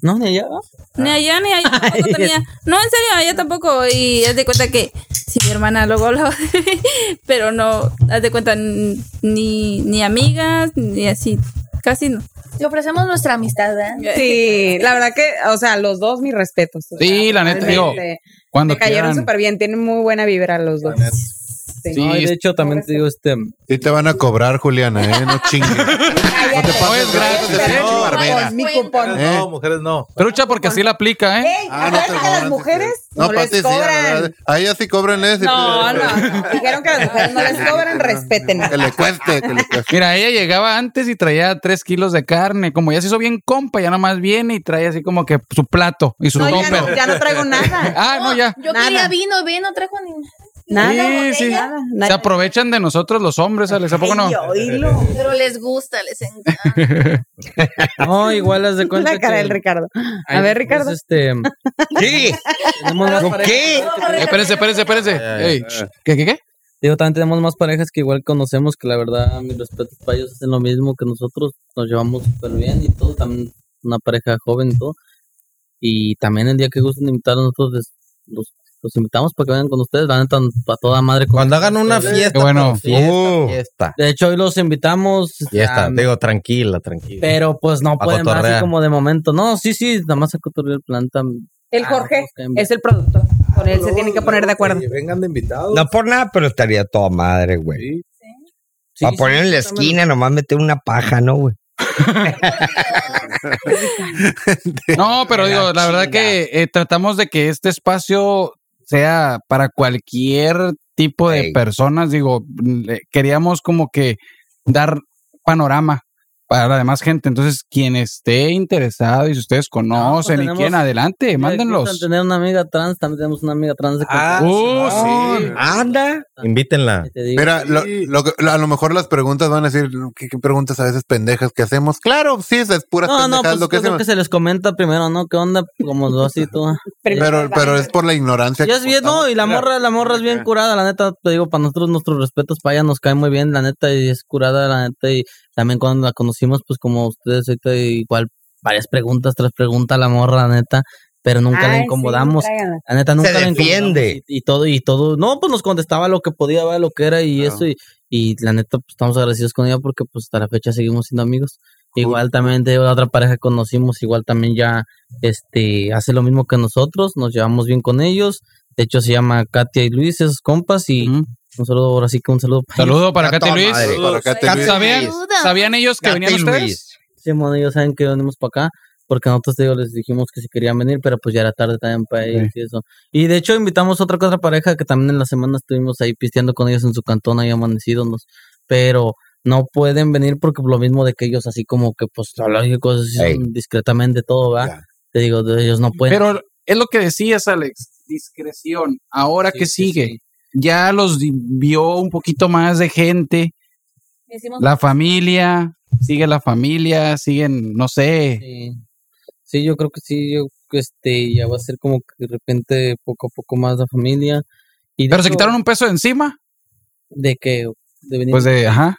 No, ni allá.
[laughs]
Ni allá ni allá tampoco tenía. No, en serio, allá tampoco. Y haz de cuenta que. Sí, mi hermana luego hablaba de mí, [laughs] pero no. Haz de cuenta n- ni, ni amigas, ni así. Casi no.
te ofrecemos nuestra amistad, ¿eh? ¿verdad?
[laughs]
Sí, la verdad que, o sea, los dos mis respetos. O
Sí,
sea,
la neta,
realmente,
digo, cuando
Me cayeron
quieran.
súper bien, tienen muy buena vibra los dos. Sí.
Sí,
No, y de hecho, también te digo, este.
Y te van a cobrar, Juliana, ¿eh? No chingues.
[laughs]
[laughs] Cállate.
te pases
es gratis,
de pinche
No,
pues,
barbera.
Con mi cupón.
¿Eh?
No, mujeres no.
Trucha porque así la aplica, ¿eh?
Ey,
Ah, no te
acuérdate que las
cobran,
mujeres
No,
no,
para ti
les
sí, la verdad.
cobran.
A ellas sí cobran ese. este,
No, no, no. Dijeron que las mujeres no les cobran, respeten.
Que
[laughs]
le cueste, este, que le cueste.
Mira, ella llegaba antes y traía tres kilos de carne. Como ya se hizo bien compa, ya nomás viene y trae así como que su plato y su
No, ya
topper.
no, ya no traigo
[laughs]
[laughs]
nada.
Ah, no, ya.
Yo
Nada.
quería vino, vino, no trajo ni
Nada.
Sí, sí.
Nada,
Se
nada.
aprovechan de nosotros los hombres, Alex. ¿A poco no?
Ay,
[laughs]
oílo.
Pero les gusta, les encanta.
No, igual haz de cuenta.
La cara
que-
del Ricardo. A
Ay,
ver,
pues,
Ricardo.
Este,
Sí.
tenemos más
¿Con
parejas.
qué?
Eh, espérense, espérense, espérense. Ey, ch, ¿Qué, qué, qué?
Digo, también tenemos más parejas que igual conocemos, que la verdad, mis respetos para ellos, hacen lo mismo que nosotros. Nos llevamos súper bien y todo. También una pareja joven y todo. Y también el día que gusten invitarnos, nosotros les- los, los invitamos para que vengan con ustedes. La neta, a toda madre. con
Cuando hagan una
ustedes.
fiesta.
Qué bueno.
Fiesta,
Oh.
fiesta.
De hecho, hoy los invitamos.
Fiesta.
am,
Digo, tranquila, tranquila.
pero pues no
A
pueden ver así
cotorrear.
como de momento. No, sí, sí, nada más a cotorrear el plan tam-
El
ah,
Jorge
los que invitan.
es el productor. Con él se tienen que poner de acuerdo.
Que vengan de invitados.
No por nada, pero estaría toda madre, güey.
Sí,
a
sí,
poner en la
también.
esquina, nomás meter una paja, ¿no, güey?
[laughs] No, pero
De la
digo, la verdad que eh, tratamos de que este espacio sea para cualquier tipo de personas, digo, le- queríamos como que dar panorama para la demás gente. Entonces, quien esté interesado y si ustedes conocen y
tenemos-
quieren, adelante, mándenlos.
Tener una amiga trans, también tenemos una amiga trans de
Ah,
Cancún.
sí.
Anda.
Invítenla.
Mira, lo, lo que- lo- a lo mejor las preguntas van a decir, ¿qué, qué preguntas a veces pendejas que hacemos? Claro, sí, es puras
No, no,
pendejadas
pues
lo que
yo creo
hacemos.
que se les comenta primero, ¿no? ¿Qué onda? Como lo así tú.
Pero, pero es por la ignorancia.
Y es bien, no, y la morra, la morra es bien curada, la neta, te digo, para nosotros nuestros respetos, para ella nos cae muy bien, la neta, y es curada, la neta, y también cuando la conocimos, pues como ustedes ahorita, igual varias preguntas, tres preguntas a la morra, la neta, pero nunca
Ay,
la
sí,
incomodamos.
tráigala.
la neta nunca
Se
la incomodamos,
defiende.
Y, y todo, y todo, no, pues nos contestaba lo que podía, ¿verdad? lo que era, y eso, y, y la neta, pues estamos agradecidos con ella porque pues hasta la fecha seguimos siendo amigos. Igual también de otra pareja que conocimos, igual también ya este hace lo mismo que nosotros, nos llevamos bien con ellos. De hecho se llama Katia y Luis, esos compas y un saludo ahora sí que un saludo para
Saludo para Katia y Luis. Saludos. Katia, ¿Sabían, sabían ellos que venían ustedes?
Sí, bueno, ellos saben que venimos para acá porque nosotros te digo, les dijimos que si querían venir, pero pues ya era tarde también para ellos y eso. Y de hecho invitamos otra otra pareja que también en la semana estuvimos ahí pisteando con ellos en su cantón ahí amanecidos, pero no pueden venir porque por lo mismo de que ellos así como que pues hablar y cosas así,
Ey.
discretamente todo va. Te digo, de ellos no pueden.
Pero es lo que decías, Alex, discreción. Ahora que sigue, ya los di- vio un poquito más de gente,
Hicimos-
la familia, sigue la familia, siguen, no sé.
Sí. Sí, yo creo que sí, yo este ya va a ser como que de repente poco a poco más la familia. Y
Pero se quitaron un peso de encima.
¿De que De venir-
Pues de, ajá.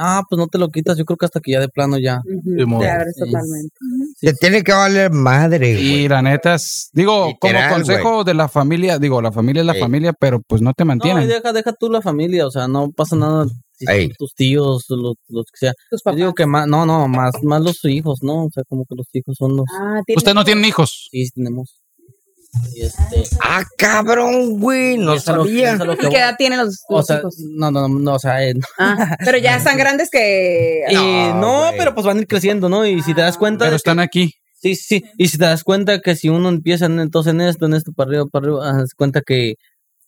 Ah, pues no te lo quitas, yo creo que hasta que ya de plano ya.
Te abres
Sí.
totalmente.
Te tiene que valer madre, güey.
Y la neta, es- digo,
Literal,
como consejo de la familia, digo, la familia es la familia, pero pues no te
No, y
[laughs] mantienen.
deja, deja tú la familia, o sea, no pasa nada. Si son
Ey.
tus tíos, los, los que sea. Yo digo que más, no, no, más, más los hijos, ¿no? O sea, como que los hijos son los.
Ah,
¿Ustedes no tienen hijos?
Sí, tenemos. Y este,
Ah, cabrón, güey,
no
sabía. ¿Y qué edad tienen los,
O
los
sea, [laughs]
hijos?
no, no, no, o sea, eh, no.
Ah, pero ya están grandes que.
Y no, pero pues van a ir creciendo, ¿no? Y si te das cuenta. Pero
están aquí.
Sí, sí. Y si te das cuenta que si uno empieza en- entonces en esto, en esto, para arriba, para arriba, haz cuenta que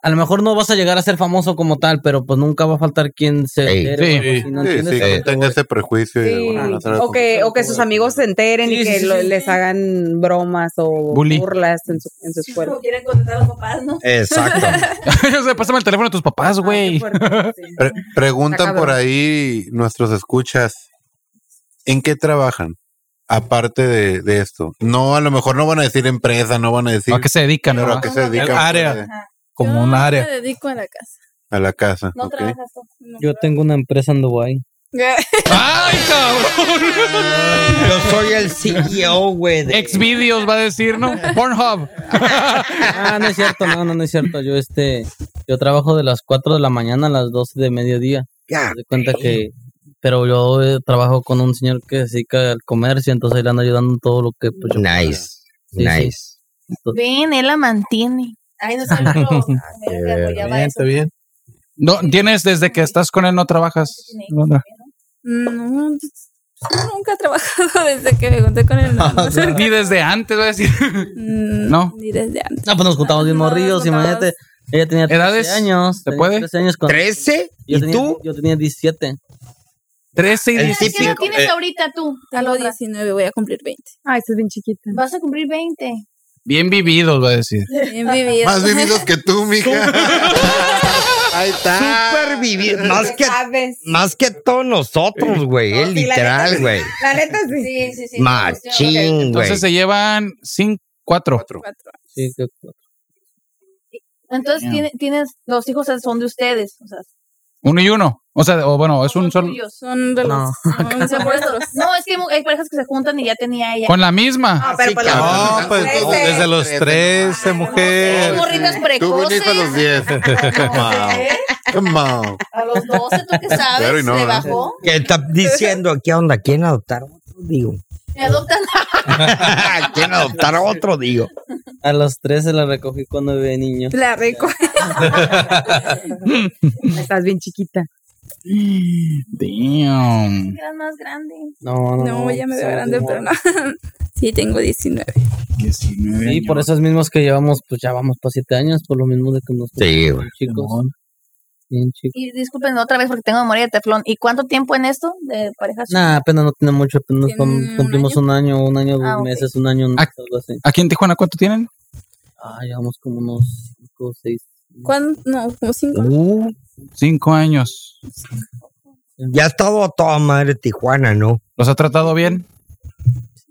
a lo mejor no vas a llegar a ser famoso como tal, pero pues nunca va a faltar quien se. entere o algo
Sí,
así, ¿no
sí,
entiendes?
sí, que no tenga ese prejuicio. y de, bueno, no se la
o, que, o que sus amigos se enteren y
Sí,
que
sí,
lo-
sí.
les hagan bromas o
Bully.
burlas en su, en su escuela.
Como quieren contratar a los papás, ¿no?
[laughs]
O sea, Pásame el teléfono de tus papás, güey.
Pre- preguntan
cabrón.
por ahí nuestros escuchas, ¿en qué trabajan? Aparte de, de esto. No, a lo mejor no van a decir empresa, no van a decir... ¿A
qué se dedican?
Pero a qué se dedican.
Área.
fuera de-
Como un
Me
área.
dedico a la casa.
[laughs]
A la casa.
No
ok.
trabajas tú.
Yo tengo una empresa en Dubái.
¡Ay, cabrón!
Yo soy el CEO, güey.
Exvideos va a
[laughs]
decir, ¿no? Pornhub.
Ah, no es cierto, no, no, no es cierto. Yo este, yo trabajo de las 4 de la mañana a las 12 de mediodía.
Ya.
De cuenta que, pero yo eh, trabajo con un señor que se dedica al comercio, entonces ahí le ando ayudando en todo lo que. Pues, nice,
nice.
Ven, él la mantiene. Ay, no sé, [laughs] pero- ya va eso.
bien. No, tienes desde que estás con él no trabajas. No, no.
No, yo nunca he trabajado [laughs] desde que me junté
[laughs]
con él.
Ah,
[laughs]
no.
Ni desde antes, voy a decir. No.
Ni desde antes.
[laughs] No, pues nos juntamos bien morridos, imagínate. Ella tenía 13
¿Edades?
años.
¿Se
tenía
puede?
13 años cuando-
¿Trece?
Yo
¿Y
tenía-
tú?
Yo tenía 17.
13
El
¿Qué edad
eh,
tienes ahorita tú?
Tengo 19, voy a cumplir 20.
Ah,
Ay, estás bien chiquita. Vas a cumplir 20.
Bien vividos, va a decir.
Bien
[laughs]
vivido.
Más vividos que
[laughs]
tú,
Mm,
mija. [laughs] Ahí está.
Súper vivido. Más que,
sabes.
más que todos nosotros, güey. es
sí, la
literal,
neta,
güey.
La neta sí.
Sí, sí, sí.
Machín, güey.
Entonces se llevan cinco, cuatro.
Sí, que-
Entonces
Ya.
tiene- tienes, los hijos son de ustedes. O sea,
Uno y uno. O sea, o bueno, es un solo.
tuyos.
Son de
No.
Son vuestros. No, es que mu- hay parejas que se juntan y ya tenía ella.
Con la misma.
Ah, pero pues la-
No, pues
Trece.
desde los 13, mujer.
Hay morritas
Tuve un
precoces.
hijo a los [laughs] 10. Come on.
A los 12, ¿tú qué sabes?
Claro y no,
¿Le
¿eh?
bajó?
¿Qué está diciendo? ¿Qué onda? ¿Quién adoptar otro? Digo.
¿Me adoptan?
[laughs] ¿Quién adoptar otro? Digo.
A los 13 la recogí cuando
[laughs]
bebé niño.
La rico.
Estás bien chiquita.
Damn.
Eran más grande.
No, no,
No, [laughs] ya me veo grande, pero no. Sí, tengo 19.
19
Sí, por esos mismos que llevamos, pues ya vamos para siete años, por lo mismo de que nos
Sí, güey.
chicos. Bien chicos.
Y disculpen otra vez porque tengo memoria de teflón. ¿Y cuánto tiempo en esto de parejas?
Nah, apenas no tiene mucho, apenas cum- cumplimos un año, un año, dos
Ah, ok.
meses, un año, algo así.
¿Aquí en Tijuana cuánto tienen?
Ah, llevamos como unos cinco, seis.
¿Cuándo? No, como
[laughs]
5.
Uh, cinco años.
Ya ha estado a toda Oh, madre Tijuana, ¿no?
¿Los ha tratado bien?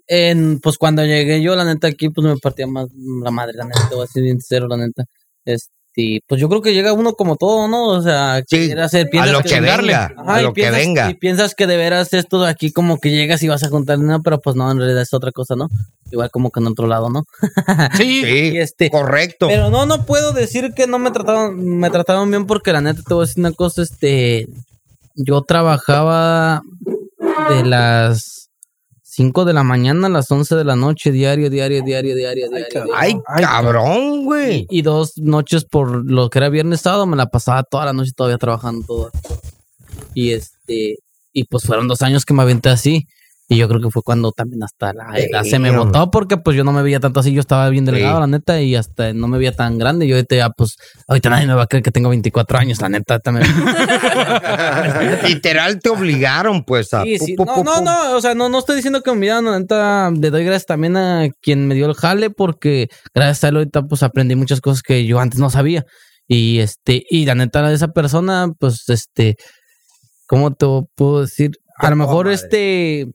En, pues cuando llegué yo, la neta, aquí, pues me partía más la madre, la neta, voy a ser bien sincero, la neta. Este, pues yo creo que llega uno como todo, ¿no? O sea, quiere hacer, piensas
lo que
chingarle.
venga, a
y
lo que
piensas-
venga.
Y piensas que de veras esto de aquí como que llegas y vas a juntar dinero, pero pues no, en realidad es otra cosa, ¿no? Igual como que en otro lado, ¿no?
[laughs]
este,
Sí, correcto.
Pero no, no puedo decir que no me trataron, me trataron bien porque la neta te voy a decir una cosa, este, yo trabajaba de las 5 de la mañana a las 11 de la noche, diario, diario, diario, diario, diario. diario.
Ay, cabrón, güey.
Y dos noches por lo que era viernes sábado, me la pasaba toda la noche todavía trabajando todo. Y este, y pues fueron dos años que me aventé así. Y yo creo que fue cuando también hasta la edad se me
Damn.
botó porque pues yo no me veía tanto así, yo estaba bien delgado,
Sí.
la neta, y hasta no me veía tan grande. Y ahorita ya, pues, ahorita nadie me va a creer que tengo 24 años, la neta,
[laughs]
también. [laughs]
Literal te obligaron, pues, a.
Sí, sí.
pu- pu-
No, no,
pu-
no, o sea, no, no estoy diciendo que me dieron, la neta, le doy gracias también a quien me dio el jale porque gracias a él ahorita pues aprendí muchas cosas que yo antes no sabía. Y este, y la neta de esa persona, pues este, ¿cómo te puedo decir? A lo mejor este,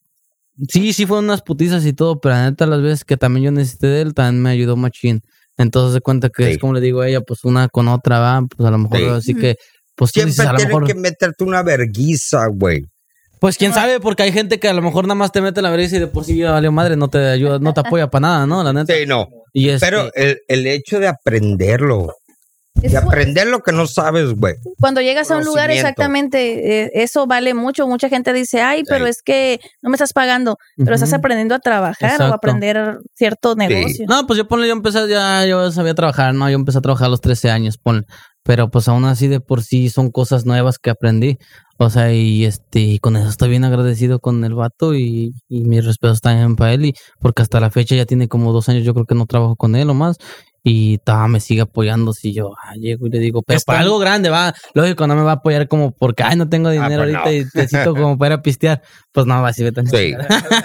sí, sí fueron unas putizas y todo, pero la neta las veces que también yo necesité de él, también me ayudó machín. Entonces de cuenta que es como le digo a ella, pues una con otra va, pues a lo mejor
Sí.
así que, pues tú
Siempre
dices, a lo
tienen
mejor...
que meterte una verguiza, güey.
Pues quién sabe, porque hay gente que a lo mejor nada más te mete la vergüenza y de por sí ya valió madre, no te ayuda, no te apoya para nada, ¿no? La neta.
Sí, no.
Y este-
Pero el, el hecho de aprenderlo, de aprender lo que no sabes, güey.
Cuando llegas a un lugar,
Conocimiento.
exactamente, eh, eso vale mucho. Mucha gente dice, ay, pero es que no me estás pagando, pero
Ujú.
estás aprendiendo a trabajar o
Exacto.
aprender cierto negocio.
No, pues yo ponle, yo empecé, ya yo sabía trabajar, no, yo empecé a trabajar a los 13 años, ponle. Pero pues aún así de por sí son cosas nuevas que aprendí. O sea, y este, y con eso estoy bien agradecido con el vato y, y mis respetos también para él, y porque hasta la fecha ya tiene como dos años, yo creo que no trabajo con él o más, y ta, me sigue apoyando si yo ah, llego y le digo, pero para algo grande, va, lógico, no me va a apoyar como porque, ay, no tengo dinero
pues
ahorita
no.
y necesito como para ir a pistear, pues no, va, si vete a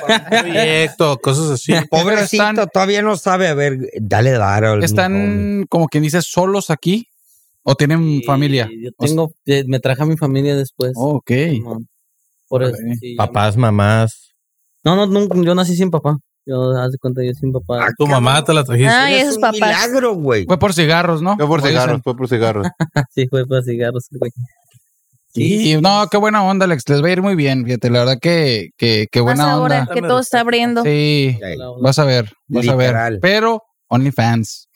proyecto, cosas así.
[laughs] Pobrecito, todavía no sabe. A ver, dale, dale.
¿Están como quien dice solos aquí? ¿O tienen familia? Oh,
Yo tengo, eh, me traje a mi familia después.
ok.
Por eso, sí, ya-
Papás, mamás.
No, no, nunca, yo nací sin papá. Yo, haz de cuenta, yo sin papá.
Tu mamá te la trajiste.
Ah, y esos papás.
güey.
Fue por cigarros, ¿no? Fue
por cigarros, fue por cigarros.
sí, fue por [laughs] cigarros, güey.
Sí, no, qué buena onda, Alex. Les va a ir muy bien, fíjate, la verdad que, que, que
Más
buena
ahora
onda.
que todo está abriendo.
Sí, vas a ver, vas a ver. Pero OnlyFans.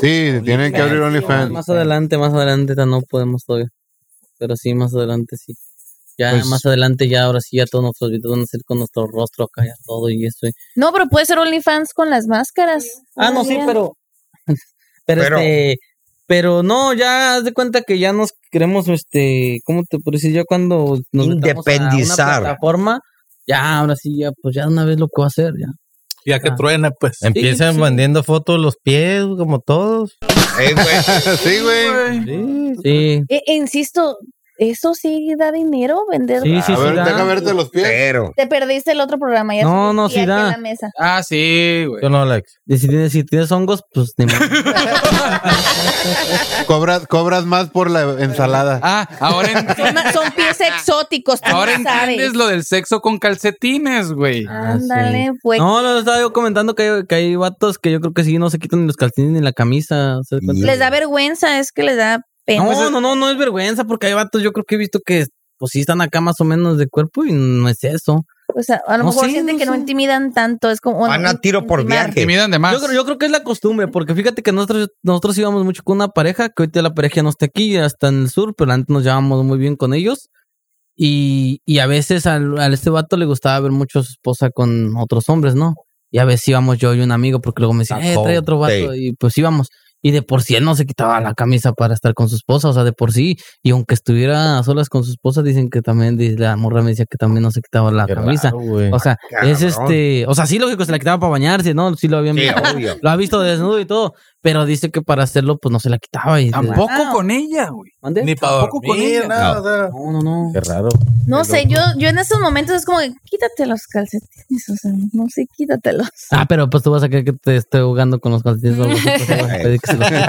sí, tienen
que abrir
OnlyFans.
Más adelante, más adelante, ta, no podemos todavía. Pero sí, más adelante, sí. Ya
Pues-
más adelante, ya ahora sí, ya todos nuestros videos van a ser con nuestro rostro acá, ya todo y eso. y-
No, pero puede ser OnlyFans con las máscaras.
Ah, no, sí,
Todavía.
pero. Pero,
Pero-
este. Pero no, ya haz de cuenta que ya nos queremos, este. ¿Cómo te puedo decir? Ya cuando nos metamos a
Independizar.
una plataforma, ya, ahora sí, ya, pues ya de una vez lo que voy a hacer, ya.
Ya que truena, pues.
Empiezan Ah. vendiendo fotos los pies, como todos.
Eh,
sí, güey.
Sí,
sí.
Eh, insisto, eso sí da dinero vender.
a ver, deja verte los pies.
Pero.
Te perdiste el otro programa. Ya
No, no,
subí
sí
aquí
da.
a la mesa.
Ah, sí, güey.
Yo no, Alex.
Y si tienes,
[laughs]
si tienes hongos, pues ni modo.
Cobras, cobras más por la ensalada.
Ah, ahora
Son, son
[laughs]
pies exóticos, tú
Ahora
no sabes.
entiendes lo del sexo con calcetines, güey.
Ándale, pues.
ah, No, no, estaba yo comentando que hay, que hay vatos que yo creo que sí no se quitan ni los calcetines ni la camisa. ¿se da cuenta?
Les da vergüenza, es que les da pena.
No, no, no, no es vergüenza porque hay vatos, yo creo que he visto que pues sí están acá más o menos de cuerpo y no es eso.
O sea, a lo
No
mejor
sé,
sienten
no
que no
sé.
intimidan tanto. Es como.
Van a tiro por
intimar.
viaje.
de más.
Yo creo, yo creo que es la costumbre, porque fíjate que nosotros, nosotros íbamos mucho con una pareja, que ahorita la pareja ya no está aquí, ya está en el sur, pero antes nos llevábamos muy bien con ellos. Y, y a veces al, a este vato le gustaba ver mucho a su esposa con otros hombres, ¿no? Y a veces íbamos yo y un amigo, porque luego me decía, eh, trae otro vato.
Sí.
Y pues íbamos. Y de por sí él no se quitaba la camisa para estar con su esposa, o sea, de por sí. Y aunque estuviera a solas con su esposa, dicen que también, dice, la morra me decía que también no se quitaba la
Qué
camisa.
raro, güey.
o sea,
Ah,
es
cabrón.
este, o sea, sí lógico, se la quitaba para bañarse, ¿no? Sí lo habían
Sí,
visto.
obvio.
[laughs] Lo ha visto desnudo y todo, pero dice que para hacerlo, pues no se la quitaba. Y,
Tampoco con ella, güey.
Ni
para dormir, nada,
No.
o sea.
No, no, no.
Qué raro.
No sé, yo, yo en esos momentos es como, que, quítate los calcetines, o sea, no sé,
[laughs]
quítatelos.
Ah, pero pues tú vas a creer que te estoy ahogando con los calcetines. o algo así, pues,
[laughs]
te vas a pedir que se los quite.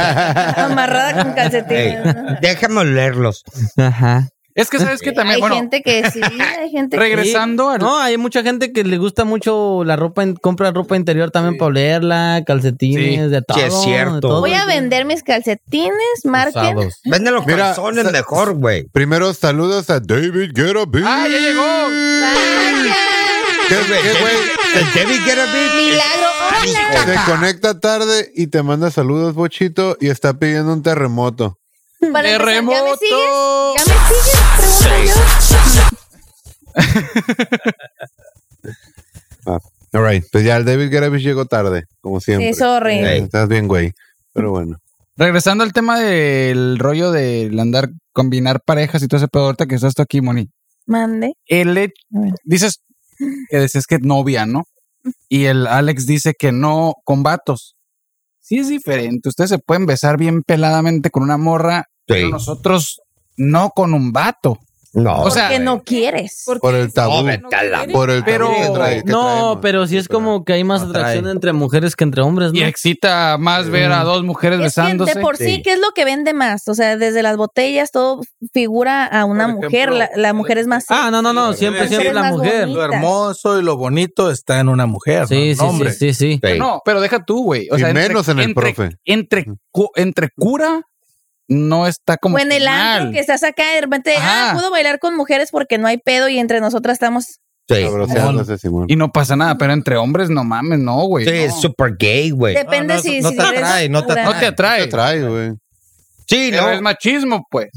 Amarrada con calcetines.
Ey, déjame olerlos.
Ajá.
Es que sabes que también,
hay
bueno,
gente que sí, hay gente
Regresando
Sí.
al-
No, hay mucha gente que le gusta mucho la ropa, en- compra ropa interior también para olerla, calcetines,
Sí.
de todo.
Sí, es cierto.
de
que...
todo.
Voy a vender mis calcetines, marquen.
Vende los calzones mejor, güey.
Primero saludos a David Guerra B.
¡Ah, ya llegó!
¿Qué, qué güey?
El David Guerra Beach
Milagro, hola.
Se conecta tarde y te manda saludos, Bochito, y está pidiendo un terremoto.
Para empezar, ¿Ya me
¡Terremoto!
sigues? ¿Ya me sigues? Pregunto yo.
Ah, all right. Pues ya el David Guerra B llegó tarde, como siempre.
Sí, sorry.
Eh, Estás bien, güey. Pero bueno.
Regresando al tema del rollo del andar, combinar parejas y todo ese pedo ahorita que estás tú aquí, Moni.
Mande.
El he-
A ver.
dices que decías que novia, ¿no? Y el Alex dice que no con vatos. Sí es diferente. Ustedes se pueden besar bien peladamente con una morra, pero nosotros no con un vato.
No.
O sea,
que no quieres.
Por el tabú. Por el tabú
Pero-
que trae- que
No,
traemos.
pero sí es como que hay más
Atrae.
atracción entre mujeres que entre hombres, ¿no?
y excita más ver a dos mujeres
Es que
besándose.
de por sí,
Sí.
¿qué es lo que vende más? O sea, desde las botellas todo figura a una
Por
mujer.
ejemplo,
La, la mujer es más.
Ah, no, no, no, siempre,
Sí,
siempre
es
la
más
mujer.
bonito.
Lo hermoso y lo bonito está en una mujer. no en
Sí,
un
sí, sí,
hombre.
sí, sí.
Sí.
No, pero deja tú, güey. O
Y
sea,
menos en el
entre,
profe.
Entre, cu- entre cura no está como
o en
que
el antro
mal.
que estás acá de repente, ah,
Ajá.
pudo bailar con mujeres porque no hay pedo y entre nosotras estamos.
Sí,
Sabroseándose, Simón.
Y no pasa nada, pero entre hombres no mames, no, güey.
sí, es
no.
super gay, güey.
Depende
no,
si,
no
si
te atrae, no te
pura.
No te atrae.
Te trae, güey.
Sí,
Pero es
no.
machismo, pues.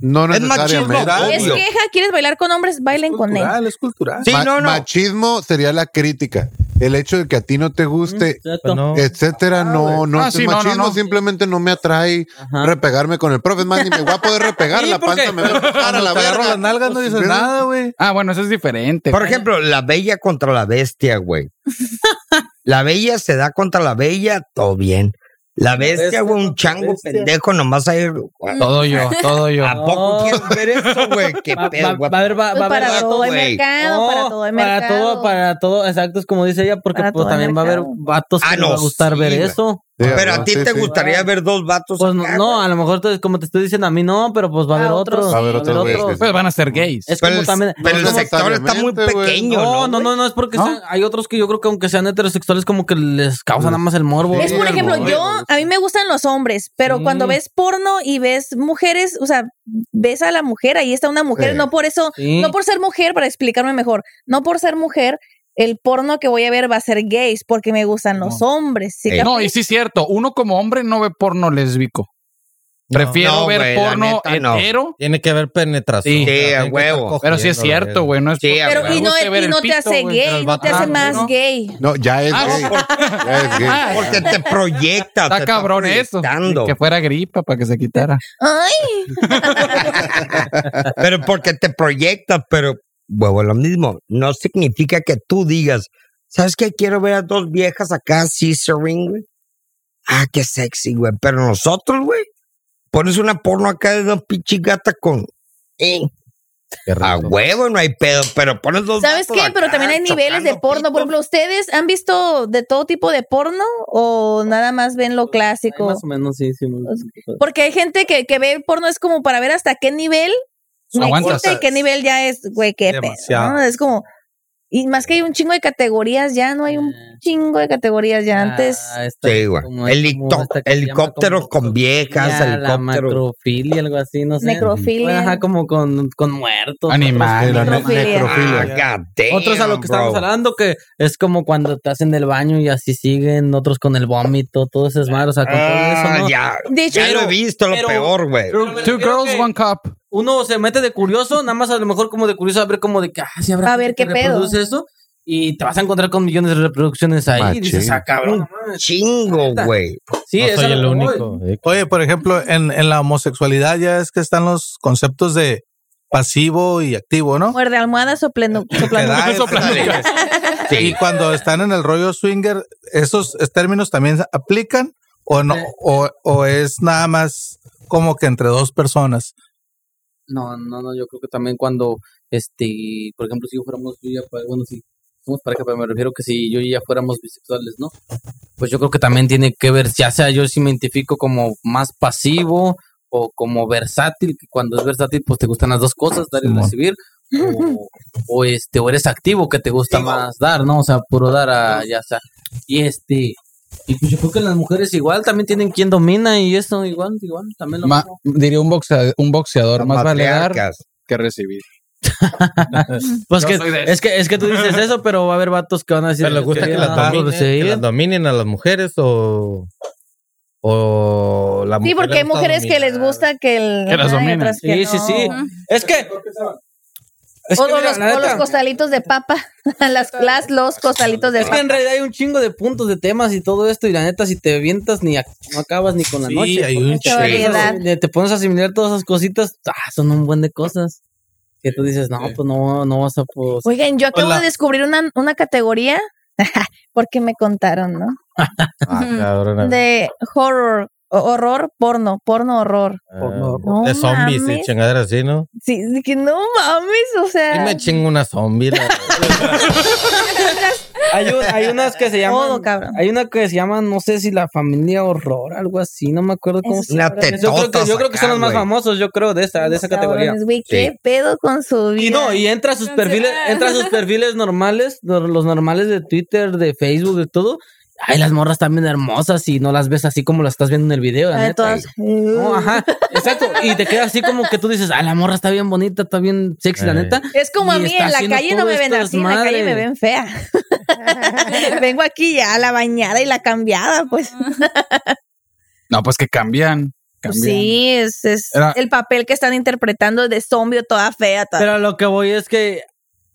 No
Es
necesariamente.
machismo,
Es
obvio.
queja, quieres bailar con hombres, bailen con él.
Cultural, es cultural.
Sí,
Ma-
no, no.
Machismo sería la crítica. El hecho de que a ti no te guste,
Exacto.
No.
etcétera, no, no.
Ah,
es
sí, no, no,
machismo
no.
simplemente no me atrae
Ajá.
repegarme con el profe. Es más, ni me voy a poder repegar.
Sí,
la
porque-
panza me va a empujar a la
Te agarro
verga.
las nalgas, no dices
¿verdad?
nada, güey.
Ah, bueno, eso es diferente.
Por ejemplo, la bella contra la bestia, güey.
[laughs]
La bella se da contra la bella, todo bien. La bestia, güey, un chango pendejo, nomás ahí. [laughs]
todo yo, todo yo.
¿A poco
No.
quieres ver eso, güey? ¿Qué
Va,
pedo,
va-
güey?
va a haber, va, va a
Pues
haber
para
vato,
todo hay
güey.
mercado, para todo hay mercado.
Para todo, para todo, exacto, es como dice ella, porque
Para
pues,
todo hay
también va a haber
mercado.
vatos que
Ah,
les
no,
va a gustar
sí,
ver
güey.
eso.
Sí,
Pero a
¿no?
ti
Sí,
te
sí.
gustaría ver dos vatos.
Pues
acá,
no, no,
güey.
a lo mejor te- como te estoy diciendo a mí no, pero pues va a haber
A
otros.
otros
Va a haber otros güeyes que sí.
Pues van a ser gays.
Es
Pero
como
el-
también.
pero el
no
sector está muy
necesariamente, güey.
pequeño,
no,
¿no?
no, no, no, es porque
¿No?
sean- hay otros que yo creo que aunque sean heterosexuales como que les causa nada más el morbo.
Es por
Mm. Sí,
ejemplo,
amor.
yo, a mí me gustan los hombres, pero
Sí.
cuando ves porno y ves mujeres, o sea, ves a la mujer, ahí está una mujer,
Sí.
no por eso,
Sí.
no por ser mujer, para explicarme mejor, no por ser mujer, el porno que voy a ver va a ser gays, porque me gustan los hombres. ¿sí
Eh.
capaz?
No, y sí es cierto, uno como hombre no ve porno lésbico. Prefiero
No,
ver
güey, la
porno
neta, no.
hetero,
Tiene que haber penetración.
Sí,
o sea,
a
tiene que
huevo.
estar
pero sí es
cogiendo,
cierto,
la
güey, no es
Sí,
porque
a
pero
me
y
huevo.
no,
guste ver
y
el
no te
pito,
hace
güey.
gay, no te hace
Ah,
más
¿no?
gay.
No, ya es
Ah,
gay. Ya es
Ah,
gay.
Porque
[laughs]
te proyecta. te
Está cabrón eso.
proyectando.
Que fuera gripa para que se quitara.
Ay,
Pero porque te proyectas, pero huevo, lo mismo. No significa que tú digas, ¿sabes qué? Quiero ver a dos viejas acá, scissoring, güey. Ah, qué sexy, güey. Pero nosotros, güey, pones una porno acá de dos pinches gatas con. Eh,
Qué
a
rico.
huevo no hay pedo, pero pones dos.
¿sabes
vatos
qué? Pero
acá
también hay niveles de
chocando
porno. Por
pitos.
ejemplo, ¿ustedes han visto de todo tipo de porno o nada más ven lo
Ahí
clásico?
Más o menos, sí, sí.
Porque hay gente que, que ve el porno, es como para ver hasta qué nivel me
Aguantas.
quita y qué nivel ya es, güey, qué pedo,
Demasiado.
¿no? Es como. Y más que hay un chingo de categorías ya, no hay un
Mm.
chingo de categorías ya. Antes.
Ah,
Sí, güey. Helicó- Helicóptero con viejas,
La
helicóptero.
macrofilia, algo así, no sé.
Necrofilia.
Bueno, Ajá, como con, con muertos.
Animal.
La ne-
Necrofilia.
necrofilia.
Ah, god damn,
Otros a lo que
bro.
estamos hablando, que es como cuando estás en el baño y así siguen, otros con el vómito, todo ese es malo, o sea, con todo
Ah,
eso, ¿no?
ya.
De hecho,
Ya lo he visto, lo
pero-
peor, güey.
Two girls, one cup.
Uno se mete de curioso, nada más a lo mejor como de curioso, a ver como de que, ah, sí, habrá
A ver
gente
qué
que
pedo.
reproduce eso. y te vas a encontrar con millones de reproducciones ahí. Y dices, ah, cabrón.
Chingo,
güey. Sí, es a lo que voy.
Oye, por ejemplo, en, en la homosexualidad ya es que están los conceptos de pasivo y activo,
[laughs]
¿no?
Muerde almohada
[laughs]
soplando. [laughs] soplando.
da esa alegría. Y cuando están en el rollo swinger, ¿esos términos también se aplican o no? O, o es nada más como que entre dos personas?
No, no, no, yo creo que también cuando, este, por ejemplo, si fuéramos yo ya, pa- bueno, si somos pareja, pero me refiero que si yo y ya fuéramos bisexuales, ¿no? Pues yo creo que también tiene que ver, ya sea yo si me identifico como más pasivo o como versátil, que cuando es versátil, pues te gustan las dos cosas, dar y recibir, o este, o eres activo, que te gusta más dar, ¿no? O sea, puro dar a, ya sea, y este, y pues yo creo que las mujeres igual también tienen quien domina y eso igual, igual, también lo
Ma-
mismo.
diría un boxeador, un boxeador más vale dar
matriarcas.
que recibir.
[laughs] Pues
Yo
que,
soy de
es que es que tú dices eso, pero va a haber vatos que "Ah, pues van a decir.
Pero les gusta que las, dominen, que las dominen a las mujeres o. O la
Sí,
mujer
porque
le
hay
gusta
mujeres que
dominar.
les gusta que el. ajá, y otras que
Sí, sí,
no.
sí. Es que. Es
o,
que,
o
mira,
los,
la
o
neta,
los costalitos de papa. [laughs] las, las- los costalitos de
es que en
papa.
realidad hay un chingo de puntos de temas y todo esto, y la neta, si te avientas, ni ac- no acabas ni con la
Sí,
noche.
hay un chingo.
porque te pones a
Variedad.
asim- Te pones a asimilar todas esas cositas, ah, son un buen de cosas. Que tú dices, no, pues no, no vas a. Pues,
Oigan, yo acabo
Hola.
de descubrir una, una categoría [laughs] porque me contaron, ¿no?
Ah, cabrón, a ver.
De horror, o- horror, porno, porno horror.
Ah,
No
de zombies y
mames.
chingaderas así, ¿no?
Sí, de que no mames, o
Y
sea. [laughs]
me chingo una
[laughs]
zombie. la-
Hay, un- hay unas que se llaman.
Todo, cabrón.
Hay una que se llama, no sé si la familia horror, algo así, no me acuerdo cómo
Esos
se llama.
cabrones.
Yo creo que, yo creo que son los más
Güey.
famosos, yo creo, de esa, de esa categoría.
Cabrones, güey, qué pedo con su vida. ah.
Y no, y entra a sus perfiles, entra a sus perfiles normales, nor- los normales de Twitter, de Facebook, de todo. Ay, las morras también hermosas y no las ves así como las estás viendo en el video. la
Ah,
neta.
todas.
No, ajá, exacto. Y te queda así como que tú dices, ah, la morra está bien bonita, está bien sexy, la
Eh.
neta.
Es como a
Y
mí,
está
en la
haciendo
calle no
todo
me ven
esto
así, en la calle
desmadre.
me ven fea. [laughs] Vengo aquí ya a la bañada y la cambiada, pues.
No, pues que cambian. cambian.
Sí, es, es
Era-
el papel que están interpretando de zombie o toda fea. toda-
Pero a lo que voy es que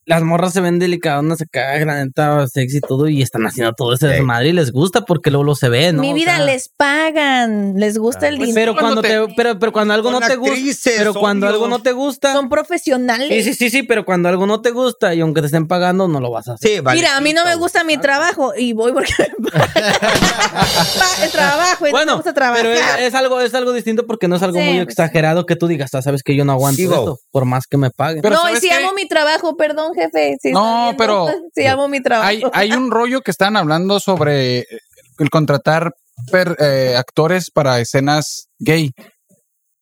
las morras se ven delicadonas acá, la neta, sexy y todo, y están haciendo todo ese desmadre y les gusta porque luego lo se ve, eh, ¿no?
Mi
O
vida
sea,
les pagan, les gusta el
pues,
dinero.
pero cuando te, pero, pero cuando algo no
Son
te gusta,
actrices,
pero cuando
obvio.
algo no te gusta,
son profesionales.
Sí, sí, sí, sí, pero cuando algo no te gusta y aunque te estén pagando, no lo vas a hacer. Sí,
Mira, a mí no me gusta mi trabajo y voy porque [laughs] me
[laughs]
pagan. el trabajo y no me
Bueno,
gusta pues, trabajar.
pero es, es algo, es algo distinto porque no es algo
Sí,
muy
pues,
exagerado que tú digas, ah, sabes que yo no aguanto
Sigo.
esto, por más que me paguen.
no, y si amo mi trabajo, perdón, jefe. si
No,
está
pero-
viendo, [laughs] Si amo mi trabajo.
Hay, hay un rollo que están hablando sobre el contratar per- eh, actores para escenas gay.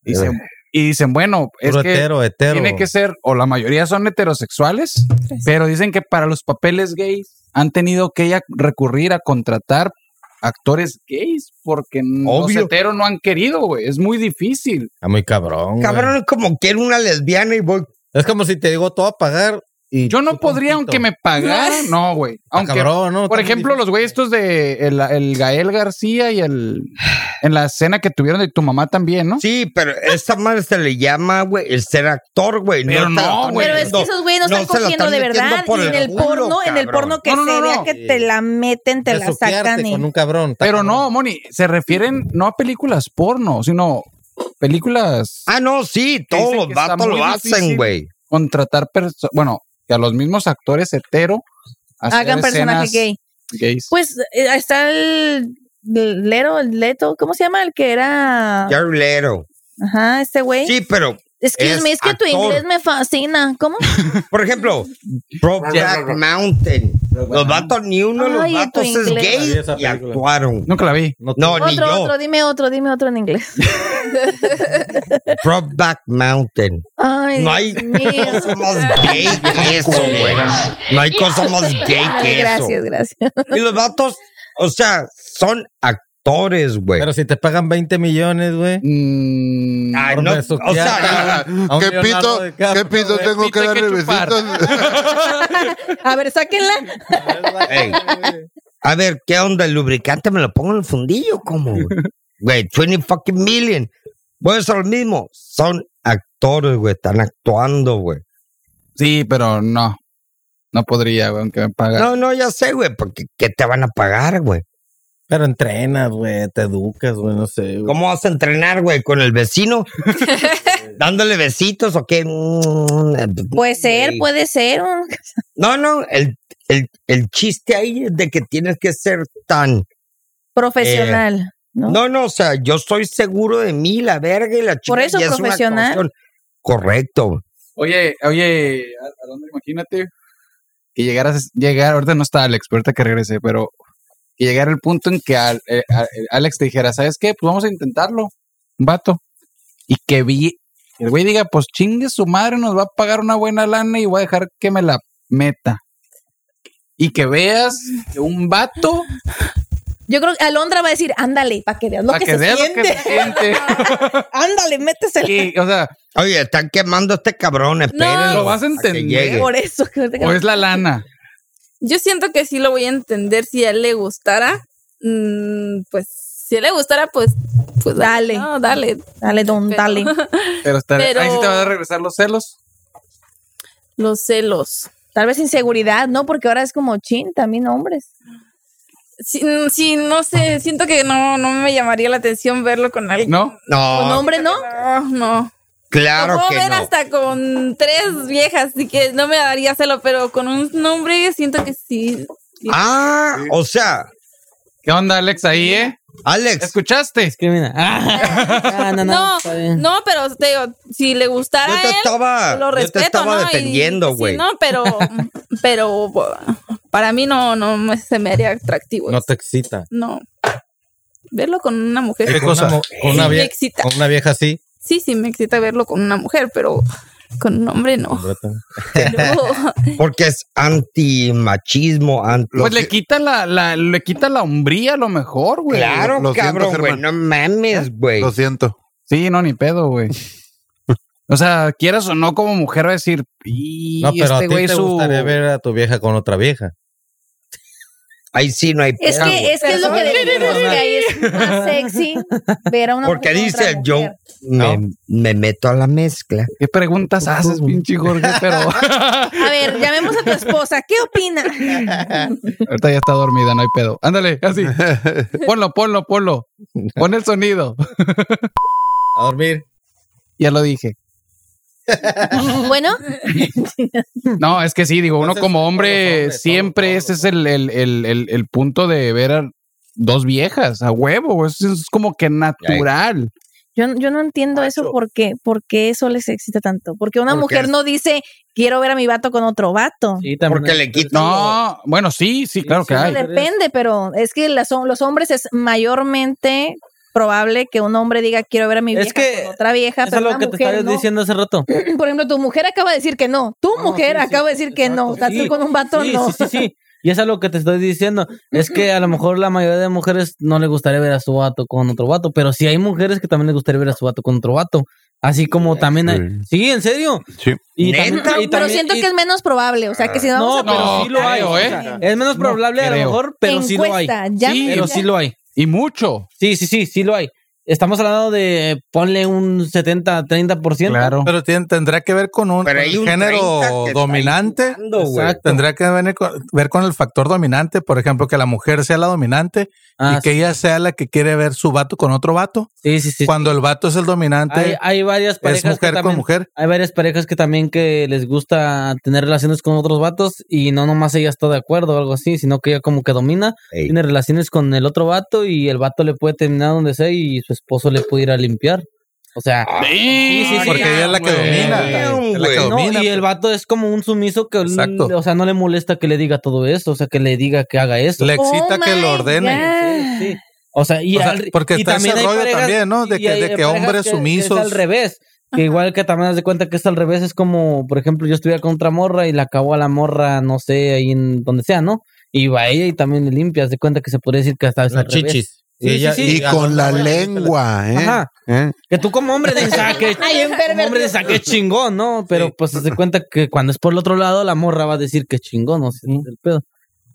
Y dicen, y dicen, bueno, es
Puro
que
hetero, hetero.
tiene que ser, o la mayoría son heterosexuales,
Pues
pero dicen que para los papeles gays han tenido que ya recurrir a contratar actores gays porque
Obvio.
los heteros no han querido, güey. Es muy difícil.
Está Ah, muy cabrón. güey.
Cabrón, es como quiero una lesbiana y voy.
Es como si te digo todo a pagar. Y
Yo no podría, aunque me pagaran. No, güey. Aunque,
cabrón, ¿no?
por
Está muy
ejemplo, los güeyes estos de el, el Gael García y el. En la escena que tuvieron de tu mamá también, ¿no?
Sí, pero esa madre se le llama, güey, el ser actor, güey. te
Pero
la
no,
están
güey.
Pero es que
metiendo-
esos güeyes no, están
se la
cogiendo de
metiendo
verdad.
por
Y en el
culo,
porno, en el
cabrón.
porno que se vea que te la meten, te la sacan. y-
cabrón.
Pero no, Moni, se refieren no a películas porno, sino películas.
Ah, no, sí,
que dicen
todos los
que está
vatos
muy
lo hacen,
difícil
güey.
Contratar, perso- bueno, que a los mismos actores hetero hacer
Hagan personaje
escenas
gay.
gays.
Pues eh, ahí está el el Lero, el Leto, ¿cómo se llama? El que era.
Jared Leto.
Ajá, este güey.
Sí, pero.
Excuse me, es que tu
actor.
inglés me fascina. ¿Cómo?
Por ejemplo, Brokeback Mountain. Los vatos, ni uno de los
Ay, tu
vatos es
inglés.
gay y actuaron.
Nunca la vi.
No, ni
otro,
yo.
otro, dime otro, dime otro en inglés. [laughs]
Brokeback Mountain.
Ay,
No hay
Dios mío.
cosa más gay que eso, güey.
[laughs]
No hay cosa más gay que eso.
Gracias, gracias.
Y los vatos, o sea, son actores, güey.
Pero si te pagan 20 millones, güey.
Mm, Ay,
por
no,
besuquear
o sea,
a un
[laughs] ¿Qué
Leonardo
pito,
DiCaprio,
qué pito
güey?
tengo que
Pito hay
darle
chupar.
besitos?
[laughs] A ver, sáquenla.
Ey. A ver, ¿qué onda? ¿El lubricante me lo pongo en el fundillo? ¿Cómo? güey? Güey, 20 fucking million. Bueno, eso es lo mismo. Son actores, güey. Están actuando, güey.
Sí, pero no. No podría, güey, aunque me pagan.
No, no, ya sé, güey, porque ¿qué te van a pagar, güey?
Pero entrenas, güey, te educas, güey, no sé. güey.
¿Cómo vas a entrenar, güey? ¿Con el vecino? ¿Dándole besitos o qué?
Puede ser, Pues puede ser. un-
No, no, el, el, el chiste ahí es de que tienes que ser tan...
Profesional.
eh, ¿no? no, o sea, yo estoy seguro de mí, la verga y la chica.
Por eso
y es una
profesional.
cuestión- Correcto.
Oye, oye, ¿a, a dónde imagínate? Que llegaras, llegar, ahorita no está Alex, pero ahorita que regrese, pero que llegara el punto en que al- eh, a- eh, Alex te dijera, ¿sabes qué? Pues vamos a intentarlo, vato. Y que vi, el güey diga, pues chingue su madre, nos va a pagar una buena lana y voy a dejar que me la meta. Y que veas que un vato,
Yo creo que Alondra va a decir, ándale, para que veas lo
Pa'
que,
que
se
veas lo
siente.
que se siente.
[laughs] ándale, métesela.
que, o sea,
Oye, están quemando a este cabrón, espérenlo.
Lo vas a
que
entender.
llegue.
Por eso. que ahorita que-
o es la lana.
Yo siento que sí lo voy a entender si a él le gustara. mm, pues si a él le gustara, pues, pues
Dale.
No, dale.
Dale, don,
Pero- [laughs]
dale.
Pero, estaré-
Pero-
ahí sí te van a regresar los celos.
Los celos.
Tal vez inseguridad, ¿no? Porque ahora es como chin, también hombres.
Sí, mm, sí, no sé, siento que no, no me llamaría la atención verlo con alguien.
No,
Con
No, Ah.
hombre, ¿no?
No, no.
claro
Lo puedo
que
ver
no.
hasta con tres viejas, así que no me daría celo, pero con un hombre siento que sí.
Ah, o sea,
¿Qué onda, Alex, ahí, eh?
Alex,
¿Escuchaste?
que mira. [laughs]
Ah, no,
No,
está bien.
no, pero te digo, si le gustara
yo
a
te
él,
estaba,
lo
yo
respeto,
te estaba
¿no? Y-
defendiendo,
sí,
güey.
no, pero, pero para mí no, no me- se me haría atractivo.
pues
No te excita.
No. Verlo con una mujer.
¿Qué
Con una
cosa?
mo- Con una,
Sí, me
vie-
excita.
con una vieja así.
Sí, sí, me excita verlo con una mujer, pero con un hombre no.
Hombre, también.
No.
[laughs] Porque es antimachismo, anti...
Pues le quita la, la, le quita la hombría a lo mejor, güey.
Claro,
lo siento,
cabrón, güey,
Germán.
no mames, güey.
Lo siento.
Sí, no, ni
[laughs]
pedo, güey. O sea, quieras o no, como mujer va a decir, "Y
No, pero
este
a ti
güey
te
su...
gustaría ver a tu vieja con otra vieja.
Ahí sí no hay
Es
pedo, güey.
que, es que es lo que decimos que ahí es más sexy ver a una
Porque
mujer con otra
dice, yo
mujer.
me, me meto a la mezcla.
¿Qué preguntas haces, pinche Jorge? Pero
A ver, llamemos a tu esposa, ¿qué opina? [laughs]
ahorita ya está dormida, no hay pedo. Ándale,
[laughs]
así. Ponlo, ponlo, ponlo. Pon el sonido.
A dormir.
Ya lo dije.
Bueno,
No, es que sí, digo, uno
Entonces,
como
todos los
hombre
hombres,
siempre
todos,
ese es el, el, el, el, el punto de ver a dos viejas a huevo. Eso es como que natural.
yo, yo no entiendo eso, ¿por qué? ¿Por qué eso les excita tanto? Porque una
Porque
mujer
es-
no dice, quiero ver a mi vato con otro vato.
Sí, también
Porque
hay-
le quito.
No, bueno, sí, sí, claro que
No,
hay.
depende, pero es que las, hom- los hombres es mayormente probable que un hombre diga, quiero ver a mi vieja
Es que
con otra vieja,
Eso es
pero
lo
una
que te
mujer
estabas
no.
diciendo hace rato.
Por ejemplo, tu mujer acaba de decir que no. Tu
No,
mujer
sí, sí,
acaba de decir que no.
exacto,
Estás
sí.
con un vato,
sí,
no.
sí, sí, sí. Y eso es lo que te estoy diciendo. Es que a lo mejor la mayoría de mujeres no les gustaría ver a su vato con otro vato, pero sí hay mujeres que también les gustaría ver a su vato con otro vato. Así como también hay... Sí, en serio.
Sí.
Y
¿Neta?
también- y
pero
también-
siento
y- Ah.
que es menos probable. O sea, que si
No,
vamos a
pero sí lo hay.
creo,
o
¿eh?
sea, Es menos probable a lo
creo.
mejor, pero sí lo hay.
encuesta, ya-
Sí,
Pero sí lo hay.
Y mucho.
Sí, sí, sí, sí lo hay. Estamos hablando de ponle un 70, 30%.
Claro.
Pero tiene- tendrá que ver con un,
Pero
con
hay
el
un 30 que
género
está
dominante.
jugando, güey.
Exacto. Tendrá que ver con, ver con el factor dominante. Por ejemplo, que la mujer sea la dominante
Ah,
y que ella sea la que quiere ver su vato con otro vato.
sí, sí, sí.
Cuando el vato es el dominante,
Hay, hay varias
Este, es
parejas que
mujer con
también-
mujer.
Hay varias parejas que también que les gusta tener relaciones con otros vatos y no nomás ella está de acuerdo o algo así, sino que ella como que domina,
Ey.
tiene relaciones con el otro vato y el vato le puede terminar donde sea y su esposo le puede ir a limpiar. O sea,
Sí,
sí, sí.
Porque ella es la que
güey.
domina.
Damn,
Ah, Es la que
güey.
no,
domina. pues.
y el vato es como un sumiso que,
Exacto.
o sea, no le molesta que le diga todo eso, o sea, que le diga que haga eso.
Le excita
Oh
que lo
my
ordene.
God.
Sí, sí. O sea, y
O sea,
al-
porque
y
está ese rollo también, ¿no? De
y
que-
hay
de que
parejas
hombres sumisos.
Es al revés. Que igual que también das de cuenta que es al revés, es como, por ejemplo, yo estuviera con otra morra y la acabó a la morra, no sé, ahí en donde sea, ¿no? Y va ella y también le limpias de cuenta que se puede decir que hasta es
Las
al revés.
chichis.
Sí, sí, sí.
Y con la lengua, ¿eh?
Ajá.
¿Eh?
Que tú como hombre dices, ah, que,
[laughs] Ay, un pervertido.
hombre dices, ah, qué chingón, ¿no? Pero pues se cuenta que cuando es por el otro lado, la morra va a decir que chingón, no sé, el pedo.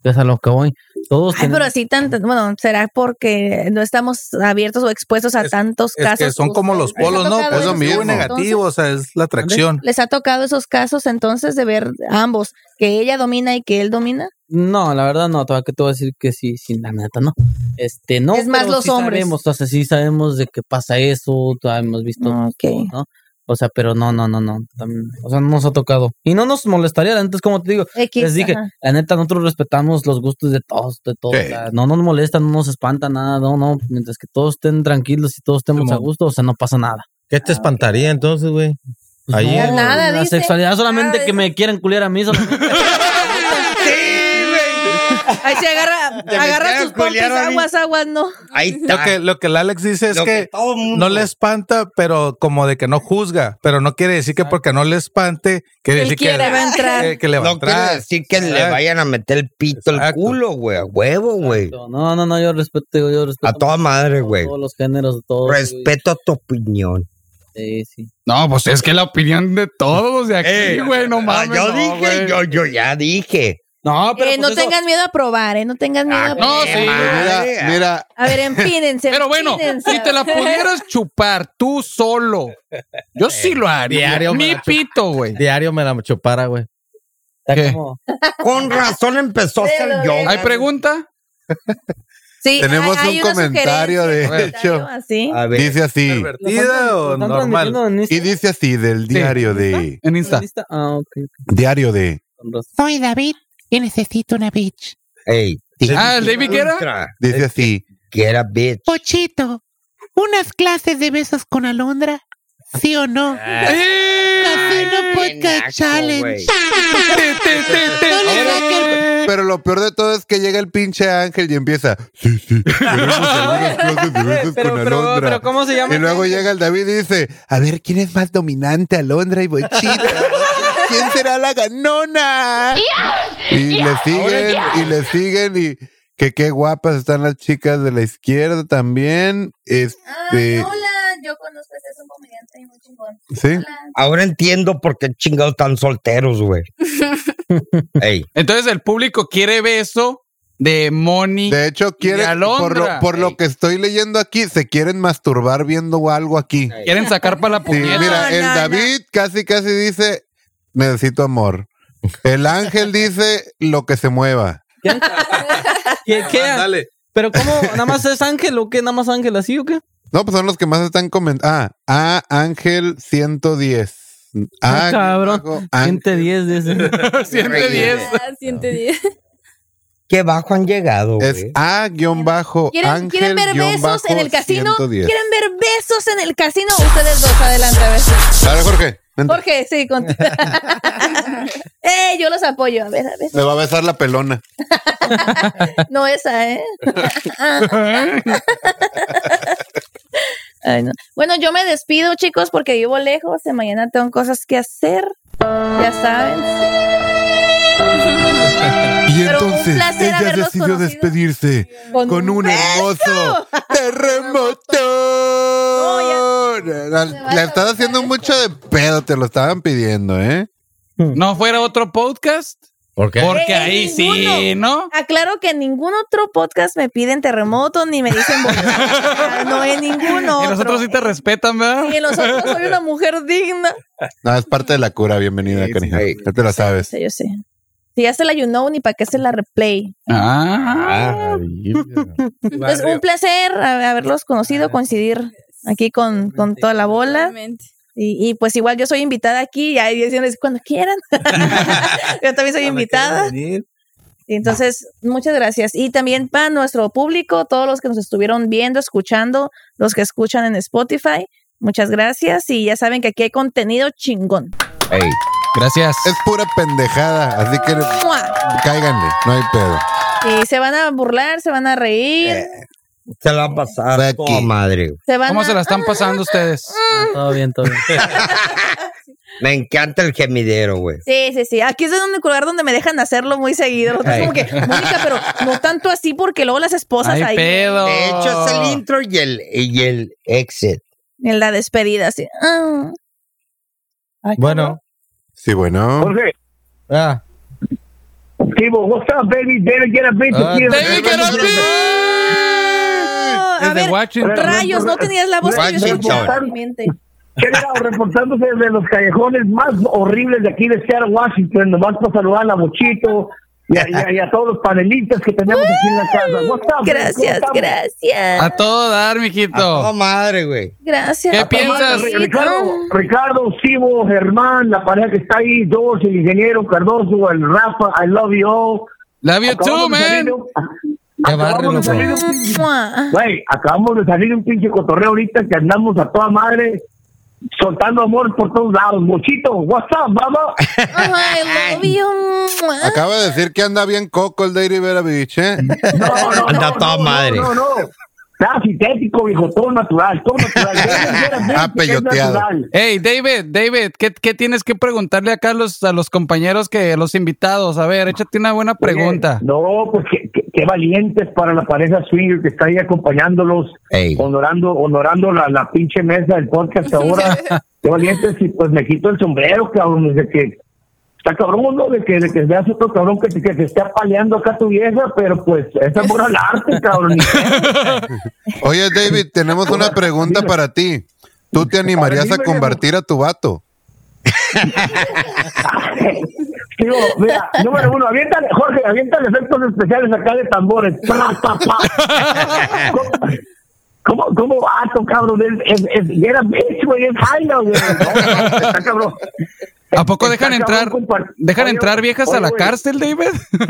Que es a lo que voy. Todos
Ay, pero así tantas, bueno, será porque no estamos abiertos o expuestos a tantos
Es
casos.
que son como los
¿Les ha
polos, ¿no?
tocado
Es lo
esos
mismo.
entonces?
negativo, o sea, es la atracción.
¿Les ha tocado esos casos entonces de ver ambos, que ella domina y que él domina?
No, la verdad no, todavía que te voy a decir que sí, sin la neta, no. Este, no.
Es más
pero
los
sí
hombres.
Sabemos, o sea, sí sabemos de que pasa eso, todavía hemos visto,
Ah,
todo, ¿no? O sea, pero no, no, no, no. tam- o sea, no nos ha tocado. Y no nos molestaría, la neta es como te digo.
X,
les dije,
ajá.
la neta, nosotros respetamos los gustos de todos, de todos.
Sí.
o sea, no nos molesta, no nos espanta nada, no, no. Mientras que todos estén tranquilos y todos estemos a gusto, o sea, no pasa nada.
¿Qué
Ah,
te espantaría entonces, güey? Ahí
No,
en-
la sexualidad
Ah,
solamente que me quieran culiar a
[laughs]
mí solamente.
Ahí se
[laughs]
agarra,
Te
agarra
metieron
sus pompis,
culiar ahorita.
aguas, aguas, no.
Lo que, lo que el Alex dice es
Lo que
que,
todo mundo-
no le espanta, pero como de que no juzga, pero no quiere decir que
Ah.
porque no le espante, quiere decir que,
quiere, va a entrar.
que, que le va a
No quiere
entrar.
decir que le vayan a meter el pito al culo, güey, a huevo, güey.
No, no, no, yo respeto, yo respeto.
A toda madre, güey.
Todos los géneros, todos.
Respeto a tu opinión.
Sí, sí.
No, pues es que la opinión de todos de aquí,
Eh,
güey, no
ah,
mames.
yo
no,
dije,
güey.
yo, yo ya dije.
No, pues
Eh,
pues,
no tengan miedo a probar, ¿eh? No tengan miedo a
No,
probar.
sí. Mira,
A ver, empínense.
Ah, Pero bueno,
empínense.
si te la pudieras chupar tú solo, yo sí lo haría.
Diario me
Mi
la chup-
pito, güey.
Diario me la chupara, güey.
¿Qué?
[laughs] Con razón
[laughs]
empezó a ser yo.
¿Hay pregunta?
[laughs] Sí,
Tenemos
hay- hay
un
una
comentario, de
sugerencia,
hecho.
así.
A ver.
Dice así.
¿Pervertida o
¿Lo están
normal?
Y dice así del diario de.
En Insta.
Ah, ok.
Diario de.
Soy David y necesito una bitch.
Ey.
Ah, ¿el David Guerra?
Dice así.
Que era bitch.
Pochito, unas clases de besos con Alondra, ¿sí o no? Casino Podcast
oh,
Challenge.
[laughs]
No le saque el-
Pero lo peor de todo es que llega el pinche ángel y empieza. Sí, sí. queremos algunas clases de besos
Pero-
con
pero-
Alondra".
pero ¿cómo se llama
Y luego llega el David y dice: A ver, ¿quién es más dominante, Alondra y
[laughs]
Bochita? ¿Quién será la ganona? Y le siguen, y le siguen, y que qué guapas están las chicas de la izquierda también.
Ay,
Este.
hola, yo conozco, este es un comediante muy chingón.
Sí.
Ahora entiendo por qué chingados están solteros,
[laughs]
güey. Ey.
Entonces el público quiere beso de Moni.
De hecho, quiere, por, lo, por lo que estoy leyendo aquí, se quieren masturbar viendo algo aquí.
Quieren sacar para la
Sí,
puñeta.
mira, el David casi casi dice, necesito amor. El ángel dice lo que se mueva.
¿Qué, qué? Pero cómo, nada más es Ángel o qué, nada más Ángel así o qué?
No, pues son los que más están comentando. Ah, A Ángel 110.
Ah,
Ah,
cabrón. 110 dice.
110.
Ah, 110.
Qué bajo han llegado,
Es A guión bajo
¿Quieren, quieren ver besos en el casino?
¿Quieren?
¿Quieren ver besos en el casino? Ustedes dos, adelante, a ver.
A ver, Jorge. vente.
Jorge, sí, contigo. [laughs] eh, yo los apoyo. A ver, a ver.
Me va a besar la pelona.
No esa, ¿eh? [laughs] Ay, no. Bueno, yo me despido, chicos, porque vivo lejos y mañana tengo cosas que hacer. Ya saben.
Y
Pero un
entonces
placer
ella
haberlos
decidió
conocido.
despedirse
Con
con,
un
un hermoso
[laughs]
terremoto. La, la estás haciendo mucho de pedo, te lo estaban pidiendo, ¿eh?
No fuera otro podcast.
¿Por qué?
Porque
Eh,
ahí sí,
ninguno.
¿no?
Aclaro que en ningún otro podcast me piden terremoto ni me dicen
[laughs]
volcán. No, en ninguno.
Y nosotros
otro.
sí te respetan, ¿verdad?
Y en los otros soy una mujer digna.
No, es parte de la cura, bienvenida, canija. Ya te la sabes.
Yo sé. Si ya se la you know, ni para qué se la replay.
Ah,
Pues un placer a- haberlos conocido, coincidir aquí con, con toda la bola. Y, y pues igual yo soy invitada aquí y ahí diciéndoles cuando quieran. [laughs] yo también soy invitada. Y Entonces, muchas gracias. Y también para nuestro público, todos los que nos estuvieron viendo, escuchando, los que escuchan en Spotify, muchas gracias. Y ya saben que aquí hay contenido chingón.
Gracias.
Es pura pendejada, así que
¡Mua!
cáiganle, no hay pedo.
Y se van a burlar, se van a reír,
Se la va a pasar toda madre.
se van
Eh, ¿Cómo
a...
se la están pasando ustedes?
Todo bien, todo bien.
[laughs] Me encanta el gemidero, güey.
Sí, sí, sí. Aquí es el único lugar donde me dejan hacerlo muy seguido. Lo otro es como que, Mónica, pero no tanto así porque luego las esposas
Ay,
ahí.
pedo.
De hecho, es el intro y el, y el exit.
En la despedida, así. ah.
Bueno.
Sí, bueno.
Ah.
People, what's up, baby? Dana, get up, bitch.
Ah, Dana, get up,
A ver, rayos, no tenías la voz que yo escuchaba. Miente.
Checa, reportándose de los callejones más horribles de aquí de Seattle, Washington. Nomás para saludar a Bochito y a, y a- y a todos los panelistas que tenemos aquí en la casa. What's up, baby?
Gracias,
¿Cómo estamos?
gracias.
A todo dar, mijito.
A toda
madre, güey.
Gracias.
Ah,
¿Qué piensas?
Ricardo, Ricardo, Ricardo, Sibo, Germán, la pareja que está ahí, George, el ingeniero, Cardoso, el Rafa, I love you all.
Love you
too, man.
Acabamos de salir de un pinche- Güey, acabamos de salir de un pinche cotorreo ahorita que andamos a toda madre soltando amor por todos lados. Mochito, what's up,
[laughs]
vamos.
I love you.
Acaba de decir que anda bien coco el de Rivera Beach, ¿eh?
Anda toda madre.
No, no. Está sintético, viejo, todo natural, todo
[laughs]
natural.
Ah, peyoteado.
Hey, David, David, ¿qué, qué tienes que preguntarle acá a los, a los compañeros que, los invitados? A ver, échate una buena pregunta.
No, pues qué, qué- qué valientes para la pareja swinger que está ahí acompañándolos, honorando honorando la, la pinche mesa del podcast ahora. qué valientes y pues me quito el sombrero, cabrón, desde que está cabrón, ¿no? De que, de que veas otro cabrón que, te- que te esté apaleando acá tu vieja, pero pues es amor al arte, [laughs] cabrón.
Oye, David, tenemos una pregunta para ti. ¿Tú te animarías a convertir a tu vato?
Digo, mira, número uno, aviéntale, Jorge, aviéntale efectos especiales acá de tambores. Pa, pa, pa. ¿Cómo, cómo, cómo vato, cabrón? Es, es, es, era bitch, güey, es jaina, güey. No, no, está cabrón.
¿A poco dejan
Está cabrón
entrar,
compar-
dejan
Oye,
entrar viejas
oye,
a la
güey.
cárcel, David?
No,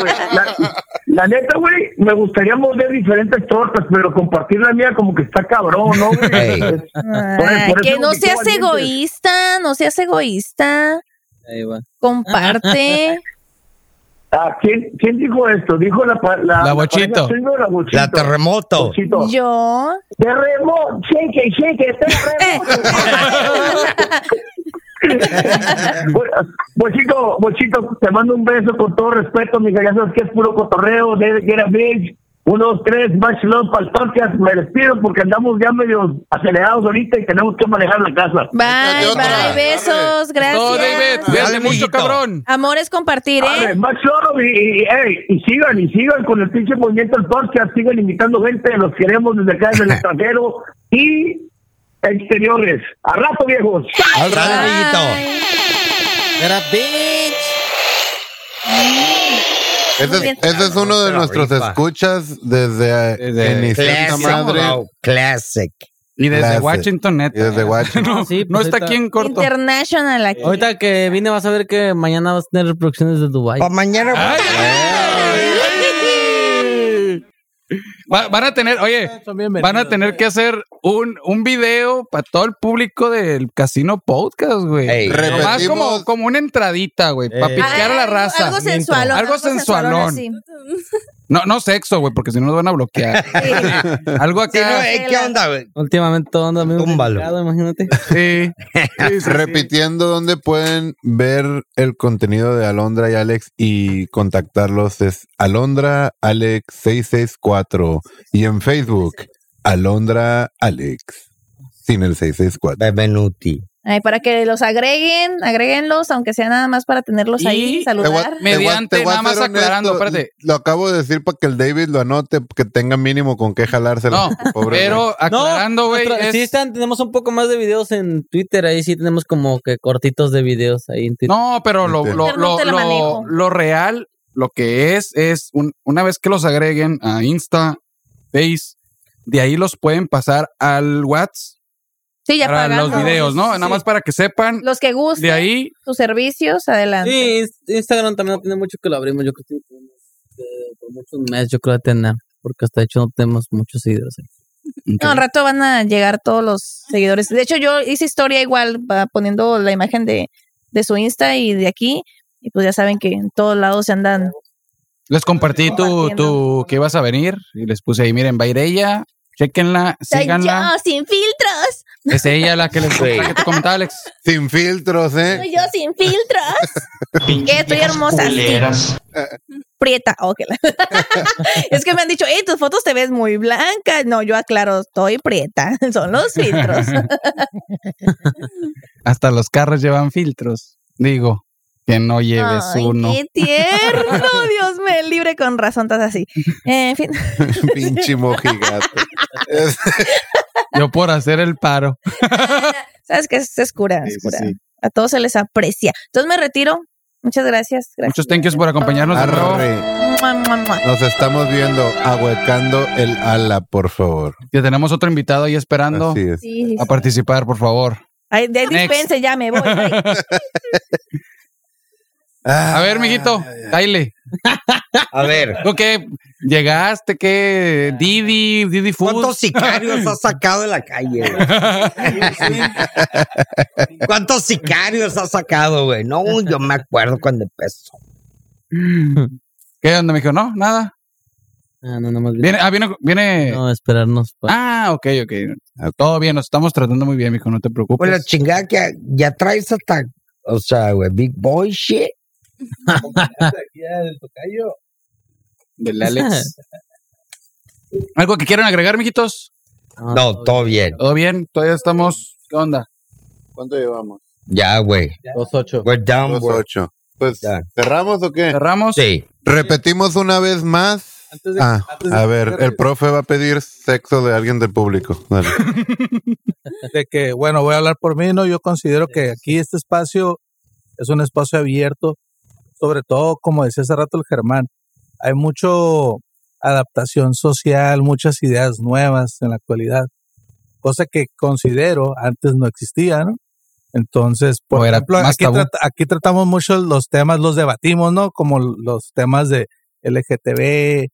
güey, la, la neta, güey, me gustaría morder diferentes tortas, pero compartir la mía como que está cabrón, ¿no, güey? Es- por-
Ay,
por eso
que no
me quedo
seas
valiente.
egoísta, no seas egoísta.
Ahí va.
[laughs]
Comparte.
Ah, ¿quién, ¿Quién dijo esto? Dijo la pa- la, la
Bochito.
pareja Swinger o la Bochito.
La terremoto.
Bochito.
Yo.
Terremoto, cheque, cheque,
[laughs]
Bochito, Bochito, te mando un beso con todo respeto, mi ya sabes que es puro cotorreo, de que era big. Uno, dos, tres, much love para el podcast. Me despido porque andamos ya medio acelerados ahorita y tenemos que manejar la casa.
Bye, bye, besos, gracias.
No, David, cuídate Dale, mucho, mijito. cabrón.
Amor es compartir,
Arre,
¿eh?
Max Oro, y, y- ey, y sigan, y sigan con el pinche movimiento del podcast, sigan invitando gente, los queremos desde acá, desde el extranjero y exteriores. A rato, viejos.
Al rato,
Era bitch.
Ese es, ese es uno de nuestros escuchas desde eh, que inició esta madre.
Classic.
Y desde
Classic.
Washington, neta.
desde Washington.
[laughs]
Ah,
No,
Sí, pues
no está
ahorita-
aquí en corto.
International aquí.
Ahorita que vine vas a ver que mañana vas a tener reproducciones de Dubai.
mañana.
Va- van a tener, oye, van a tener que hacer un, un video para todo el público del Casino Podcast, güey. Más
Repetimos.
como, como una entradita, güey, para
Ey.
picar a la
Algo-
raza.
Algo sensualón.
Algo sensualón.
así.
No, no sexo, güey, porque si no nos van a bloquear. Algo acá.
¿Qué onda, güey?
Últimamente todo anda medio delicado, imagínate.
[laughs]
Sí.
Repitiendo dónde pueden ver el contenido de Alondra y Alex y contactarlos es Alondra Alex 664 y en Facebook Alondra Alex sin el 664.
Benvenuti.
Ay, para que los agreguen, agréguenlos, aunque sea nada más para tenerlos ahí, saludar.
nada más aclarando, espérate.
Lo acabo de decir para que el David lo anote, que tenga mínimo con qué jalárselo.
No,
pobre güey.
aclarando, güey,
nuestra-
es-
Sí, están, tenemos un poco más de videos en Twitter. Ahí sí tenemos como que cortitos de videos ahí en Twitter.
No, pero lo, lo,
Internet no
lo-
te la
lo-
manejo.
lo real, lo que es, es un- una vez que los agreguen a Insta, Face, de ahí los pueden pasar al WhatsApp
Sí, ya
para
pagando.
los videos, ¿no? Nada más para que sepan.
Los que gusten.
De ahí-
Tus servicios, adelante.
Sí, Inst- Instagram también no tiene mucho que lo abrimos. Yo creo que tiene eh, por mucho un mes, yo creo que tiene. Porque hasta de hecho no tenemos muchos videos. ahí.
No, al rato van a llegar todos los seguidores. De hecho, yo hice historia igual va poniendo la imagen de, de su Insta y de aquí. Y pues ya saben que en todos lados se andan.
Les compartí tu, tu que ibas a venir y les puse ahí, miren, va a ir ella, chequenla,
Soy
síganla.
yo, sin filtros.
Es ella la que les la que te comentaba, Alex.
Sin filtros, ¿eh?
Soy yo, sin
[laughs]
filtros. que estoy hermosa. sí.
Ah,
Prieta. Oh, que la- [laughs] es que me han dicho, hey, tus fotos te ves muy blanca. No, yo aclaro, estoy prieta. [laughs] Son los
[laughs]
filtros.
Hasta los carros llevan filtros. Digo, Que no lleves
Ay,
uno. [laughs]
qué tierno, Dios me libre con razón, estás así. En fin. [laughs]
Pinche mojigato. [laughs] Yo por hacer el paro.
Sabes que es, es cura, es
Sí, sí,
cura.
sí.
A todos se les aprecia. Entonces me retiro. Muchas gracias. Gracias.
Muchos thank yous por acompañarnos. de nuevo.
Arre.
Mua, mua, mua.
Nos estamos viendo ahuecando el ala, por favor.
Ya tenemos otro invitado ahí esperando
Así es.
Sí, sí,
a
sí.
participar, por favor.
Ay, de- dispense, ya me voy. bye.
[laughs]
Ah,
a ver, mijito, dale.
A ver.
¿Tú qué? ¿Llegaste? ¿Qué? Didi, Didi Food.
¿Cuántos sicarios
[laughs]
has sacado de la calle?
[laughs]
güey? ¿Cuántos sicarios has sacado, güey? No, yo me acuerdo cuando empezó.
[laughs] ¿Qué onda, mijo? No, nada.
Ah, no, nomás
Viene, ah, viene, viene.
No, esperarnos.
Ah, ok, ok. Todo bien, nos estamos tratando muy bien, mijo, no te preocupes.
Pues la chingada que ya traes hasta, o sea, güey, big boy shit.
[laughs]
Del Alex. ¿Algo que quieran agregar, mijitos?
No, todo bien.
¿Todo bien? ¿Todavía estamos? ¿Qué onda?
¿Cuánto llevamos?
Ya, güey.
2.8.
We're down,
Dos
bro.
ocho. Pues, ¿cerramos o qué?
¿Cerramos?
Sí.
Repetimos una vez más. Ah, a ver, el profe va a pedir sexo de alguien del público. Dale.
de que, bueno, voy a hablar por mí, ¿no? Yo considero que aquí este espacio es un espacio abierto, sobre todo, como decía hace rato el Germán, hay mucho adaptación social, muchas ideas nuevas en la actualidad, cosa que considero antes no existía, ¿no? Entonces, por
O era
ejemplo,
más
aquí,
tabú.
trata- aquí tratamos mucho los temas, los debatimos, ¿no? Como los temas de LGTB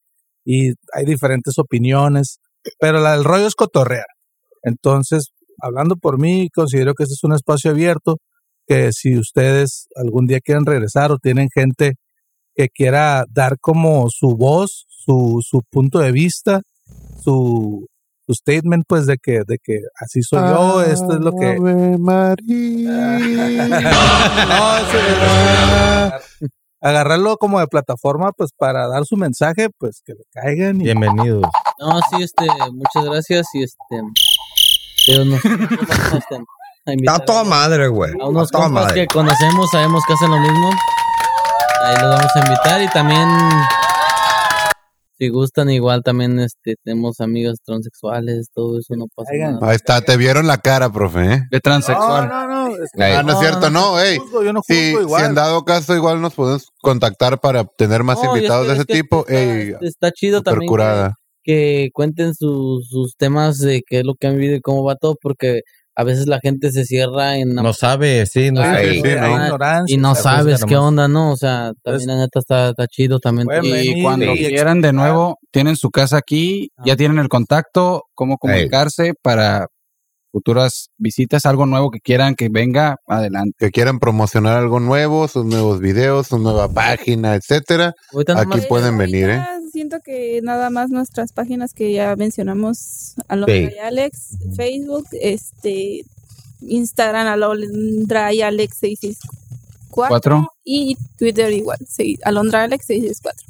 y hay diferentes opiniones, pero la del rollo es cotorrear. Entonces, hablando por mí, considero que este es un espacio abierto, que si ustedes algún día quieren regresar o tienen gente que quiera dar como su voz, su, su punto de vista, su, su statement, pues de que, de que así soy yo,
Ah,
esto es lo que...
Ave María.
No, eso es- [laughs] Agarrarlo como de plataforma, pues para dar su mensaje, pues que le caigan.
Bienvenidos.
[laughs]
No, sí, este, muchas gracias y este. Dios nos- a invitar
toda madre, güey.
A unos
Está toda
compas
madre.
que conocemos, sabemos que hacen lo mismo. Ahí los vamos a invitar y también. Si gustan, igual también este, tenemos amigas transexuales, todo eso no pasa
Oigan.
nada.
Ahí está, te vieron la cara, profe. ¿eh?
De transexual.
No, no, no. es-
Ah, no es cierto, no, ey.
juzgo, yo no juzgo
Si,
igual.
si en dado caso igual nos podemos contactar para tener más
No, y es
invitados
que-
de
es
ese
que
tipo, ey,
Está chido
súper
también.
curada.
que cuenten sus, sus temas de qué es lo que han vivido y cómo va todo, porque a veces la gente se cierra en...
No sabe, sí, no
Ah,
sabe.
sí, hay
Ah,
ignorancia, y no sabes qué onda, ¿no? O sea, también la neta está, está chido también.
Y cuando quieran de nuevo, tienen su casa aquí, ya tienen el contacto, cómo comunicarse para futuras visitas, algo nuevo que quieran que venga, adelante.
que quieran promocionar algo nuevo, sus nuevos videos, su nueva página, etcétera,
Ahorita
aquí
nomás-
pueden venir, ¿eh?
Ah, Siento que nada más nuestras páginas que ya mencionamos, Alondra
Sí.
y Alex, Facebook, este, Instagram, Alondra y Alex 664
Cuatro.
y Twitter igual, sí, Alondra Alex 664.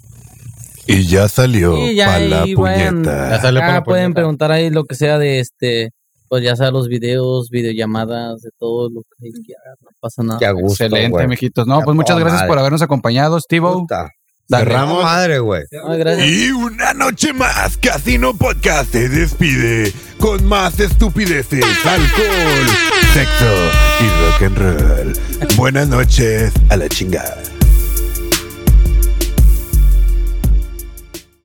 Y ya salió
Y ya
pa' la
ahí vayan,
puñeta.
acá pueden preguntar ahí lo que sea de este, pues ya sea los videos, videollamadas, de todo lo que quieran, no pasa nada.
Qué a gusto, Excelente, güey. mijitos. No, pues muchas gracias por habernos acompañado, Steve.
Cerramos. Madre, güey.
Y una noche más, Casino Podcast se despide con más estupideces, alcohol, sexo y rock and roll. Buenas noches, a la chingada.